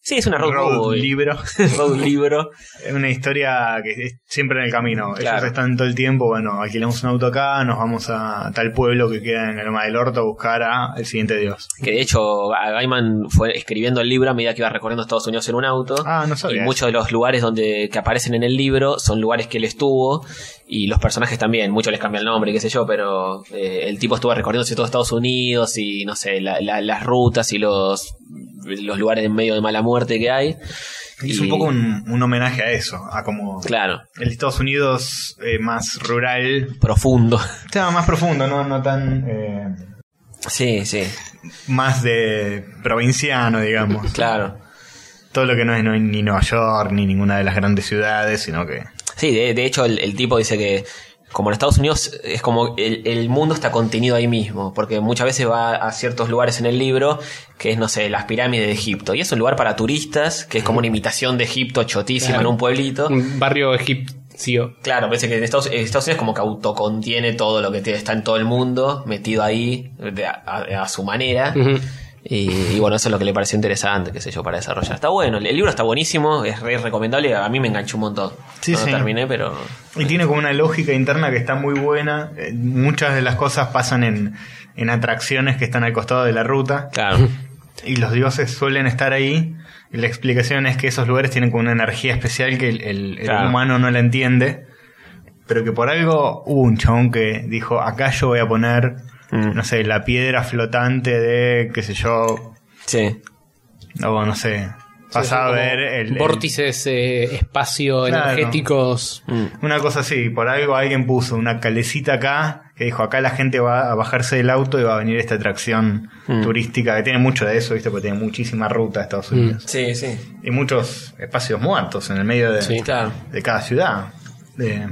D: sí, es una road,
C: road
D: movie.
C: libro.
D: road libro.
C: Es una historia que es siempre en el camino. Ellos
D: Claro.
C: están todo el tiempo, bueno, alquilamos un auto acá, nos vamos a tal pueblo que queda en el Loma del Orto a buscar a el siguiente dios.
D: Que de hecho a Gaiman fue escribiendo el libro a medida que iba recorriendo Estados Unidos en un auto.
C: Ah, no
D: y
C: sabía.
D: muchos de los lugares donde que aparecen en el libro son lugares que él estuvo y los personajes también. Muchos les cambia el nombre, qué sé yo, pero eh, el tipo estuvo recorriéndose todo Estados Unidos y no sé, la- la- las rutas y los los lugares en medio de mala muerte que hay.
C: Es un poco un, un homenaje a eso, a como
D: Claro,
C: el Estados Unidos eh, más rural.
D: profundo.
C: Estaba más profundo, no, no tan eh,
D: Sí, sí,
C: más de provinciano, digamos.
D: claro.
C: Todo lo que no es no- ni Nueva York, ni ninguna de las grandes ciudades, sino que...
D: Sí, de, de hecho el, el tipo dice que como en Estados Unidos es como el, el mundo está contenido ahí mismo, porque muchas veces va a ciertos lugares en el libro, que es, no sé, las pirámides de Egipto, y es un lugar para turistas, que es como una imitación de Egipto chotísima
B: Claro. Mm.
D: en un pueblito.
B: Un barrio egipcio.
D: Claro, parece que en Estados, en Estados Unidos como que autocontiene todo lo que te- está en todo el mundo, metido ahí de- a, a- a su manera.
B: Ujú.
D: Y, y bueno, eso es lo que le pareció interesante, qué sé yo, para desarrollar. Está bueno, el el libro está buenísimo, es re recomendable, a mí me enganchó un montón.
C: Sí,
D: no lo
C: sí.
D: terminé, pero...
C: Y tiene como una lógica interna que está muy buena. Eh, Muchas de las cosas pasan en, en atracciones que están al costado de la ruta.
D: Claro.
C: Y los dioses suelen estar ahí. Y la explicación es que esos lugares tienen como una energía especial que el, el- el
D: Claro.
C: humano no la entiende. Pero que por algo hubo un chabón que dijo, acá yo voy a poner,
D: Mm.
C: no sé, la piedra flotante de, qué sé yo,
D: Sí.
C: o no sé, vas a
B: Como
C: ver el... el-
B: Vórtices eh, espacio
C: Claro.
B: energéticos.
C: Una cosa así, por algo alguien puso una calecita acá que dijo, acá la gente va a bajarse del auto y va a venir esta atracción
D: Mm.
C: turística, que tiene mucho de eso, ¿viste? Porque tiene muchísima ruta a Estados Unidos.
D: Sí, sí.
C: Y muchos espacios muertos en el medio de,
B: Sí.
D: Claro.
C: de cada ciudad. De-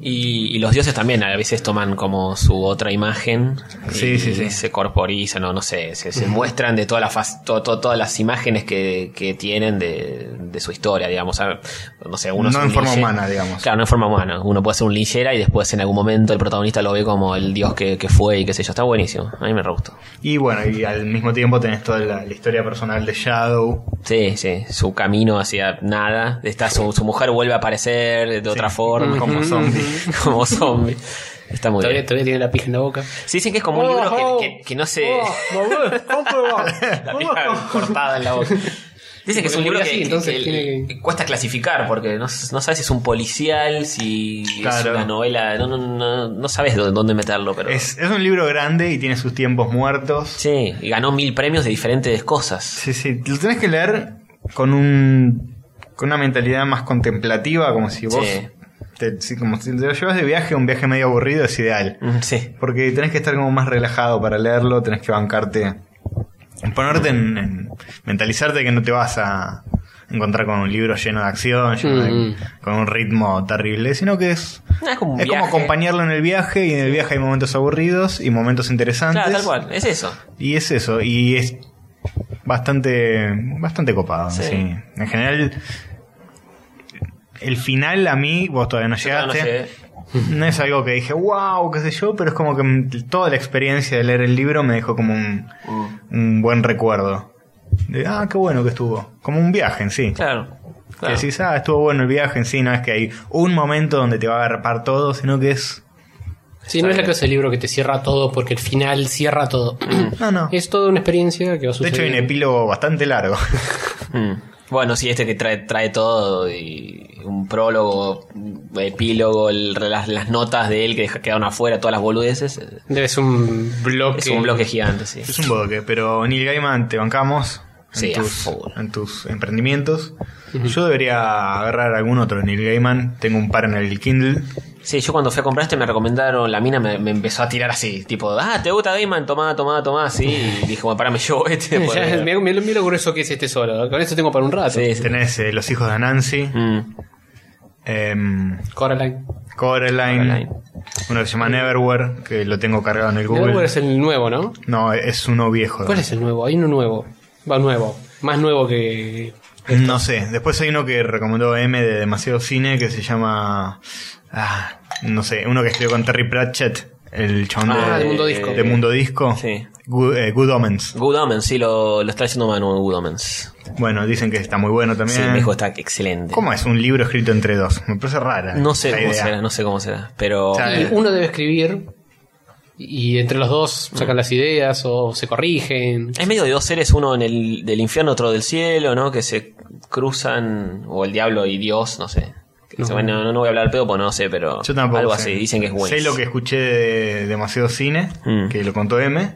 D: Y, y los dioses también a veces toman como su otra imagen. y-
C: Sí, sí, sí.
D: y se corporizan o no sé, se, se muestran de todas las faz- to- to- todas las imágenes que, que tienen de, de su historia, digamos. A ver, no sé, uno es
C: No
D: un
C: en forma
D: linche-
C: humana, digamos.
D: Claro, no en forma humana. Uno puede ser un linchera y después en algún momento el protagonista lo ve como el dios que, que fue y qué sé yo. Está buenísimo. A mí me re gustó.
C: Y bueno, y al mismo tiempo tenés toda la, la historia personal de Shadow.
D: Sí, sí. Su camino hacia nada. Está su, su mujer vuelve a aparecer de otra forma.
C: Como zombie.
D: como zombie. Está muy
B: Todavía,
D: bien.
B: todavía tiene la pija en la boca.
D: Sí, dicen que es
B: Oh,
D: como un libro
C: Oh,
D: que, que- que no se. la
B: Oh,
D: pija cortada en la boca. Dicen que es un libro
B: Así,
D: que,
B: entonces,
D: que-
B: tiene que-
D: que cuesta clasificar porque no, no sabes si es un policial, si es
C: Claro.
D: una novela. No, no, no, no sabes dónde, dónde meterlo, pero.
C: Es, es un libro grande y tiene sus tiempos muertos.
D: Sí, y ganó mil premios de diferentes cosas.
C: Sí, sí, lo tenés que leer con un con una mentalidad más contemplativa, como si vos
D: Sí.
C: te, si- como si te lo llevas de viaje, un viaje medio aburrido es ideal,
D: Mm, Sí.
C: porque tenés que estar como más relajado para leerlo, tenés que bancarte ponerte en, en- mentalizarte que no te vas a encontrar con un libro lleno de acción, lleno de-
B: Mm.
C: con un ritmo terrible, sino que es
D: Ah, es como un
C: es como
D: viaje.
C: acompañarlo en el viaje y en el viaje hay momentos aburridos y momentos interesantes.
D: Claro, tal cual, es eso.
C: Y es eso, y es bastante bastante copado,
D: Sí.
C: sí. En general el final a mí, vos todavía no
D: Yo no
C: llegaste.
D: sé.
C: No es algo que dije, wow, qué sé yo, pero es como que m- toda la experiencia de leer el libro me dejó como un, un buen recuerdo. De, ah, qué bueno que estuvo. Como un viaje en sí.
D: Claro.
C: Que
D: claro.
C: decís, ah, estuvo bueno el viaje en sí, no es que hay un momento donde te va a agarpar todo, sino que es...
B: Sí, no es la clase de libro que te cierra todo porque el final cierra todo.
C: No, no.
B: es toda una experiencia que va
C: De
B: a suceder.
C: hecho hay un epílogo bastante largo.
D: Mm. Bueno, sí, este que trae, trae todo y un prólogo, un epílogo, el- las, las notas de él que deja- quedaron afuera, todas las boludeces. eh,
B: Debe ser un bloque.
D: Es un bloque gigante, sí.
C: Es un bodoque, pero Neil Gaiman, te bancamos en,
D: Sí, a
C: tus,
D: full.
C: en tus emprendimientos. Yo debería agarrar algún otro Neil Gaiman. Tengo un par en el Kindle.
D: Sí, yo cuando fui a comprar este me recomendaron, la mina me, me empezó a tirar así, tipo, ah, ¿te gusta Gaiman? Tomá, tomá, tomá, así. Y dije, bueno, pará, me llevo este. porque-
B: Ya, mira, mira- mira lo grueso que es este solo. Con esto tengo para un rato.
D: Sí, sí.
C: Tenés eh, Los hijos de Nancy,
D: Mm.
C: em,
B: Coraline.
C: Coraline,
D: Coraline.
C: uno que se llama Neverwhere, que lo tengo cargado en el Google.
B: Neverwhere es el nuevo, ¿no?
C: No, es uno viejo.
B: ¿Cuál es el nuevo? Hay uno nuevo. Va nuevo. Más nuevo que.
C: No sé. Después hay uno que recomendó M de Demasiado Cine que se llama. ah, no sé, uno que escribió con Terry Pratchett, el chabón
B: Ah,
C: de,
B: de Mundo Disco.
C: de Mundo Disco.
D: Sí.
C: Good, eh, Good Omens.
D: Good Omens, sí, lo, lo está haciendo Manu, Good Omens.
C: Bueno, dicen que está muy bueno
D: Sí,
C: también.
D: me dijo, este. está excelente.
C: ¿Cómo es un libro escrito entre dos? Me parece rara.
D: No sé
C: esa
D: cómo
C: idea.
D: será, no sé cómo será, pero...
C: Ya,
B: Y uno debe escribir. Y entre los dos sacan las ideas o se corrigen.
D: Es medio de dos seres, uno en el, del infierno, otro del cielo, ¿no? Que se cruzan, o el diablo y Dios, no sé. Que se- Bueno, no, no voy a hablar al pedo, pues no sé, pero
C: Yo tampoco.
D: algo
C: sé.
D: así, dicen que es bueno.
C: Sé lo que escuché de Demasiado Cine,
D: Mm.
C: que lo contó M.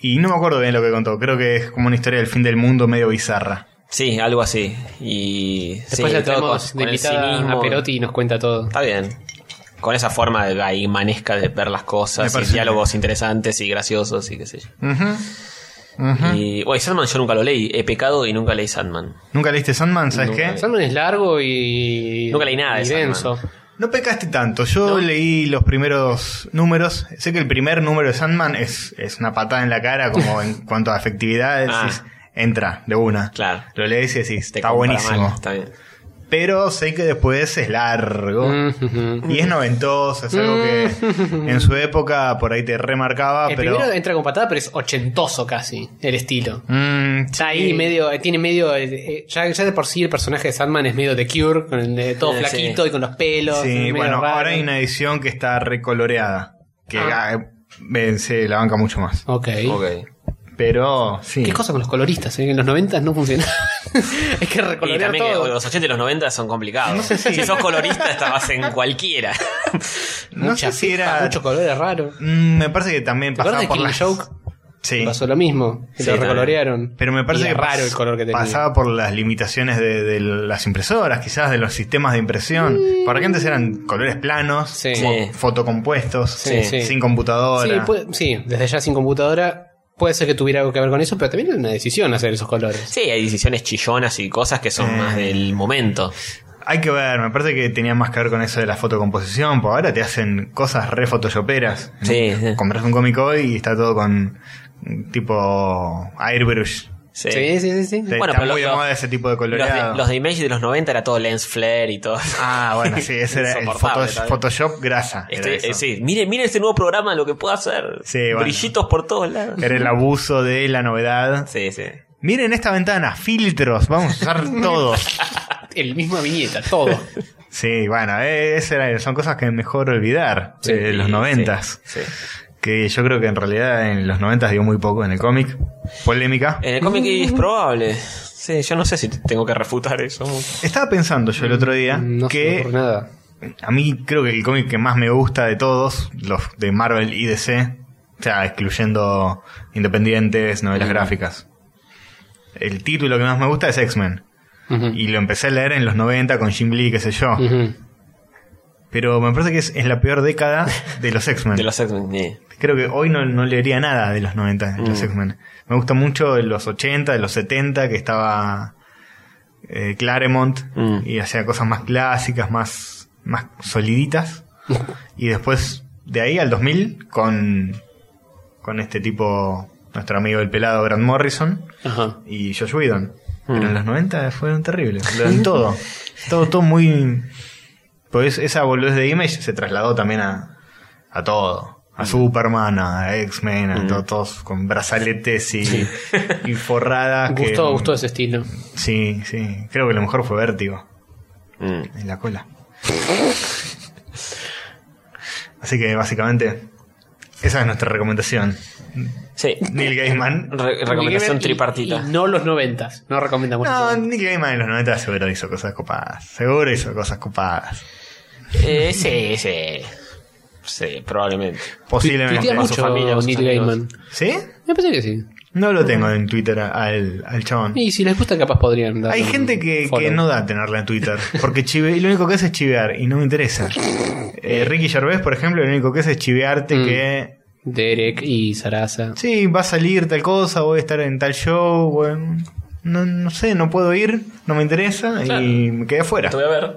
C: Y no me acuerdo bien lo que contó. Creo que es como una historia del fin del mundo medio bizarra.
D: Sí, algo así. Y.
B: Después
D: sí,
B: la
D: todo
B: tenemos
D: con-
B: de
D: con el
B: invitada a
D: cinismo.
B: Perotti y nos cuenta todo.
D: Está bien. Con esa forma de gaimanesca de ver las
C: Me
D: cosas, y
C: parece
D: diálogos interesantes y graciosos y qué sé yo.
C: Ujú. Ujú.
D: Y. Bueno, Sandman yo nunca lo leí. He pecado y nunca leí Sandman.
C: ¿Nunca leíste Sandman? ¿Sabes qué?
B: Sandman es largo y.
D: Nunca leí nada de
B: y
D: Sandman.
B: denso.
C: No pecaste tanto. Yo leí los primeros números. Sé que el primer número de Sandman es, es una patada en la cara, como en cuanto a efectividad.
D: Ah.
C: decís, entra, de una.
D: Claro.
C: Lo lees y decís,
D: Te
C: está
D: compra
C: buenísimo.
D: Este mal, está bien.
C: Pero sé que después es largo.
B: Mm, mm, mm.
C: Y es noventoso, es algo que en su época por ahí te remarcaba,
B: el
C: pero.
B: primero entra con patada, pero es ochentoso casi el estilo.
C: Mm, sí.
B: Está ahí medio, eh, tiene medio, eh, eh, ya, ya de por sí el personaje de Sandman es medio de Cure, con el, eh, todo
D: Eh,
B: flaquito
D: sí.
B: y con los pelos.
C: Sí,
B: medio
C: bueno,
B: raro.
C: ahora hay una edición que está recoloreada. Que ah, eh, se la banca mucho más.
B: Ok.
D: Ok.
C: Pero, sí.
B: ¿Qué cosa con los coloristas? eh? En los 90 no funciona. Hay que
D: Y
B: recolorear
D: también que
B: todo.
D: los 80 y los 90 son complicados.
C: si-
D: si... sos colorista, estabas en cualquiera.
C: No
B: Mucha
C: sé si
B: fiesta,
C: era.
B: mucho color es raro.
C: Mm, me parece que también
B: ¿Te acuerdas
C: pasaba
B: de
C: por
B: Killing
C: las...
B: Joke?
C: Sí.
B: Pasó lo mismo. Que
D: Sí,
B: lo
D: también.
B: recolorearon.
C: Pero me parece
B: Y
C: que
B: era raro
C: pas-
B: el color que tenía.
C: pasaba por las limitaciones de, de las impresoras, quizás de los sistemas de impresión. Porque antes eran colores planos,
B: Mm. Sí.
C: como
D: Sí.
C: fotocompuestos,
B: Sí,
C: sin
B: sí. Sí,
C: computadora.
B: puede- sí, desde ya sin computadora puede ser que tuviera algo que ver con eso, pero también era una decisión hacer esos colores.
D: Sí, hay decisiones chillonas y cosas que son
C: Eh.
D: más del momento.
C: Hay que ver, me parece que tenía más que ver con eso de la fotocomposición, porque ahora te hacen cosas re photoshoperas.
D: Sí.
C: Compras un cómic hoy y está todo con mm, tipo airbrush.
D: Sí.
B: sí, sí. sí, sí.
C: Te-
D: Bueno,
C: está
D: pero
C: muy
D: lo-
C: de
D: lo-
C: moda ese tipo de
D: Los de,
C: coloreado.
D: los de Image de los 90 era todo lens flare y todo.
C: Ah, bueno, sí, ese era el
D: Insoportable,
C: Photosh-
D: también.
C: Photoshop grasa. era
D: Este- eh,
C: eso.
D: sí, mire, mire este nuevo programa, lo que puedo hacer.
C: Sí, bueno. Eh,
D: Brillitos por todos lados.
C: Era el abuso de la novedad.
D: Sí, sí.
C: Miren esta ventana, filtros, vamos a usar todos.
B: El misma viñeta, todo.
C: Sí, bueno, eh, ese era- son cosas que mejor olvidar de los
D: Sí,
C: noventas.
D: sí, sí.
C: Que yo creo que en realidad en los noventas dio muy poco en el cómic. Polémica.
D: En el cómic
C: Mm.
D: es probable. Sí, yo no sé si tengo que refutar eso.
C: Estaba pensando yo el otro día
B: Mm, No se me
C: que
B: ocurre nada.
C: a mí creo que el cómic que más me gusta de todos, los de Marvel y DC, o sea, excluyendo independientes, novelas gráficas. El título que más me gusta es X-Men.
B: Ujú.
C: Y lo empecé a leer en los 90 con Jim Lee, qué sé yo.
B: Ujú.
C: Pero me parece que es, es la peor década de los X-Men.
D: De los X-Men. eh.
C: Creo que hoy no, no leería nada de los 90, de los X-Men. Me gusta mucho de los 80, de los 70, que estaba eh, Claremont
D: Mm.
C: y hacía cosas más clásicas, más, más soliditas. y después de ahí al 2000 con, con este tipo, nuestro amigo el pelado Grant Morrison
B: Ajá.
C: y Josh Whedon.
B: Mm.
C: Pero en los 90 fueron terribles. Lo en todo. Todo, todo muy. Pues esa boludez de Image se trasladó también a, a todo.
B: Mm.
C: A Superman, a X-Men, a to- todos con brazaletes y, y forradas. que-
B: Gustó, gustó ese estilo.
C: Sí, sí. Creo que lo mejor fue Vértigo
D: Mm.
C: en la cola. Así que básicamente, esa es nuestra recomendación.
D: Sí.
C: Neil Gaiman.
D: Re- recomendación
B: Y-
D: tripartita.
B: y no los noventas. No recomendamos.
C: No,
B: los noventas.
C: Nick Gaiman en los 90 seguro hizo cosas copadas. Seguro hizo cosas copadas.
D: Eh, sí, sí. Sí, probablemente.
C: Posiblemente.
B: Tuitea
D: con su
B: mucho
D: familia, con sus
B: Neil
D: amigos.
B: Gaiman.
C: ¿Sí?
B: Me parece que sí.
C: No lo tengo en Twitter al, al chabón.
B: Y si les gusta, capaz podrían dar
C: Hay
B: un
C: gente que,
B: follow.
C: que no da tenerla en Twitter. Porque chive, y lo único que hace es chivear y no me interesa. Eh, Ricky Gervais, por ejemplo, lo único que hace es chivearte
B: Mm.
C: que...
B: Derek y Sarasa.
C: Sí, va a salir tal cosa, voy a estar en tal show. bueno, no, no sé, no puedo ir, no me interesa y me quedé afuera.
D: Te voy a ver.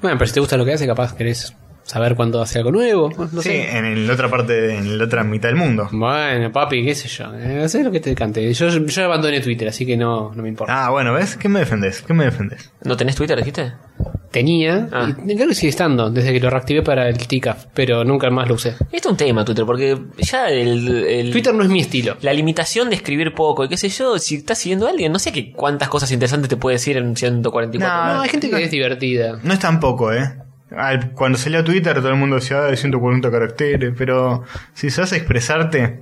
B: Bueno, pero si te gusta lo que hace, capaz querés saber cuándo hace algo nuevo. No
C: sí,
B: sé.
C: en la otra parte, en la otra mitad del mundo.
B: Bueno, papi, qué sé yo. Eh, Hacé lo que te cante. Yo, yo abandoné Twitter, así que no, no me importa.
C: Ah, bueno, ¿ves? ¿Qué me defendés? ¿Qué me defendés?
D: ¿No tenés Twitter, dijiste?
B: Tenía,
D: Ah.
B: y creo que sigue estando, desde que lo reactivé para el TICAF, pero nunca más lo usé.
D: Esto es un tema, Twitter, porque ya el. el-
B: Twitter no es mi estilo.
D: La limitación de escribir poco y qué sé yo, si estás siguiendo a alguien, no sé qué cuántas cosas interesantes te puede decir en 144.
C: Ah, No,
B: No, hay gente que es divertida.
C: No es tampoco, ¿eh? Al- cuando salió Twitter todo el mundo decía, ah, de 140 caracteres, pero si sabes expresarte,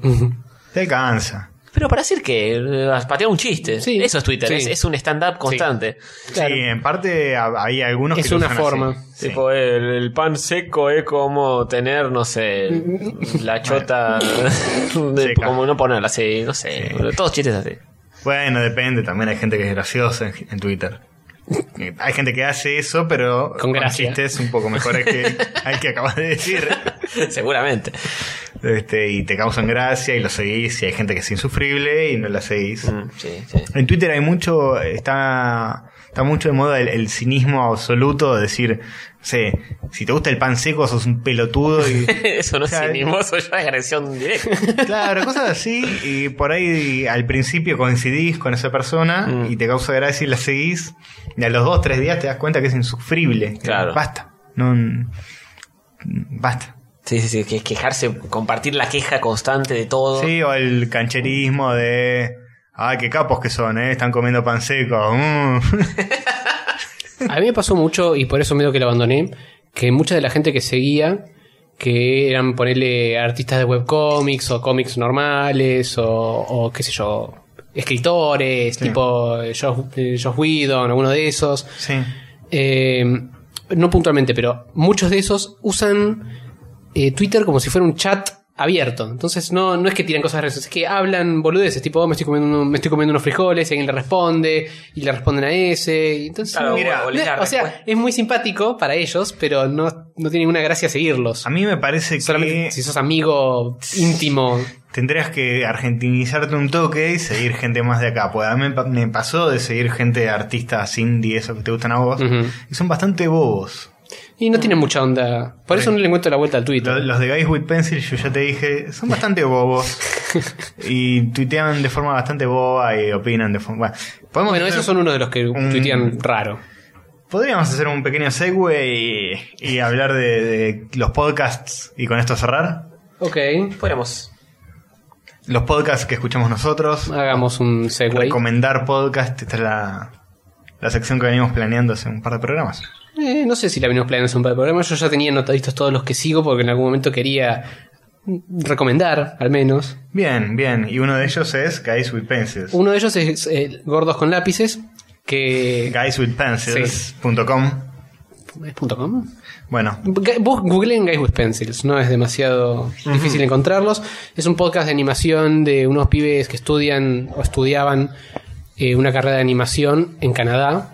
C: te alcanza.
D: Pero para decir que eh, patea un chiste.
B: Sí.
D: Eso es Twitter,
B: Sí.
D: es, es un stand-up constante.
B: Claro.
C: Sí, en parte ha- hay algunos que
B: Es
C: lo
B: una
C: usan así.
B: forma.
C: Sí.
D: Tipo, el, el pan seco es como tener, no sé, la chota, de-
C: Seca.
D: como no ponerla así, no sé, todos chistes así.
C: Bueno, depende. También hay gente que es graciosa en, en Twitter. Eh, Hay gente que hace eso, pero
B: Con gracia.
C: chistes un poco mejores que al que acabas de decir.
D: Seguramente.
C: Este, y te causan gracia y lo seguís. Y hay gente que es insufrible y no la seguís.
D: Mm, sí, sí.
C: En Twitter hay mucho, está, está mucho de moda el, el cinismo absoluto de decir, no sé, si te gusta el pan seco sos un pelotudo y...
D: Eso no es
C: Claro.
D: animoso, ya es agresión directa.
C: Claro, cosas así, y por ahí al principio coincidís con esa persona
B: Mm.
C: y te causa gracia y la seguís, y a los dos, tres días te das cuenta que es insufrible.
D: Claro.
C: Basta. No, mm, basta.
D: Sí, sí, sí, que es quejarse, compartir la queja constante de todo.
C: Sí, o el cancherismo de... Ah, qué capos que son, ¿eh? Están comiendo pan seco. mm".
B: A mí me pasó mucho, y por eso medio que lo abandoné, que mucha de la gente que seguía, que eran ponerle artistas de webcomics o cómics normales o, o qué sé yo, escritores, tipo eh, Josh, eh, Josh Whedon, alguno de esos.
C: Sí.
B: Eh, no puntualmente, pero muchos de esos usan eh, Twitter como si fuera un chat abierto. Entonces no, no es que tiran cosas graciosas, es que hablan boludeces, tipo, "Oh, me estoy comiendo, me estoy comiendo unos frijoles, y alguien le responde, y le responden a ese. y entonces,
D: Claro,
B: no-
D: mira,
B: no-
D: o pues, le da
B: o sea,
D: respuesta.
B: es muy simpático para ellos, pero no, no tiene ninguna gracia seguirlos.
C: A mí me parece que...
B: Solamente si sos amigo íntimo.
C: Tendrías que argentinizarte un toque y seguir gente más de acá. Pues a mí me pa- me pasó de seguir gente de artistas indie, eso que te gustan a vos.
B: Ujú.
C: Y son bastante bobos.
B: Y no tiene mucha onda. Por eso no le encuentro la vuelta al Twitter.
C: Mm. Lo- Los, de Guys with Pencil, yo ya te dije, son bastante bobos. y tuitean de forma bastante boba y opinan de forma. Bueno, podemos
B: Bueno,
C: hacer-
B: esos son uno de los que
C: un-
B: tuitean raro.
C: Podríamos hacer un pequeño segue y, y hablar de, de los podcasts y con esto cerrar.
B: Ok,
D: Podríamos.
C: Los podcasts que escuchamos nosotros.
B: hagamos un segue.
C: Recomendar podcast. Esta es la, la sección que venimos planeando hace un par de programas.
B: Eh, no sé si la venimos planeando hace un par de programas. Yo ya tenía anotaditos todos los que sigo porque en algún momento quería mm, recomendar, al menos.
C: Bien, bien. Y uno de ellos es Guys with Pencils.
B: Uno de ellos es eh, Gordos con Lápices, que...
C: Guyswithpencils.com.
B: ¿Es punto com?
C: Bueno,
B: Ga- Vos googleen Guys with Pencils, no es demasiado difícil encontrarlos. Es un podcast de animación de unos pibes que estudian o estudiaban eh, una carrera de animación en Canadá.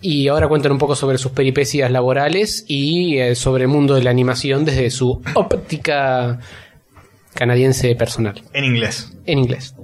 B: Y ahora cuentan un poco sobre sus peripecias laborales y eh, sobre el mundo de la animación desde su óptica canadiense personal,
C: en inglés.
B: en inglés.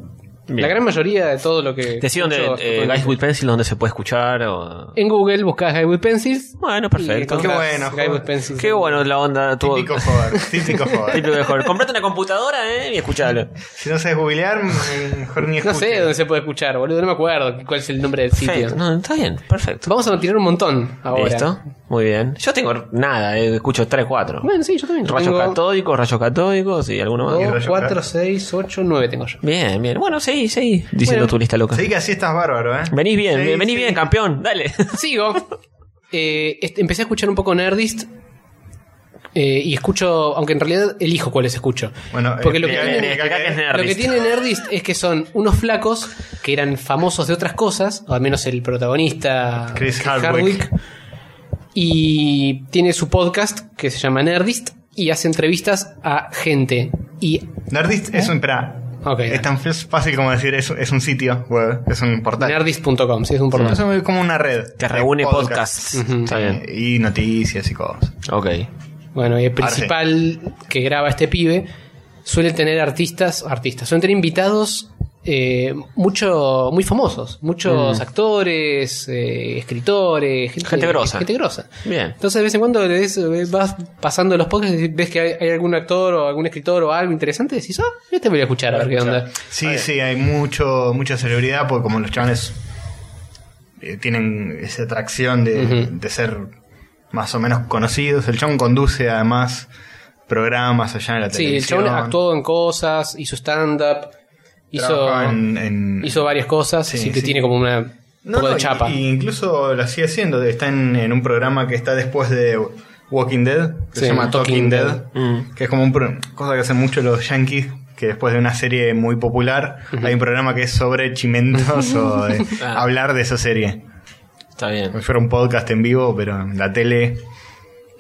B: La gran mayoría de todo lo que...
D: Decir dónde,
B: escucho,
D: eh, Guys with Pencil, dónde se puede escuchar. o-
B: En Google buscás Guys with Pencils.
D: Bueno, perfecto.
B: y
C: Qué
B: encontrás
C: bueno,
B: Guys with
C: joder.
B: Pencils.
D: Qué bueno la onda. tuvo-
C: Típico joder. Típico joder.
D: Típico mejor. Comprate una computadora, ¿eh? Y escuchalo.
C: Si no sabes googlear, mm, mejor ni
B: No
C: escuches.
B: sé dónde se puede escuchar, boludo. No me acuerdo cuál es el nombre del sitio.
D: Perfecto. No, está bien. Perfecto.
B: Vamos a tirar un montón ahora.
D: Listo. Muy bien. Yo tengo nada. eh, escucho 3, 4.
B: Bueno, sí, yo también.
D: Rayos
B: tengo
D: catódicos, rayos catódicos y alguno más.
C: Y rayos
B: 2, 4,
C: catódicos.
B: 6, 8, 9 tengo yo.
D: Bien, bien. Bueno, sí, sí. Diciendo
B: Bueno.
D: tu lista loca.
C: Sí que así estás bárbaro, ¿eh?
D: Venís bien,
C: Sí,
D: venís
C: sí.
D: bien, campeón. Dale.
B: Sigo. Eh, este, empecé a escuchar un poco Nerdist. eh, y escucho, aunque en realidad elijo cuáles escucho.
C: Bueno, eh, este,
B: porque lo que,
C: explica-
B: tiene,
C: explica
D: acá que es
B: lo que
D: Nerdist.
B: tiene Nerdist es que son unos flacos que eran famosos de otras cosas, o al menos el protagonista
C: Chris Hardwick.
B: y tiene su podcast que se llama Nerdist y hace entrevistas a gente. Y
C: Nerdist es un... Espera.
B: Ok,
C: es
B: dale.
C: tan f- fácil como decir es, es un sitio web, es un portal.
B: nerdist.com, sí, es un portal.
C: Es un- como una red.
D: Que
C: de
D: reúne
C: podcasts.
D: podcasts. Está bien.
C: Eh, Y noticias y cosas.
D: Ok.
B: Bueno, y el
C: Ahora sí.
B: principal que graba este pibe suele tener artistas, artistas, suelen tener invitados eh, mucho, muy famosos,
C: Mm.
B: muchos actores, eh, escritores, gente,
D: Gente grosa.
B: gente grosa.
D: Bien.
B: Entonces de vez en cuando le ves- vas pasando los podcasts y ves que hay, hay algún actor o algún escritor o algo interesante, decís, ah, yo te voy a escuchar a ver qué onda.
C: Sí, sí, hay mucho mucha celebridad porque como los chavales eh, tienen esa atracción de, de ser más o menos conocidos, el chabón conduce además programas allá en la
B: Sí, el
C: televisión.
B: chabón actuó en cosas, hizo stand-up, hizo,
C: Trabajaba en- en-
B: hizo varias cosas,
C: Sí,
B: así que
C: sí.
B: tiene como una un
C: No,
B: poco
C: no,
B: de
C: y-
B: chapa.
C: y incluso lo sigue haciendo, está en, en un programa que está después de Walking Dead, que
B: Sí,
C: se llama Talking,
B: Talking
C: Dead, que es como un pro- cosa que hacen mucho los yankees que después de una serie muy popular, hay un programa que es sobre chimentos o de
D: Ah.
C: hablar de esa serie.
D: Está bien.
C: Como si fuera un podcast en vivo, pero en la tele.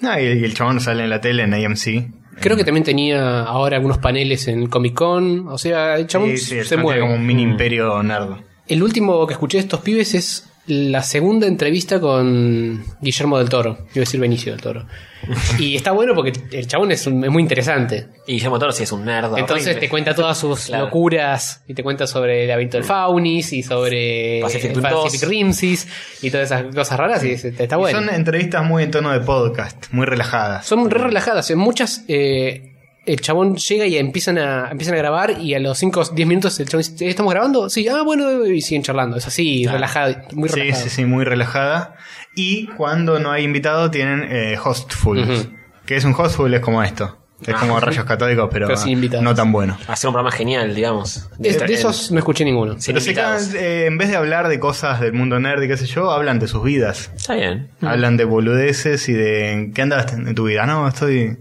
C: No, y, y el chabón sale en la tele, en AMC.
B: Creo que también tenía ahora algunos paneles en Comic Con. O sea, el chabón
C: Sí, sí, el
B: se
C: chabón tiene
B: mueve. Mm.
C: como un mini imperio nerd.
B: El último que escuché de estos pibes es la segunda entrevista con Guillermo del Toro. Iba a decir Benicio del Toro. y está bueno porque el chabón es, un- es muy interesante.
D: Y Guillermo Toro sí es un nerd.
B: Entonces
D: horrible.
B: te cuenta todas sus
D: Claro.
B: locuras y te cuenta sobre el hábito del Faunis y sobre
D: Pacific Rim
B: Pacific
D: 2.
B: Rimsis y todas esas cosas raras y es- está
C: Y
B: bueno.
C: Son eh, entrevistas muy en tono de podcast, muy relajadas.
B: Son re relajadas. En muchas, eh, el chabón llega y empiezan a, empiezan a grabar y a los 5 o 10 minutos el chabón dice, "¿Eh, ¿estamos grabando? Sí, ah, bueno, y siguen charlando. Es así, relajado, muy
C: Sí,
B: relajado.
C: sí, sí, muy relajada. Y cuando no hay invitado tienen eh, hostful. Que es un hostful, es como esto. Es como rayos catódicos, pero,
B: Pero sin invitados.
C: no tan bueno.
D: Hacer un programa genial, digamos.
B: Es-
D: Estar
B: de
D: en-
B: esos no escuché ninguno.
D: sin
C: Pero se
D: invitados.
C: quedan, eh, en vez de hablar de cosas del mundo nerd y qué sé yo, hablan de sus vidas.
D: Está bien.
C: Hablan de boludeces y de qué andas en tu vida. No, estoy,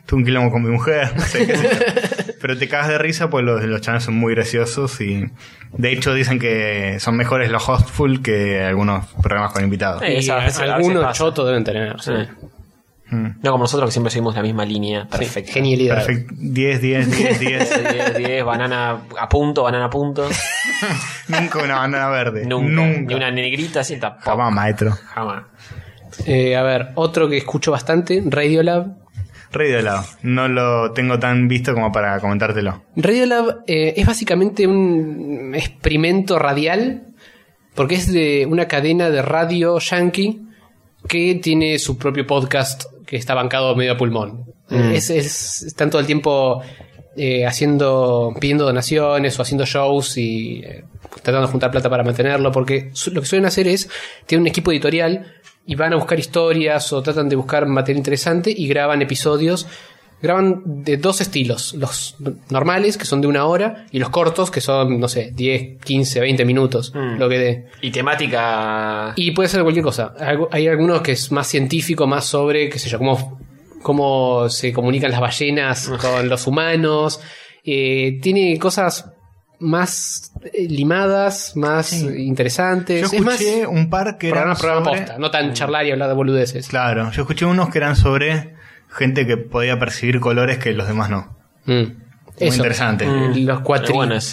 C: estoy un quilombo con mi mujer. No sé, qué sé yo. Pero te cagas de risa pues los, los chavales son muy graciosos y de hecho dicen que son mejores los hostful que algunos programas con invitados.
D: Eh,
B: Y
D: esa-
B: a-
D: esa- a veces
B: algunos
D: pasa.
B: chotos deben tener. sí.
D: Sí.
C: Mm.
D: No como nosotros que siempre seguimos la misma línea.
B: Sí,
D: Perfecto.
B: Genialidad.
C: Perfecto. 10, 10, 10, 10.
D: 10, 10, banana a punto, banana a punto.
C: Nunca una banana verde.
D: Nunca.
C: Nunca.
D: Ni una negrita así tampoco.
C: Jamás, maestro.
D: Jamás.
B: Eh, a ver, otro que escucho bastante, Radiolab.
C: Rey de lado. No lo tengo tan visto como para comentártelo.
B: Radiolab eh, es básicamente un experimento radial, porque es de una cadena de radio yankee que tiene su propio podcast que está bancado medio a pulmón. Eh, Es, es- están todo el tiempo eh, haciendo, pidiendo donaciones o haciendo shows y eh, tratando de juntar plata para mantenerlo, porque su- lo que suelen hacer es, tienen un equipo editorial y van a buscar historias o tratan de buscar material interesante y graban episodios. Graban de dos estilos, los normales, que son de una hora, y los cortos, que son, no sé, 10, 15, 20 minutos,
D: Mm.
B: lo que dé.
D: Y temática.
B: Y puede ser cualquier cosa. Algo- Hay algunos que es más científico, más sobre, qué sé yo, cómo, cómo se comunican las ballenas con los humanos. Eh, tiene cosas más eh, limadas, más eh,
C: Yo
B: interesantes. es más,
C: escuché un par que eran
B: programa, programa
C: sobre- Mm.
B: posta, no tan charlar y hablar de boludeces.
C: Claro, yo escuché unos que eran sobre gente que podía percibir colores que los demás no.
B: Mm.
C: Muy
B: Eso.
C: interesante.
D: Mm.
B: Los cuatri,
D: Pero bueno, es-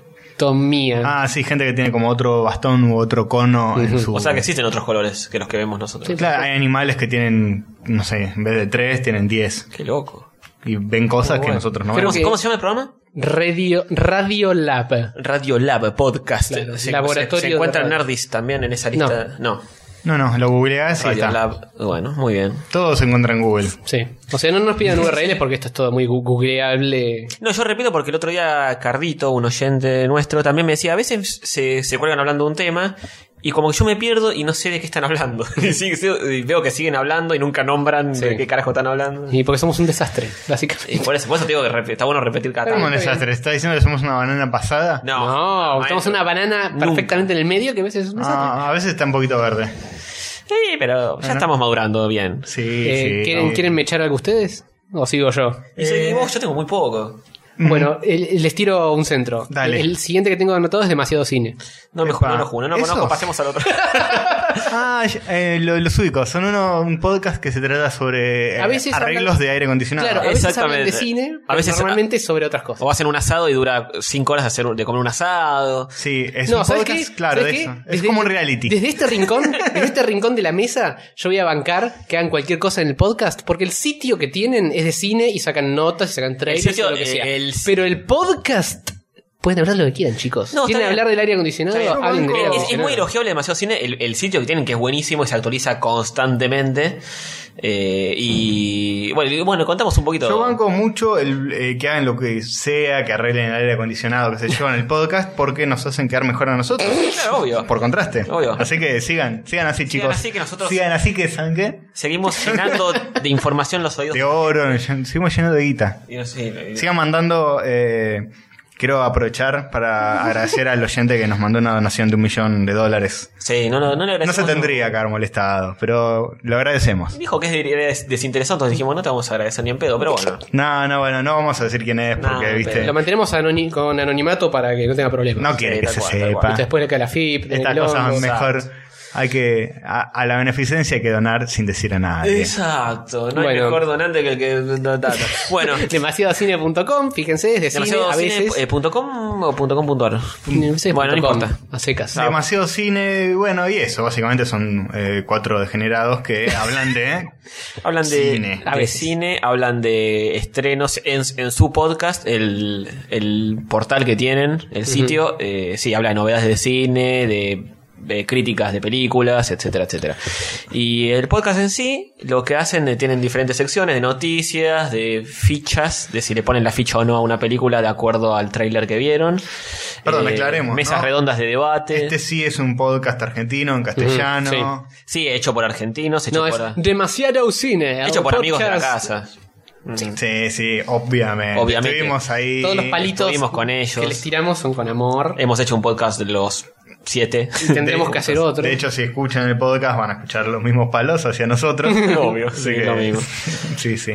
B: cuatritomía.
C: Ah, sí, gente que tiene como otro bastón u otro cono en su...
D: O sea que existen otros colores que los que vemos nosotros.
B: Sí.
C: Claro, hay animales que tienen, no sé, en vez de tres, tienen diez.
D: Qué loco.
C: Y ven cosas que
D: bueno.
C: nosotros no
B: Pero
D: ¿Cómo,
C: vemos.
D: se-
B: que-
D: cómo se llama el programa?
B: Radio, Radio Lab.
D: Radio Lab Podcast.
B: Claro,
D: Se-
B: laboratorio
D: se, se
B: de
D: encuentran
B: radio.
D: Nerdis también en esa lista. No.
C: No, no, lo googleás y
D: Radio
C: está.
D: Lab. Bueno, muy bien.
C: Todo se encuentra en Google.
B: Sí. O sea, no nos pidan URLs porque esto es todo muy gu- googleable.
D: No, yo repito porque el otro día Cardito, un oyente nuestro, también me decía, a veces se, se cuelgan hablando de un tema y como que yo me pierdo y no sé de qué están hablando. Y sí, sí, y veo que siguen hablando y nunca nombran
B: Sí.
D: de qué carajo están hablando.
B: Y porque somos un desastre, básicamente.
D: Y por eso, por eso te digo que rep- está bueno repetir cada
C: ¿Cómo
D: tanto.
C: un desastre? ¿Estás diciendo que somos una banana pasada?
D: No,
B: No,
D: maestro.
B: estamos una banana
D: Nunca.
B: perfectamente en el medio que a veces es un desastre.
C: Ah, a veces está un poquito verde.
D: Sí, pero ya
C: Ajá.
D: estamos madurando bien.
C: Sí,
B: Eh,
C: sí.
B: ¿quieren,
C: no.
B: ¿Quieren me echar algo ustedes? ¿O sigo yo?
D: Y soy- y vos, yo tengo muy poco.
B: Bueno, el- les tiro un centro.
C: Dale.
B: El, el siguiente que tengo anotado es demasiado cine.
D: No me
C: Epa,
D: no lo juro, no lo
C: ¿esos?
D: conozco, pasemos al otro.
C: Ah, ya- eh, lo- los ubicos. Son uno, un podcast que se trata sobre eh,
B: A veces
C: arreglos
B: hablan-
C: de aire acondicionado.
B: Claro, a veces hablan de
D: Exactamente.
B: cine,
D: A
B: a veces
D: veces-
B: normalmente sobre otras cosas.
D: o hacen un asado y dura cinco horas de, hacer, un- de comer un asado.
C: Sí, es
B: No,
C: un
B: ¿sabes
C: podcast,
B: qué?
C: claro,
B: ¿Sabes
C: de
B: qué?
C: eso. es
B: Desde-
C: como un reality.
B: Desde este rincón, desde este rincón de la mesa, yo voy a bancar que hagan cualquier cosa en el podcast, porque el sitio que tienen es de cine y sacan notas y sacan trailers
D: sitio,
B: o lo que
D: eh,
B: sea.
D: el-
B: Pero el podcast pueden hablar lo que quieran, chicos.
D: No, está
B: Quieren
D: bien.
B: hablar del aire acondicionado,
D: Está bien.
B: hablen del aire
D: Es- es,
B: acondicionado.
D: muy elogiable demasiado cine el, el sitio que tienen que es buenísimo y se actualiza constantemente eh, y bueno y- bueno contamos un poquito
C: Yo banco mucho el, eh, que hagan lo que sea, que arreglen el aire acondicionado, que se llevan el podcast, porque nos hacen quedar mejor a nosotros.
D: Claro, obvio
C: Por contraste.
D: Obvio.
C: Así que sigan, sigan así, chicos.
D: así que nosotros-
C: Sigan así que, ¿saben qué?
D: seguimos llenando de información los oídos
C: De oro, llen- seguimos llenos de guita.
D: Y no sé, y-
C: Sigan mandando eh, Quiero aprovechar para agradecer al oyente que nos mandó una donación de un millón de dólares.
D: Sí, no, no, no le
C: No
D: agradecemos.
C: se tendría que haber molestado, pero lo agradecemos.
D: Dijo que es de- de- desinteresado, entonces dijimos, no te vamos a agradecer ni en pedo, pero bueno.
C: No, no, bueno, no vamos a decir quién es porque,
D: No,
C: viste,
B: Lo mantenemos anoni- con anonimato para que no tenga problemas.
C: no quiere
D: Sí,
C: que
D: tal
C: se
D: cual, tal cual.
C: sepa.
B: Viste, Después le cae la FIP, tiene
C: Estas
B: quilombo.
C: cosas mejor hay que... A, a la beneficencia hay que donar sin decir a nadie.
D: Exacto, no hay
B: Bueno.
D: mejor donante que el que data. Bueno,
B: Demasiadocine.com, fíjense, es de cine,
D: demasiado
B: a veces.
D: .com o punto .com punto ar.
B: a veces
D: Bueno, no
B: punto com,
D: importa.
B: A secas.
C: Demasiado cine, bueno, y eso, básicamente son eh, cuatro degenerados que hablan de...
D: Hablan de,
C: Cine.
D: de
B: A veces.
D: cine, hablan de estrenos en, en su podcast, el, el portal que tienen, el sitio, eh, sí, habla de novedades de cine, de, de críticas de películas, etcétera, etcétera. Y el podcast en sí, lo que hacen, eh, tienen diferentes secciones de noticias, de fichas, de si le ponen la ficha o no a una película de acuerdo al tráiler que vieron. Eh,
C: Perdón, aclaremos,
D: Mesas
C: ¿no?
D: redondas de debate.
C: Este sí es un podcast argentino, en castellano.
D: Sí, hecho por argentinos, hecho
B: No, es
D: por...
B: demasiado cine.
D: Hecho
B: un
D: por amigos de la
B: podcast.
D: casa. Mm.
C: sí. sí, obviamente.
D: Obviamente.
C: Estuvimos ahí.
B: Todos los palitos
D: Estuvimos con ellos. Eh,
B: que les tiramos son con amor.
D: Hemos hecho un podcast de los siete.
B: y tendremos que hacer otro.
C: De hecho, si escuchan el podcast van a escuchar los mismos palos hacia nosotros.
D: Obvio,
C: Así
D: sí,
C: que-
D: lo mismo.
C: sí, sí.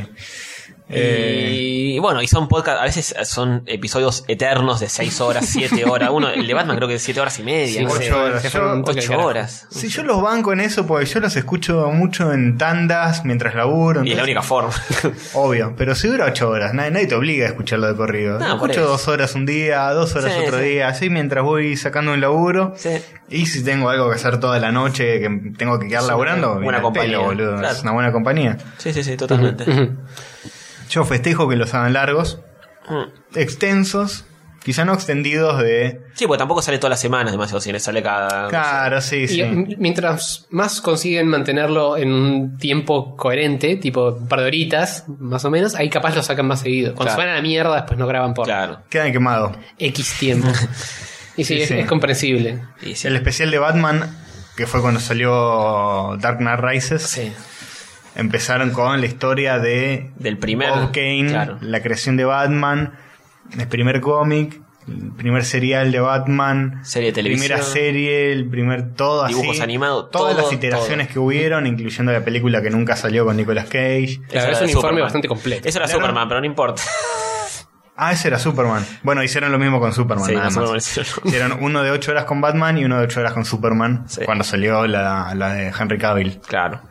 C: Eh,
D: Y bueno, y son podcast, a veces son episodios eternos de seis horas, siete horas. Uno, el de Batman creo que es siete horas y media.
B: Sí,
D: no
B: se-
D: sé.
C: ocho horas.
B: se fueron un toque al
D: Ocho
B: carajo.
D: horas.
C: Si yo los banco en eso, porque yo los escucho mucho en tandas mientras laburo.
D: Y es la
C: entonces-
D: única forma.
C: Obvio, pero si dura ocho horas, nadie, nadie te obliga a escucharlo de corrido.
D: No, por
C: escucho
D: eso.
C: dos horas un día, dos horas
D: Sí,
C: otro
D: sí.
C: día, así mientras voy sacando un laburo.
D: Sí.
C: Y si tengo algo que hacer toda la noche, que tengo que quedar
D: Es una
C: laburando,
D: buena
C: mira el
D: compañía,
C: pelo, boludo.
D: claro.
C: Es una buena compañía.
D: Sí, sí, sí, totalmente.
C: Yo festejo que los hagan largos,
D: Mm.
C: extensos, quizá no extendidos de...
D: Sí, porque tampoco sale todas las semanas demasiado cine, sale cada.
C: Claro, sí,
B: Y
C: sí.
B: m- mientras más consiguen mantenerlo en un tiempo coherente, tipo un par de horitas, más o menos, ahí capaz lo sacan más seguido.
D: Claro.
B: Cuando se van a la mierda, después no graban por
D: Claro.
C: Quedan quemados.
B: X tiempo. y sí,
C: Sí,
B: es,
C: sí.
B: es comprensible.
D: Y sí.
C: El especial de Batman, que fue cuando salió Dark Knight Rises,
D: Sí.
C: empezaron con la historia de
D: Del primer.
C: Bob Kane,
D: Claro.
C: la creación de Batman, el primer cómic, el primer serial de Batman,
D: Serie de televisión.
C: primera serie, el primer todo así.
D: Dibujos animados,
C: todas
D: todo,
C: las iteraciones que hubieron, incluyendo la película que nunca salió con Nicolas Cage.
B: Claro,
D: era
B: es un
D: de
B: informe
D: Superman.
B: bastante completo.
D: Eso era
C: Claro.
D: Superman, pero no importa.
C: Ah, ese era Superman. Bueno, hicieron lo mismo con Superman.
D: Sí,
C: nada
D: no, Superman,
C: más.
D: sí, no.
C: Hicieron uno de 8 horas con Batman y uno de 8 horas con Superman
D: Sí.
C: cuando salió la, la de Henry Cavill.
D: Claro.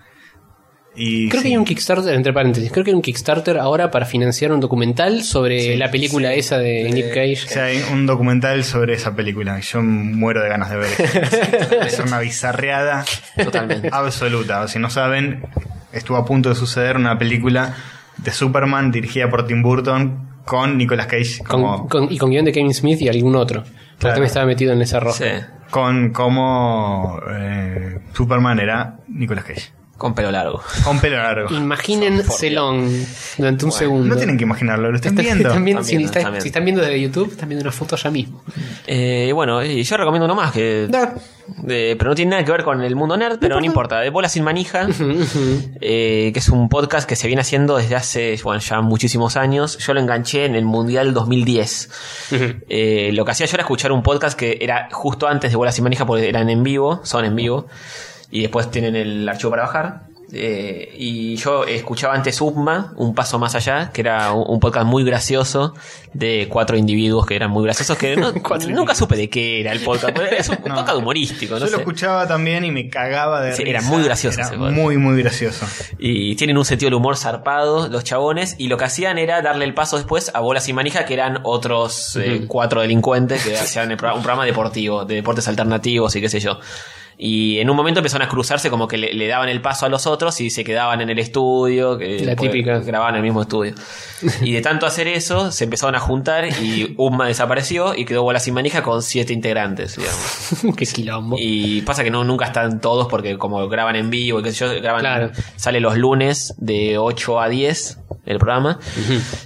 C: Y
B: Creo
C: sí.
B: que hay un Kickstarter, entre paréntesis, creo que hay un Kickstarter ahora para financiar un documental sobre la película esa de Nick Cage.
C: O sea, hay un documental sobre esa película. Yo muero de ganas de ver. eso. es una bizarreada
D: Totalmente.
C: absoluta. Si no saben, estuvo a punto de suceder una película de Superman dirigida por Tim Burton con Nicolas Cage
B: Con-
C: como, con,
B: con- y con guión de Kevin Smith y algún otro. Porque
C: Claro.
B: también estaba metido en ese arroz.
D: Sí.
C: como eh, Superman era Nicolas Cage.
D: Con pelo largo.
C: Con pelo largo.
B: Imaginen Celón durante un segundo.
C: No tienen que imaginarlo, lo están
B: Está-
C: viendo.
B: están viendo-
D: Están
B: si,
D: viendo,
B: está-
D: están viendo.
B: si están viendo desde YouTube, están viendo una foto allá mismo.
D: Eh, bueno, y yo recomiendo uno más que. de- pero no tiene nada que ver con el mundo nerd, pero no importa. De Bola sin Manija, eh, que es un podcast que se viene haciendo desde hace bueno, ya muchísimos años. Yo lo enganché en el Mundial 2010. Eh, lo que hacía yo era escuchar un podcast que era justo antes de Bola sin Manija, porque eran en vivo, son en vivo, y después tienen el archivo para bajar. Eh, y yo escuchaba antes Upma, Un Paso Más Allá, que era un, un podcast muy gracioso de cuatro individuos que eran muy graciosos, que no- nunca supe de qué era el podcast. pero Es un
C: No.
D: podcast humorístico, no
C: Yo lo
D: sé.
C: escuchaba también y me cagaba de
D: Sí,
C: risa.
D: era muy gracioso
C: Era
D: ese podcast.
C: muy, muy gracioso.
D: Y tienen un sentido del humor zarpado, los chabones, y lo que hacían era darle el paso después a Bolas y Manija, que eran otros eh, cuatro delincuentes que hacían el programa- un programa deportivo, de deportes alternativos y qué sé yo. Y en un momento empezaron a cruzarse como que le, le daban el paso a los otros y se quedaban en el estudio, que
B: La
D: después
B: típica.
D: grababan en el mismo estudio. Y de tanto hacer eso, se empezaron a juntar y Umma desapareció y quedó Bolas y Manija con siete integrantes, digamos.
B: Qué quilombo.
D: Y pasa que no, nunca están todos porque como graban en vivo y qué sé yo, graban,
B: Claro.
D: sale los lunes de 8 a 10 el programa.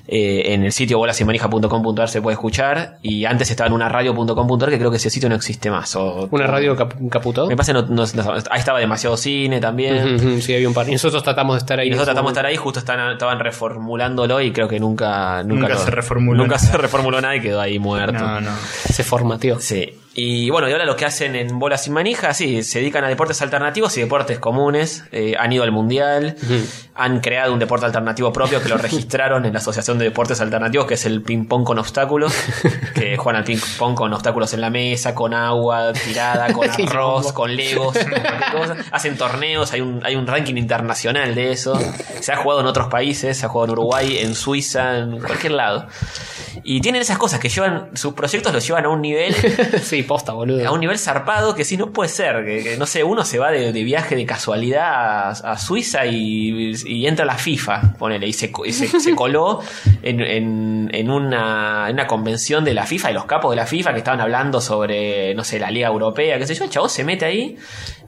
D: Eh, en el sitio bolasinmanija.com.ar se puede escuchar y antes estaba en una radio.com.ar que creo que ese sitio no existe más. o-
B: Una radio cap- caputo.
D: me pasa, no- no- no- ahí estaba demasiado cine también.
B: Ujú, ujú, sí, había un par. Y nosotros tratamos de estar ahí.
D: Y
B: en
D: nosotros
B: ese
D: tratamos de
B: momento.
D: estar ahí, justo están- estaban reformulándolo y creo que nunca... Nunca,
C: Nunca
D: lo-
C: se reformuló
D: Nunca
C: nada.
D: se reformuló nada y quedó ahí muerto.
C: No, no.
B: Se formateó.
D: Sí. Y bueno, y ahora lo que hacen en Bolas sin Manija, sí, se dedican a deportes alternativos y deportes comunes. Eh, han ido al Mundial, han creado un deporte alternativo propio que lo registraron en la Asociación de Deportes Alternativos, que es el ping-pong con obstáculos. que juegan al ping-pong con obstáculos en la mesa, con agua tirada, con
B: Qué
D: arroz,
B: quilombo.
D: con legos, con cualquier cosa. Hacen torneos, hay un, hay un ranking internacional de eso. Se ha jugado en otros países, se ha jugado en Uruguay, en Suiza, en cualquier lado. Y tienen esas cosas que llevan, sus proyectos los llevan a un nivel
B: sí, posta,
D: a
B: boludo.
D: un nivel zarpado que sí no puede ser. Que, que, no sé, uno se va de, de viaje de casualidad a, a Suiza y, y entra a la FIFA, ponele, y se, co- y se- se coló en, en- en una, en una convención de la FIFA, de los capos de la FIFA que estaban hablando sobre, no sé, la Liga Europea, qué sé yo. El chavo se mete ahí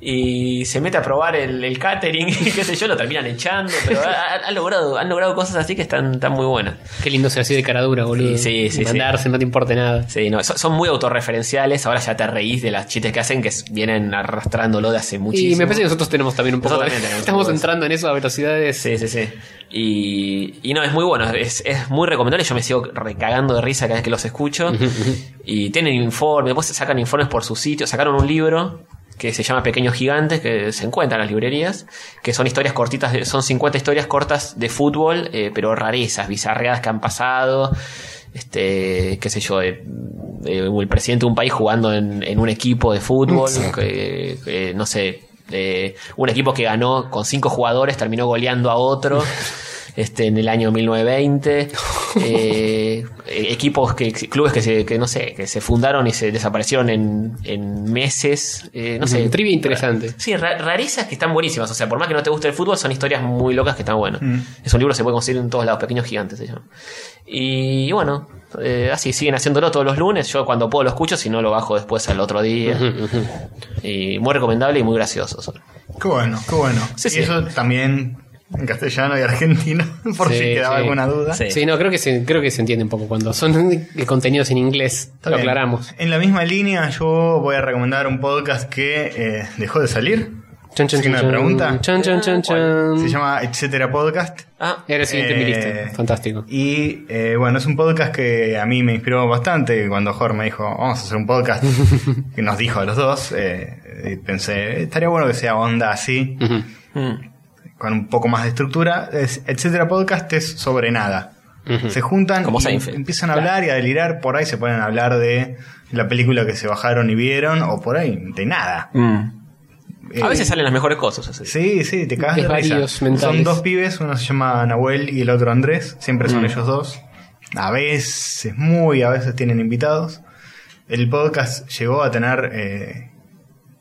D: y se mete a probar el, el catering, y qué sé yo, lo terminan echando, pero ha- ha- han logrado, han logrado cosas así que están, están muy buenas.
B: Qué lindo ser así de cara dura, boludo.
D: Sí, sí, sí,
B: Mandarse, no te importe nada.
D: Sí, no, son, son muy autorreferenciales. Ahora ya te reís de las chistes que hacen, que s- vienen arrastrándolo de hace muchísimo.
B: Y me parece que nosotros tenemos también un poco
D: Nosotros
B: de-
D: también tenemos un
B: Estamos
D: poco de eso.
B: entrando en eso a velocidades.
D: Sí, sí, sí. Y, y no, es muy bueno, es, es muy recomendable. Yo me sigo recagando de risa cada vez que los escucho. y tienen informes, después sacan informes por su sitio. Sacaron un libro que se llama Pequeños Gigantes, que se encuentra en las librerías, que son historias cortitas, de- son 50 historias cortas de fútbol, eh, pero rarezas, bizarreadas que han pasado. Este, qué sé yo, de- de un- el presidente de un país jugando en, en un equipo de fútbol, que- que, no sé, eh, un equipo que ganó con cinco jugadores, terminó goleando a otro. Este, en el año 1920 eh, eh, equipos que clubes que se que no sé que se fundaron y se desaparecieron en, en meses eh, no sé
B: Ujú, trivia interesante.
D: sí ra- rarezas que están buenísimas o sea por más que no te guste el fútbol son historias muy locas que están buenas es un libro que se puede conseguir en todos lados pequeños gigantes se llama. y bueno eh, así siguen haciéndolo todos los lunes yo cuando puedo lo escucho si no lo bajo después al otro día y muy recomendable y muy gracioso son.
C: Qué bueno, qué bueno.
D: Sí,
C: y
D: sí.
C: eso también en castellano y argentino, por
B: Sí,
C: si quedaba
B: sí.
C: alguna duda.
D: Sí.
B: Sí, no, creo que se, creo que se entiende un poco cuando son contenidos en inglés.
C: Está
B: lo
C: bien.
B: aclaramos.
C: En la misma línea, yo voy a recomendar un podcast que eh, dejó de salir.
B: Chan, chan,
C: ¿Signo de
B: chan,
C: pregunta?
B: Chan, chan, chan, chan.
C: Se llama Etcétera Podcast.
D: ah
B: Mm. Era el siguiente en mi
C: Eh,
B: lista. Fantástico.
C: Y eh, bueno, es un podcast que a mí me inspiró bastante. Cuando Jorge me dijo, vamos a hacer un podcast, que nos dijo a los dos, eh, y pensé, estaría bueno que sea onda así,
B: Ujú.
D: mm.
C: con un poco más de estructura. Es- etcétera, podcast es sobre nada. Se juntan
D: Como
C: y
D: Seinfeld.
C: empiezan a hablar y a delirar. Por ahí se ponen a hablar de la película que se bajaron y vieron, o por ahí de nada. Eh,
D: A veces salen las mejores cosas. así.
C: Sí, sí, te cagas de risa.
B: Desvaríos mentales.
C: Son dos pibes, uno se llama Nahuel y el otro Andrés. Siempre
D: Mm.
C: son ellos dos. A veces, muy a veces tienen invitados. El podcast llegó a tener eh,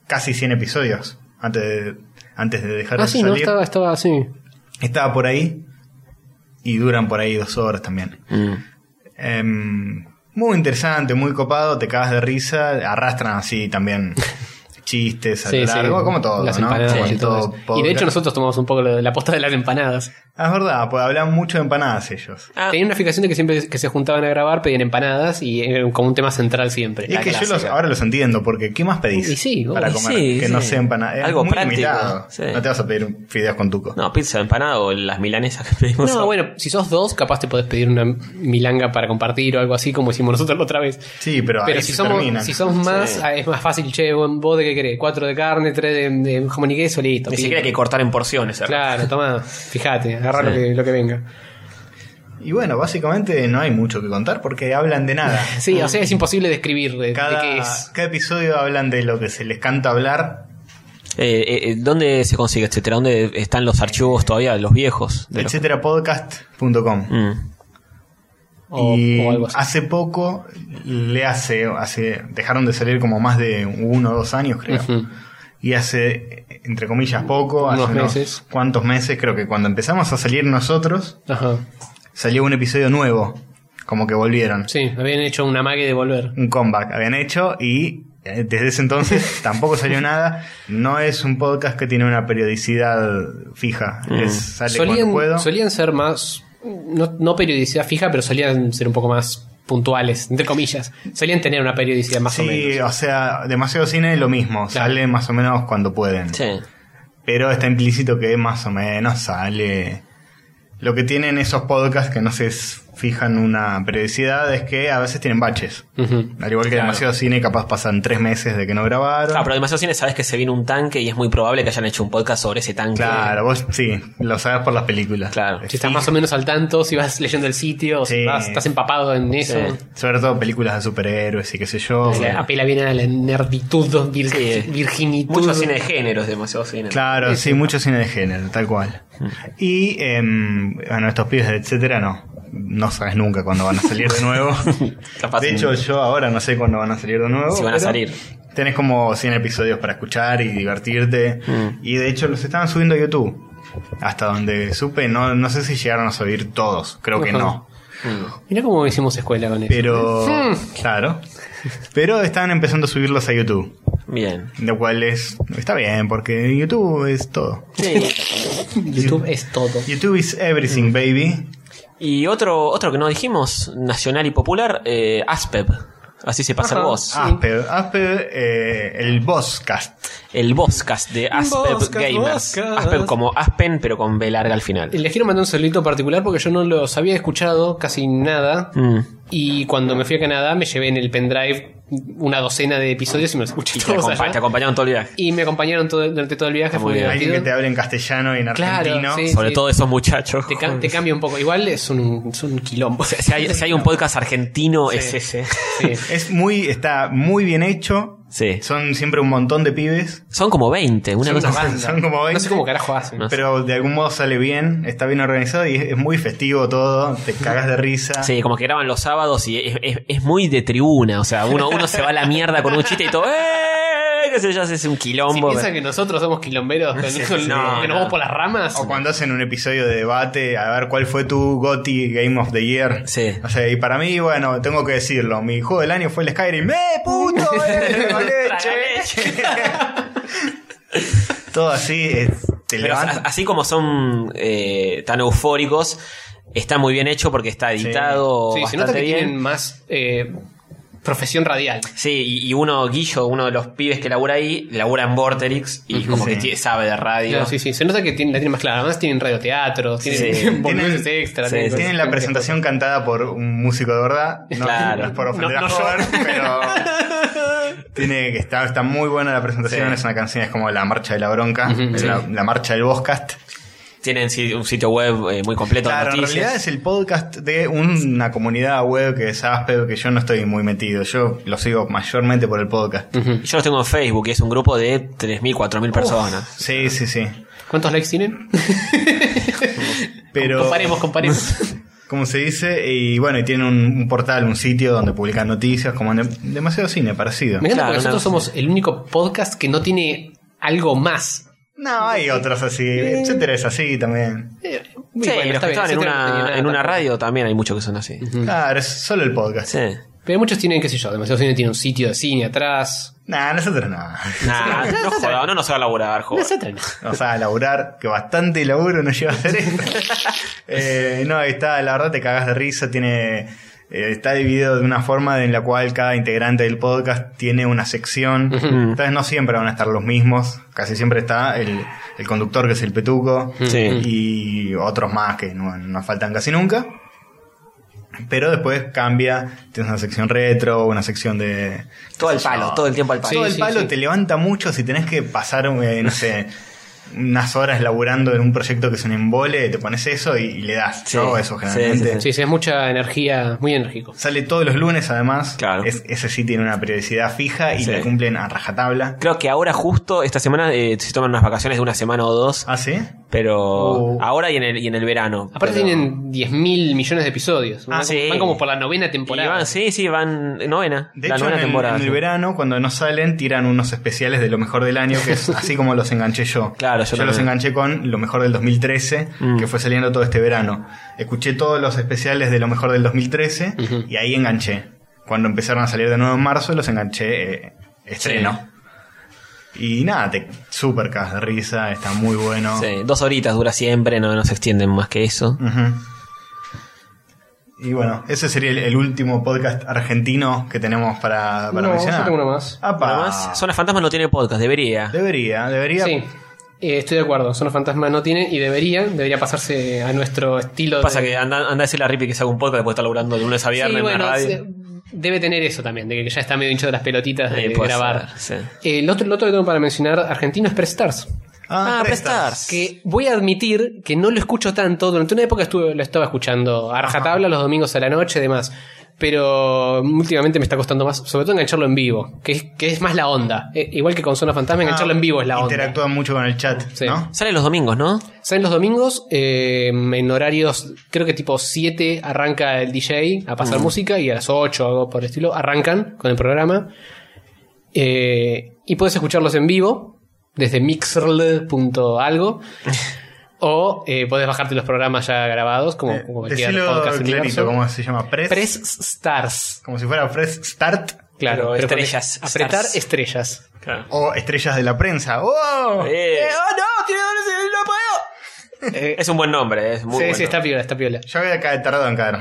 C: casi 100 episodios antes de, antes de dejar
B: Ah,
C: de
B: sí, no,
C: salir.
B: estaba, estaba así.
C: Estaba por ahí y duran por ahí dos horas también.
D: Mm.
C: Em, muy interesante, muy copado, te cagas de risa, arrastran así también chistes a lo
B: Sí, sí.
C: largo, como todo,
B: Las
C: ¿no?
B: empanadas
C: Como
B: y
C: todo
B: todo eso. Y de hecho
C: podcast.
B: nosotros tomamos un poco la, la posta de las empanadas.
C: Ah, es verdad, pues hablan mucho de empanadas ellos.
D: Ah,
B: Tenían una fijación de que siempre que se juntaban a grabar pedían empanadas y eh, como un tema central siempre.
C: Y es
D: la
C: que yo los,
D: clásica.
C: ahora los entiendo, porque ¿qué más pedís
B: Y sí, vos-
C: para
D: y
C: comer?
D: sí,
C: que
D: sí.
C: no sea empanada. Es
D: Algo
C: muy
D: práctico,
C: limitado.
D: sí.
C: No te vas a pedir un- fideos con tuco.
D: No, pizza empanada o las milanesas que pedimos.
B: No, bueno, si sos dos, capaz te podés pedir una milanga para compartir o algo así, como hicimos nosotros la otra vez.
C: Sí, pero,
B: Pero
C: ahí
B: si
C: se
B: somos,
C: terminan.
B: si somos más,
D: Sí.
B: ah, es más fácil, che, vos vos de qué querés, cuatro de carne, tres de, de jamón y queso, listo.
D: Ni
B: pi.
D: siquiera hay que cortar en porciones. ¿verdad?
B: Claro, toma, fíjate, agarra
D: Sí.
B: lo, que, lo que venga.
C: Y bueno, básicamente no hay mucho que contar porque hablan de nada.
B: Sí, o sea, es imposible describir de, de
C: Ah. Cada,
B: qué es.
C: cada episodio hablan de lo que se les canta hablar.
D: Eh, eh, eh, ¿Dónde se consigue, etcétera? ¿Dónde están los archivos todavía, los viejos? De los-
C: etcétera podcast.com.
D: Mm.
B: O,
C: y
B: o algo así.
C: hace poco le hace, hace dejaron de salir como más de uno o dos años creo
B: Ujú.
C: y hace entre comillas poco hace
B: Unos
C: unos
B: meses.
C: cuantos meses creo que cuando empezamos a salir nosotros
B: Ajá.
C: salió un episodio nuevo como que volvieron
B: Sí, habían hecho una mague de volver.
C: un comeback habían hecho y eh, desde ese entonces tampoco salió nada no es un podcast que tiene una periodicidad fija
B: Mm.
C: es, sale cuando puedo
B: solían ser más, no, no periodicidad fija, pero solían ser un poco más puntuales, entre comillas. Solían tener una periodicidad más o menos.
C: Sí, o sea, demasiado cine lo mismo, sale más o menos cuando pueden.
D: Sí.
C: Pero está implícito que más o menos sale. Lo que tienen esos podcasts que no se s- fijan una periodicidad es que a veces tienen baches.
B: Ujú.
C: Al igual que demasiado cine, capaz pasan tres meses de que no grabaron.
D: Claro, Ah, pero demasiado cine sabes que se viene un tanque y es muy probable que hayan hecho un podcast sobre ese tanque.
C: Claro, vos sí, lo sabes por las películas.
D: Claro.
B: Si estás más o menos al tanto, si vas leyendo el sitio, si
C: Sí.
B: vas- estás empapado en eso.
D: Sí.
C: Sobre todo películas de superhéroes y qué sé yo.
B: Se Apela bien a la nerditud, vir-
D: Sí.
B: virginitud.
D: Mucho cine de géneros, demasiado cine.
C: Claro, sí, mucho cine de género, tal cual.
D: Mm.
C: Y eh, bueno, estos pibes de etcétera, no. No sabes nunca cuándo van a salir de nuevo.
D: Capaz
C: de hecho, yo ahora no sé cuándo van a salir de nuevo.
D: Si van a
C: pero
D: salir.
C: Tenés como 100 episodios para escuchar y divertirte.
D: Mm.
C: Y de hecho, los estaban subiendo a YouTube. Hasta donde supe, no, no sé si llegaron a subir todos. Creo que
B: Ajá.
C: no.
D: Mm.
B: Mira cómo hicimos escuela con eso.
C: Pero. Claro. Pero estaban empezando a subirlos a YouTube.
D: Bien.
C: Lo cual es. Está bien, porque YouTube es todo.
B: YouTube es todo.
C: YouTube is everything, baby.
D: Y otro, otro que no dijimos, nacional y popular, eh, Aspeb. Así se pasa el voz.
C: Asper, Asper, eh, el Bosscast.
D: El Vozcast de Aspeb
B: Vozcast,
D: Gamers.
B: Vozcast.
D: Aspeb como Aspen, pero con B larga al final.
B: Les quiero mandar un saludito particular porque yo no los había escuchado casi nada.
D: Mm.
B: Y cuando me fui a Canadá me llevé en el pendrive una docena de episodios y me los escuché
D: Y te,
B: todos
D: acompa-
B: allá.
D: te acompañaron todo el viaje.
B: Y me acompañaron todo, durante todo el viaje.
D: Muy
B: fue
D: bien.
B: divertido.
C: Alguien que te hable en castellano y en
B: Claro,
C: argentino.
B: sí.
D: Sobre todo esos muchachos.
B: Te, cam- te cambia un poco. Igual es un, es un quilombo.
D: Si- si, hay, si hay un podcast argentino, es ese.
B: Sí.
C: Es muy, está muy bien hecho.
D: Sí.
C: Son siempre un montón de pibes.
D: Son como 20, una
B: Son
D: cosa
B: una
D: así.
B: banda.
C: Son como
B: No sé
C: 20.
B: cómo carajo hacen.
D: No sé.
C: Pero de algún modo sale bien, está bien organizado y es, es muy festivo todo, te cagas de risa.
D: Sí, como que graban los sábados y es, es- es muy de tribuna. O sea, uno, uno se va a la mierda con un chiste y todo. ¡Eh! ¿Qué sé yo? Es un
B: Si
D: quilombo.
B: piensan que nosotros somos quilomberos, con- con-
D: no,
B: que nos
D: no.
B: vamos por las ramas.
C: O cuando hacen un episodio de debate, a ver cuál fue tu GOTI Game of the Year.
D: Sí.
C: O sea, y para mí, bueno, tengo que decirlo, mi juego del año fue el Skyrim. ¡Eh, puto! Era el de leche! Todo así, es- te
D: Pero as-
C: levantas.
D: así como son eh, tan eufóricos, está muy bien hecho porque está editado
B: Sí, se
D: bastante
B: nota que
D: bien.
B: tienen más eh, profesión radial.
D: Sí, y, y uno, Guillo, uno de los pibes que labura ahí, labura en Vorterix y como
C: Sí.
D: que tie- sabe de radio.
B: Claro, sí, sí, se nota que tienen, la tienen más clara. Además tienen radioteatro, tienen
D: sí.
B: boludeces
C: Tienen-
B: extra.
D: sí,
B: tienen cosas-
C: Tienen la presentación cantada por un músico de verdad. No,
D: Claro.
C: no es por ofender
B: No,
C: a
B: no
C: Robert, pero. Tiene que estar, está muy buena la presentación.
D: Sí.
C: Es una canción, es como la marcha de la bronca,
B: Ujú,
C: la, la marcha del Boscast.
D: Tienen si- un sitio web eh, muy completo
C: Claro,
D: de
C: en
D: noticias.
C: realidad es el podcast de una comunidad web que es Aspedo, que yo no estoy muy metido. Yo lo sigo mayormente por el podcast.
D: Yo los tengo en Facebook y es un grupo de 3.000, 4.000 personas.
C: Sí, sí, sí.
B: ¿Cuántos likes tienen?
C: Pero,
B: Comparemos, comparemos.
C: como se dice, y bueno, y tienen un, un portal, un sitio donde publican noticias, como en dem- demasiado cine, parecido.
B: Me encanta
D: Claro,
B: porque nosotros
D: no.
B: somos el único podcast que no tiene algo más.
C: No, hay otros así, etcétera, es así también.
B: Eh,
D: Sí,
B: muy bueno,
D: y los
B: está
D: que
B: bien,
D: estaban en
B: etcétera, no tenía
D: una,
B: nada
D: en una
B: tampoco.
D: radio también hay muchos que son así.
C: Claro, es solo el podcast.
D: Sí.
B: Pero muchos tienen, qué sé yo, demasiado cine tiene un sitio de cine atrás.
C: Nah, nosotros no.
D: Nah, no jodas, no nos va a laburar, joder.
B: Etcétera, no.
C: O sea, laburar, que bastante laburo nos lleva a hacer esto. Eh, no, está, la verdad te cagas de risa, tiene. eh, está dividido de una forma en la cual cada integrante del podcast tiene una sección. Entonces no siempre van a estar los mismos. Casi siempre está el, el conductor que es el petuco.
D: Sí.
C: Y otros más que no, no faltan casi nunca. Pero después cambia, tienes una sección retro, una sección de...
D: Todo al palo, todo el tiempo al palo.
C: todo
B: Sí,
C: el
B: sí,
C: palo
B: sí.
C: te levanta mucho si tenés que pasar, eh, no sé, unas horas laburando en un proyecto que es un embole, te pones eso y, y le das.
D: Sí.
C: Yo hago eso
D: Sí,
C: generalmente.
B: Sí, sí, es mucha energía, muy enérgico.
C: Sale todos los lunes además.
D: Claro.
C: Es- ese sí tiene una periodicidad fija y
D: Sí.
C: la cumplen a rajatabla.
D: Creo que ahora justo, esta semana, eh, se toman unas vacaciones de una semana o dos.
C: ¿Ah, sí?
D: Pero
C: Oh.
D: ahora y en el, y en el verano.
B: Aparte
D: Pero-
B: tienen 10 mil millones de episodios.
D: Ah,
B: van,
D: sí.
B: van como por la novena
D: y
B: temporada.
D: van, sí, sí, van novena.
C: De
D: la
C: hecho, en
D: novena
C: el,
D: temporada.
C: en el
D: sí.
C: verano, cuando no salen, tiran unos especiales de lo mejor del año, que es así como los enganché yo.
D: Claro, yo
C: yo
D: también.
C: los
D: Mm.
C: enganché con lo mejor del 2013, que fue saliendo todo este verano. Escuché todos los especiales de lo mejor del 2013 y ahí enganché. Cuando empezaron a salir de nuevo en marzo, los enganché eh, estreno. Y nada, te super cagas de risa, está muy bueno.
D: Sí, dos horitas dura siempre, no, no se extienden más que eso.
C: Ujú. Y bueno, ese sería el, el último podcast argentino que tenemos para, para
B: No,
C: mencionar.
B: yo tengo uno más.
C: Apa.
D: Además, Zona Fantasma no tiene podcast, debería.
C: Debería, debería.
B: Sí. Eh, estoy de acuerdo, Zona Fantasma no tiene y debería, debería pasarse a nuestro estilo
D: Pasa
B: de...
D: que anda, anda a decirle a Rippy que se haga un podcast después de estar laburando de lunes a
B: Sí,
D: viernes en
B: bueno,
D: la radio.
B: se- debe tener eso también, de que ya está medio hincho de las pelotitas de
D: Eh, puede
B: grabar.
D: ser, sí.
B: El otro, el otro que tengo para mencionar argentino es Prestars.
D: Ah,
C: Prestars.
D: Prestars.
B: Que voy a admitir que no lo escucho tanto. Durante una época estuve, lo estaba escuchando a rajatabla los domingos a la noche y demás. Pero últimamente me está costando más, sobre todo engancharlo en vivo, que es, que es más la onda. Eh, igual que con Zona Fantasma, engancharlo
C: Ah,
B: en vivo es la onda.
C: Interactúan mucho con el chat,
B: Sí.
C: ¿no?
D: Sale los domingos, ¿no?
B: Salen los domingos eh, en horarios, creo que tipo 7 arranca el DJ a pasar música y a las 8 o algo por el estilo arrancan con el programa. Eh, y puedes escucharlos en vivo desde mixrl.algo o eh, puedes bajarte los programas ya grabados como,
C: Eh,
B: como cualquier
C: Decilo
B: podcast
C: clarito,
B: universo.
C: ¿cómo se llama? Press.
B: Press Stars.
C: Como si fuera Press Start
D: Pero
B: Claro, pero con-
D: estrellas,
B: Apretar
D: stars.
B: estrellas.
C: o Estrellas de la Prensa. ¡Oh!
D: Eh, ¡Oh, no! ¡Tiene doble sentido, no puedo!
B: Eh,
D: Es un buen nombre, es muy
B: sí,
D: bueno.
B: sí, está piola, está piola.
C: Yo había ca- tardado en caer.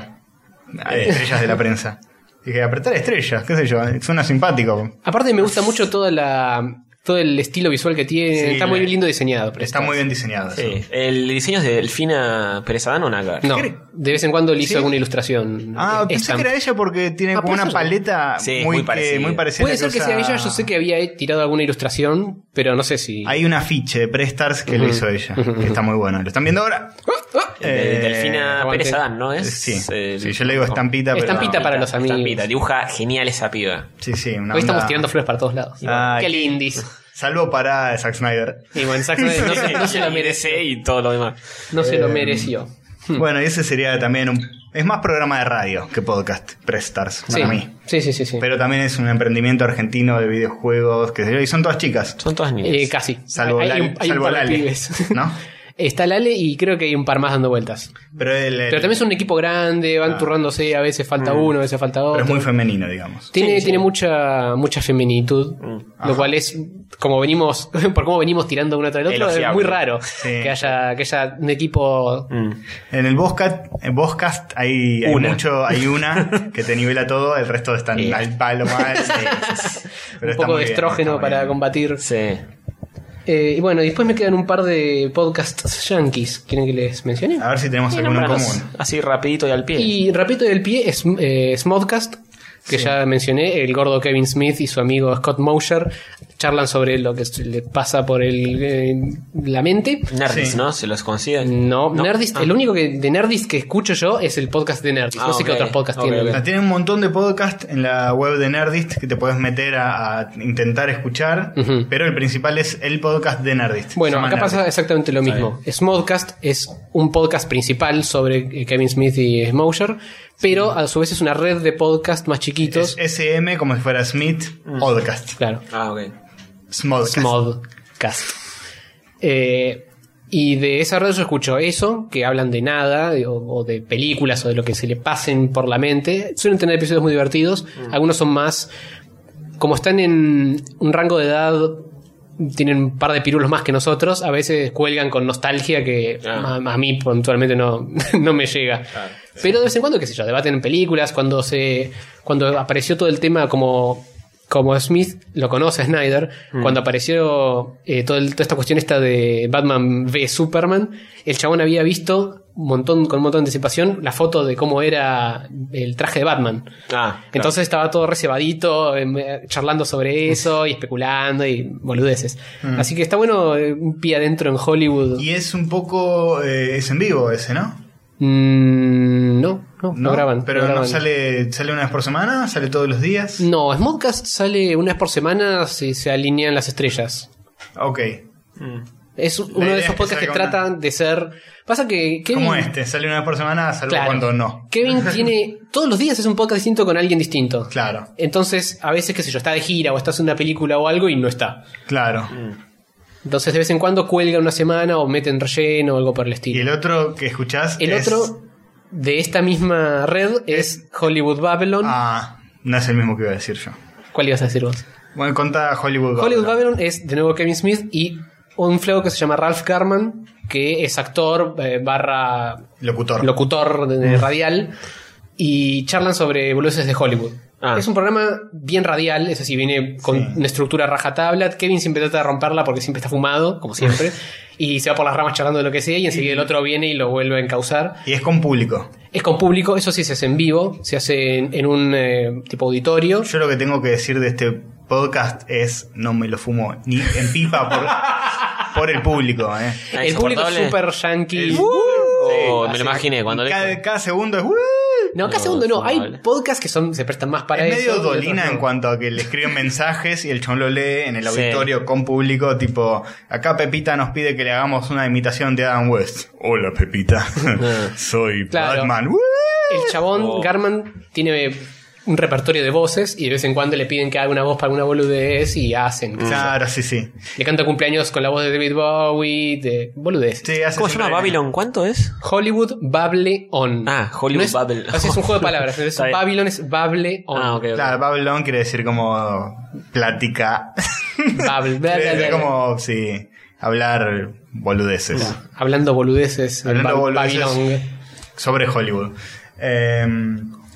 C: Ah, Estrellas de la Prensa. Dije, apretar estrellas, qué sé yo, eh, suena simpático.
B: Aparte me gusta mucho toda la todo el estilo visual que tiene,
C: Sí,
B: está muy
C: le-
B: lindo diseñado. pero
C: Está muy bien diseñado. eso.
D: Sí. ¿El diseño es de Delfina Pérez Adán o Nagar?
B: No,
C: ¿Cree?
B: de vez en cuando le hizo
C: ¿Sí?
B: alguna ilustración.
C: Ah,
B: eh,
C: pensé
B: estamp.
C: que era ella porque tiene
B: Ah,
C: como
B: puede
C: una
B: ser.
C: paleta
D: Sí,
C: muy,
D: muy
C: que-
D: parecida.
C: muy parecida.
B: Puede ser que sea
C: usa-
B: ella, yo sé que había eh, tirado alguna ilustración, pero no sé si...
C: Hay un afiche de Prestars que lo hizo ella, que está muy bueno. ¿Lo están viendo ahora?
B: ¡Oh,
D: El de
C: Eh,
D: Delfina
B: aguante.
D: Pérez Adán, ¿no es?
C: Sí,
D: El-
C: sí, yo le digo estampita, pero-
B: Estampita para los amigos.
D: Estampita, dibuja genial esa piba.
C: Sí, sí, una
B: Hoy estamos
C: onda-
B: tirando flores para todos lados.
C: Ay.
B: Qué lindis.
C: Salvo para Zack Snyder.
B: Y bueno, Zack Snyder no, se- no se lo
D: Y
B: mereció.
D: DC y todo lo demás.
B: No se
C: Eh,
B: lo mereció.
C: Bueno, y ese sería también un... Es más programa de radio que podcast, Prestars,
B: Sí.
C: para mí.
B: sí, sí, sí. sí.
C: Pero también es un emprendimiento argentino de videojuegos, que sé yo, y son todas chicas.
D: Son todas niñas.
B: Eh, casi.
C: Salvo
B: hay,
C: Lale-
B: un, hay un
C: salvo
B: par de
C: Lale,
B: pibes.
C: ¿no?
B: Está Lale y creo que hay un par más dando vueltas.
C: Pero, el- el-
B: Pero también es un equipo grande, van turrándose, a veces falta uno, a veces falta
C: Mm. pero
B: otro.
C: es muy femenino, digamos.
B: Tiene, tiene mucha, mucha feminitud,
C: Mm.
B: lo cual es, como venimos, por cómo venimos tirando uno tras el otro, es
D: Elogiable.
B: muy raro
C: Sí.
B: que haya, que haya un equipo.
D: Mm.
C: En el Boscast, en Boscast hay, hay
D: Una.
C: mucho, hay una que te nivela todo, el resto están
D: Eh.
C: al palo mal. sí, sí, sí. Pero
B: un
C: está
B: poco
C: muy
B: de
C: bien,
B: estrógeno
C: está muy
B: para
C: bien.
B: combatir.
D: Sí.
B: Eh, y bueno, después me quedan un par de podcasts yankees. ¿Quieren que les mencione?
C: A ver si tenemos alguno en
D: Nombranos
C: común.
D: Así rapidito y al pie.
B: Y rapidito del pie es eh, Smodcast, que ya mencioné, el gordo Kevin Smith y su amigo Scott Mosher charlan sobre lo que se le pasa por el, eh, la mente.
D: Nerdis,
C: Sí.
D: ¿no? Se los consiguen.
B: No, Nerdist,
D: Ah.
B: el único que de Nerdist que escucho yo es el podcast de Nerdist.
D: Ah,
B: no sé qué
D: ok,
B: otros podcasts
D: ok,
B: tienen.
D: ok.
C: O sea, tienen un montón de podcasts en la web de Nerdist que te puedes meter a, a intentar escuchar,
B: Ujú.
C: pero el principal es el podcast de Nerdist. Se
B: Bueno,
C: llama
B: acá pasa
C: Nerdist.
B: exactamente lo mismo. Smodcast es un podcast principal sobre eh, Kevin Smith y Mosher, pero a su vez es una red de podcasts más chiquitos.
C: Es SM como si fuera Smith, podcast.
B: claro,
D: Ah, ok.
C: Smodcast.
B: Smodcast. Eh, y de esa red yo escucho eso, que hablan de nada, de- o, o de películas, o de lo que se le pasen por la mente. Suelen tener episodios muy divertidos. Algunos son más. Como están en un rango de edad, tienen un par de pirulos más que nosotros. A veces cuelgan con nostalgia que
D: Ah.
B: a, a mí puntualmente no, no me llega. Pero de vez en cuando, qué sé yo, debaten en películas. Cuando se cuando apareció todo el tema como, como Smith, lo conoce Snyder, cuando apareció eh, todo el- toda esta cuestión esta de Batman v Superman, el chabón había visto un montón, con un montón de anticipación la foto de cómo era el traje de Batman.
D: Ah, claro.
B: Entonces estaba todo recebadito, em, eh, charlando sobre eso y especulando y boludeces. Así que está bueno eh, un pie adentro en Hollywood.
C: Y es un poco. eh, es en vivo ese, ¿no?
B: Mm, no, no, no,
C: ¿No?
B: graban.
C: Pero no
B: graban.
C: sale, sale una vez por semana, sale todos los días.
B: No, Smodcast sale una vez por semana si se alinean las estrellas.
C: Ok.
D: Mm.
B: Es uno
C: idea
B: de
C: es
B: esos
C: que
B: podcasts que
C: salga una.
B: tratan de ser. Pasa que Kevin.
C: Como este, sale una vez por semana, salvo
B: Claro.
C: cuando no.
B: Kevin tiene. Todos los días es un podcast distinto con alguien distinto.
C: Claro,
B: Entonces, a veces, qué sé yo, está de gira o está haciendo una película o algo y no está.
C: claro.
B: Entonces, de vez en cuando cuelga una semana o meten relleno o algo por el
C: Y
B: estilo.
C: el otro que escuchás.
B: El,
C: es-
B: otro de esta misma red es, Hollywood Babylon.
C: Ah, no es el mismo que iba a decir yo.
B: ¿Cuál ibas a decir vos?
C: Bueno, contá Hollywood
B: Hollywood
C: Babylon.
B: Babylon es de nuevo Kevin Smith y un flaco que se llama Ralph Garman, que es actor eh, barra
C: Locutor.
B: locutor de- de radial. y charlan sobre boludeces de Hollywood.
D: Ah.
B: Es un programa bien radial, es así, viene con una estructura rajatabla. Kevin siempre trata de romperla porque siempre está fumado, como siempre, y se va por las ramas charlando de lo que sea, y enseguida el otro viene y lo vuelve a encauzar.
C: Y es con público.
B: Es con público, eso sí se hace en vivo, se hace en, en un eh, tipo auditorio.
C: Yo lo que tengo que decir de este podcast es no me lo fumo ni en pipa por, por el público. Eh.
D: Ah,
B: el público es
D: insoportable.
B: súper yankee. ¡Uh!
D: Oh,
B: Sí,
D: me lo
B: así.
D: imaginé cuando le-
C: Cada, cada segundo es... "Uh".
B: No, cada
D: No,
B: segundo no. Hay
D: insoportable.
B: podcasts que son, se prestan más para
C: Es
B: eso.
C: medio
B: y otros
C: dolina
B: no.
C: en cuanto a que le escriben mensajes y el chon lo lee en el
D: Sí.
C: auditorio con público, tipo, acá Pepita nos pide que le hagamos una imitación de Adam West. Hola Pepita,
D: Ah.
C: soy
B: Claro.
C: Batman. ¡Uh!
B: El chabón,
D: Oh.
B: Garman, tiene un repertorio de voces y de vez en cuando le piden que haga una voz para una boludez y hacen.
D: Mm.
B: qué sé yo.
C: Claro, sí, sí.
B: Le canta cumpleaños con la voz de David Bowie, de boludez.
C: Sí, hace
D: ¿Cómo se
C: siempre
D: llama?
C: lo mismo.
D: ¿Babylon? ¿Cuánto es?
B: Hollywood Bable On.
D: Ah, Hollywood
B: No es-
D: Babble
B: o sea, es un juego de palabras.
D: Está
B: Entonces,
D: bien.
B: Babylon es Bable On.
D: Ah, ok. ok.
C: Claro, Babylon quiere decir como plática.
B: Bable, bla, bla,
C: Quiere
B: bla,
C: decir
B: bla.
C: como, sí, hablar boludeces.
B: Hablando boludeces. el
C: Hablando
B: Ba-
C: boludeces.
B: Babylon.
C: Sobre Hollywood. Eh,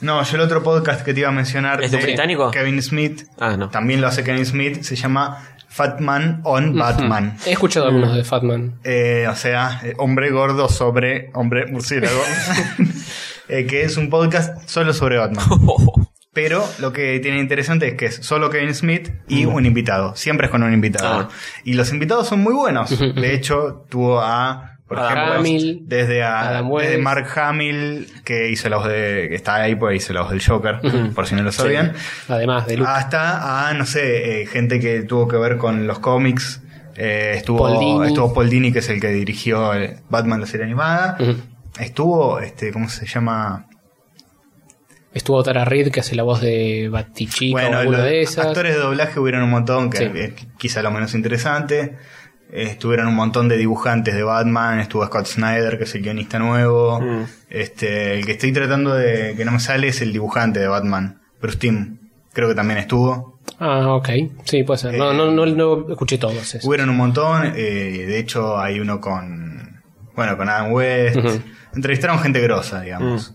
C: no, yo el otro podcast que te iba a mencionar.
D: ¿Es de un británico?
C: Kevin Smith.
D: Ah, no.
C: También lo hace Kevin Smith. Se llama Fat Man on Batman.
B: He
D: Mm.
B: escuchado algunos de Fatman.
C: Eh, o sea, eh, hombre gordo sobre hombre murciélago. Eh, que es un podcast solo sobre Batman. Pero lo que tiene interesante es que es solo Kevin Smith y un invitado. Siempre es con un
D: Ah.
C: invitado. Y los invitados son muy buenos. De hecho, tuvo a, por
D: Adam
C: ejemplo,
B: Hamill,
C: desde, a-
B: Adam
C: desde
B: West.
C: Mark Hamill, que hizo la voz de, que está ahí, pues hizo la voz del Joker, por si no lo sabían.
B: Además de Luke.
C: Ah. Hasta a, no sé, eh, gente que tuvo que ver con los cómics. Eh, estuvo,
B: Paul Dini.
C: estuvo Paul Dini, que es el que dirigió el Batman la serie animada.
B: Ujú.
C: Estuvo, este, ¿cómo se llama?
B: Estuvo Tara Reid, que hace la voz de Batichica o
C: Bueno,
B: alguna
C: los
B: de esas.
C: actores de doblaje hubieron un montón, que
B: Sí.
C: es quizá lo menos interesante. Eh, Estuvieron un montón de dibujantes de Batman, estuvo Scott Snyder, que es el guionista nuevo.
B: Mm.
C: Este, el que estoy tratando de que no me sale es el dibujante de Batman, Bruce Timm. Creo que también estuvo.
B: Ah, ok. Sí, puede ser. No,
C: Eh,
B: no, no, no escuché todos. esos.
C: Hubieron un montón, eh, de hecho hay uno con, bueno, con Adam West. Entrevistaron gente grosa, digamos.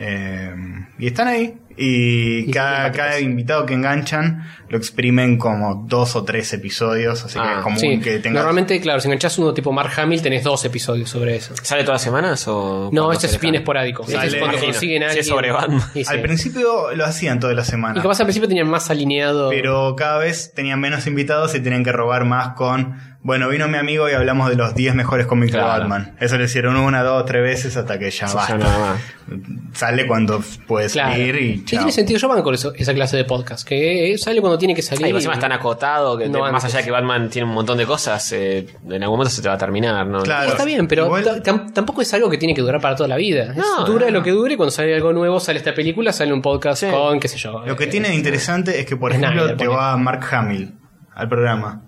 C: Eh, y están ahí. Y,
B: Mm. Y
C: cada,
B: simpáticos.
C: cada invitado que enganchan lo exprimen como dos o tres episodios, así que
D: Ah,
C: es común
B: Sí.
C: que tengas...
B: Normalmente, claro, si enganchás uno tipo Mark Hamill, tenés dos episodios sobre eso.
D: ¿Sale todas las semanas o.?
B: No,
D: cuando
B: este
D: se
B: es bien
D: dejan?
B: esporádico.
D: Sí,
B: Este es
C: sale-
B: cuando
D: imagino.
B: consiguen
D: Si
B: a alguien.
D: es sobre Batman.
B: Y sí.
C: Al principio lo hacían toda la semana.
B: Y capaz al principio tenían más alineado.
C: Pero cada vez tenían menos invitados y tenían que robar más con... Bueno, vino mi amigo y hablamos de los 10 mejores cómics de
D: Claro.
C: Batman. Eso lo hicieron una, dos, tres veces hasta que ya
D: Sí,
C: basta.
D: Ah, ya nada más.
C: Sale cuando puedes
B: claro.
C: salir y chao.
B: tiene sentido. Yo banco eso, esa clase de podcast. Que eh, sale cuando tiene que salir.
D: Ay, encima es tan acotado que
B: No
D: de- más
B: antes.
D: allá de que Batman tiene un montón de cosas, eh, en algún momento se te va a terminar, ¿no?
C: Claro.
B: Está bien, pero
C: Igual-
B: ta- tam- tampoco es algo que tiene que durar para toda la vida. Es
D: No,
B: dura
D: no.
B: lo que dure. Cuando sale algo nuevo, sale esta película, sale un podcast
D: Sí.
B: con, qué sé yo.
C: Lo que
B: eh,
C: tiene de interesante es que, por
B: Snyder,
C: ejemplo, te
B: ponele.
C: va Mark Hamill al programa.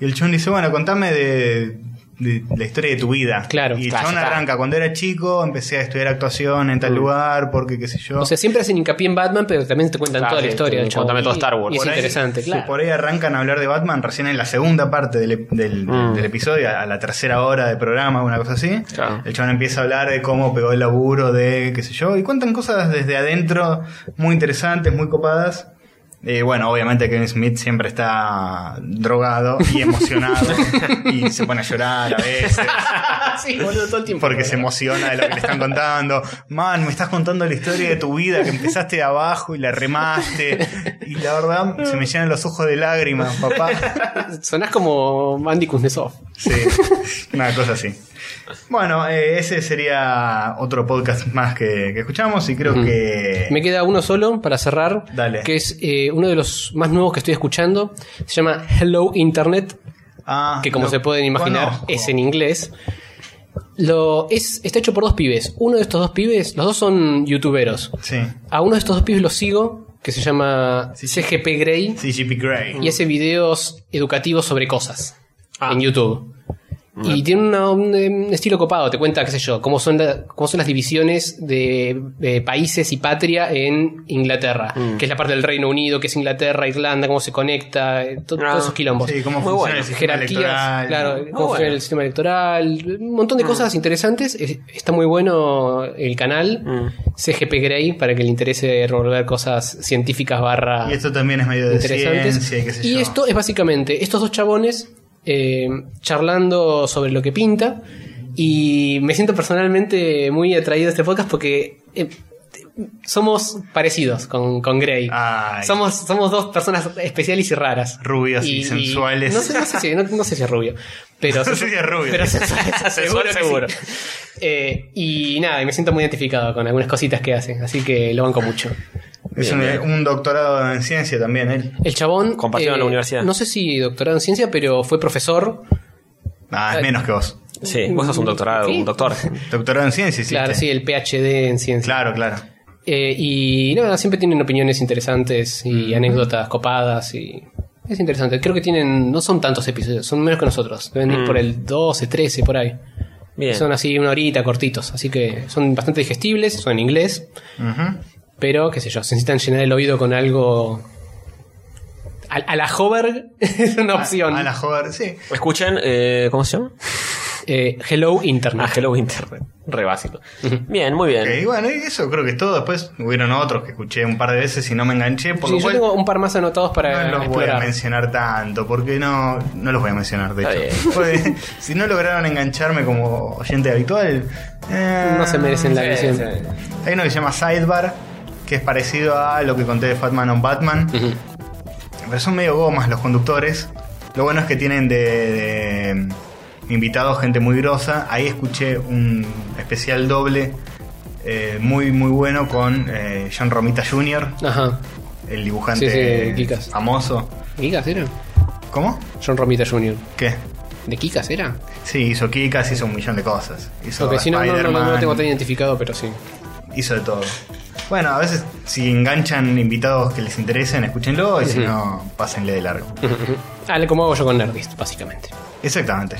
C: Y el chon dice, bueno, contame de, de la historia de tu vida.
B: Claro,
C: Y el
D: claro,
C: chon
D: ya está.
C: arranca, cuando era chico empecé a estudiar actuación en tal lugar, porque qué sé yo.
B: O sea, siempre hacen hincapié en Batman, pero también
C: Ah,
B: te cuentan
D: Claro,
B: toda la
D: sí,
B: historia.
D: te-
B: del chabón.
D: contame todo Star Wars.
B: Y es
D: Por
C: ahí-
B: interesante,
C: sí,
B: claro.
C: Por ahí arrancan a hablar de Batman recién en la segunda parte del, del-
D: Mm.
C: del episodio, a la tercera hora de programa, una cosa así.
D: Claro.
C: El chabón empieza a hablar de cómo pegó el laburo, de qué sé yo, y cuentan cosas desde adentro muy interesantes, muy copadas. Eh, bueno, obviamente Kevin Smith siempre está drogado y emocionado y se pone a llorar a veces
B: Ah, sí, boludo, todo el tiempo.
C: porque se emociona de lo que le están contando. Man, me estás contando la historia de tu vida, que empezaste de abajo y la remaste. Y la verdad, se me llenan los ojos de lágrimas, papá.
B: Sonás como Andy Kuznetsov.
C: Sí, una cosa así. Bueno, eh, ese sería otro podcast más que, que escuchamos y creo que...
B: Me queda uno solo para cerrar.
C: Dale.
B: Que es eh, uno de los más nuevos que estoy escuchando. Se llama Hello Internet.
C: Ah,
B: que como
C: lo
B: se pueden imaginar
C: conozco.
B: es en inglés. Lo, es, está hecho por dos pibes. Uno de estos dos pibes, los dos son youtuberos.
C: Sí,
B: A uno de estos dos pibes lo sigo, que se llama
C: Sí, sí.
B: CGP Grey,
C: CGP Grey.
B: y hace videos educativos sobre cosas
D: Ah.
B: en YouTube.
C: Ah.
B: Y tiene una- un, eh, un estilo copado, te cuenta, qué sé yo, cómo son, la- cómo son las divisiones de, de países y patria en Inglaterra,
C: Mm.
B: que es la parte del Reino Unido, que es Inglaterra, Irlanda, cómo se conecta, eh, to-
D: Ah.
B: todos esos quilombos.
C: Sí, cómo
D: Muy
C: funciona
D: bueno.
C: el sistema
B: Jerarquías,
C: electoral. Ah, Mm.
B: claro,
C: Muy
B: cómo funciona
D: bueno.
B: el sistema electoral, un montón de cosas interesantes. Es- Está muy bueno el canal
D: Mm.
B: CGP Grey para que le interese revolver cosas científicas barra
C: Y esto también es medio de
B: interesantes.
C: ciencia y qué sé
B: Y
C: yo.
B: esto es básicamente estos dos chabones eh, charlando sobre lo que pinta. Y me siento personalmente muy atraído a este podcast porque eh, somos parecidos con, con Grey.
C: Ay.
B: Somos, somos dos personas especiales y raras.
C: Rubias y sensuales.
B: No sé, no sé si, no- no sé si es rubio. Pero
C: No sé si es rubio.
B: Pero sensual, seguro. que sí.
D: seguro.
B: Eh, y nada, y me siento muy identificado con algunas cositas que hacen. Así que lo banco mucho.
C: Es un, un doctorado en ciencia también, él.
B: El chabón. eh,
D: Compartido en la universidad.
B: No sé si doctorado en ciencia, pero fue profesor.
C: Ah,
B: Ay.
C: es menos que vos.
D: Sí, vos sos un doctorado,
B: Sí.
D: un doctor.
C: Doctorado en ciencia, hiciste.
B: Claro, sí, el PhD en ciencia.
C: Claro, claro.
B: Eh, y nada, siempre tienen opiniones interesantes y
D: Mm.
B: anécdotas copadas y. Es interesante. Creo que tienen. No son tantos episodios, son menos que nosotros. Deben ir por el 12, 13, por ahí.
D: Mm. Bien.
B: Son así una horita cortitos. Así que son bastante digestibles, son en inglés.
C: Ujú.
B: Pero, qué sé yo, se necesitan llenar el oído con algo. A, a la hover es una opción.
C: A, a la joder, sí.
D: Escuchen, eh, ¿cómo se llama?
B: Eh, hello Internet.
D: Ah, Hello Internet. Re básico. Bien, muy bien.
C: Ok, bueno, y eso creo que es todo. Después hubieron otros que escuché un par de veces y no me enganché, por
B: Sí,
C: lo
B: yo
C: cual
B: tengo un par más anotados para
C: no los voy a
B: explorar.
C: mencionar tanto, porque no, no los voy a mencionar, de
D: Está
C: hecho. Porque si no lograron engancharme como oyente habitual, eh,
B: No se merecen la
D: Sí,
B: visión.
D: sí.
C: Hay uno que se llama Sidebar, que es parecido a lo que conté de Fatman on Batman. Pero son medio gomas los conductores. Lo bueno es que tienen de, de em, invitados gente muy grosa. Ahí escuché un especial doble eh, muy muy bueno con eh, John Romita Jr.,
B: Ajá.
C: el
B: Sí, sí,
C: dibujante
B: de Kikas.
C: famoso.
B: ¿Kikas era?
C: ¿Cómo?
B: John Romita Jr.
C: ¿Qué?
B: ¿De Kikas era?
C: Sí, hizo Kikas, hizo un millón de cosas. Hizo
B: Porque si no, no, no, no,
C: Spider-Man.
B: lo tengo tan identificado, pero sí.
C: hizo de todo. Bueno, a veces si enganchan invitados que les interesen, escúchenlo y si no, pásenle de largo.
B: Ah, le- como hago yo con Nerdist, básicamente.
C: Exactamente.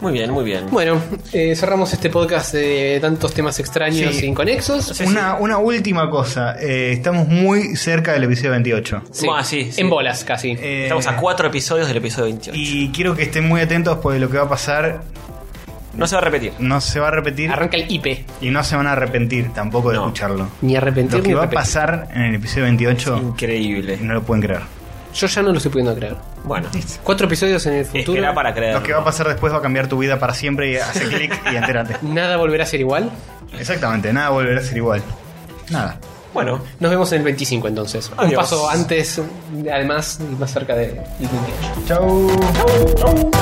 D: Muy bien, muy bien.
B: Bueno, eh, cerramos este podcast de tantos temas extraños
C: Sí.
B: e inconexos.
C: una, una última cosa, eh, estamos muy cerca del episodio 28.
B: Sí.
D: Ah, sí, sí.
B: En bolas, casi.
C: Eh,
D: Estamos a cuatro episodios del episodio 28.
C: Y quiero que estén muy atentos porque lo que va a pasar
D: No se va a repetir.
C: no se va a repetir
B: Arranca el IP.
C: y no se van a arrepentir tampoco de
D: No.
C: escucharlo.
B: Ni arrepentir
C: Lo
B: ni
C: que va a
B: arrepentir.
C: pasar en el episodio 28
D: Increíble.
C: no lo pueden creer.
B: Yo ya no lo estoy pudiendo creer.
D: Bueno,
B: Cuatro episodios en el futuro.
D: espera para creer.
C: Lo que va a pasar después va a cambiar tu vida para siempre y hace clic y entérate.
B: Nada volverá a ser igual.
C: Exactamente, nada volverá a ser igual. Nada.
D: Bueno,
B: Nos vemos en el 25 entonces. Un
D: Adiós.
B: paso antes, además, y más cerca de- del 28.
C: Chau.
D: chau.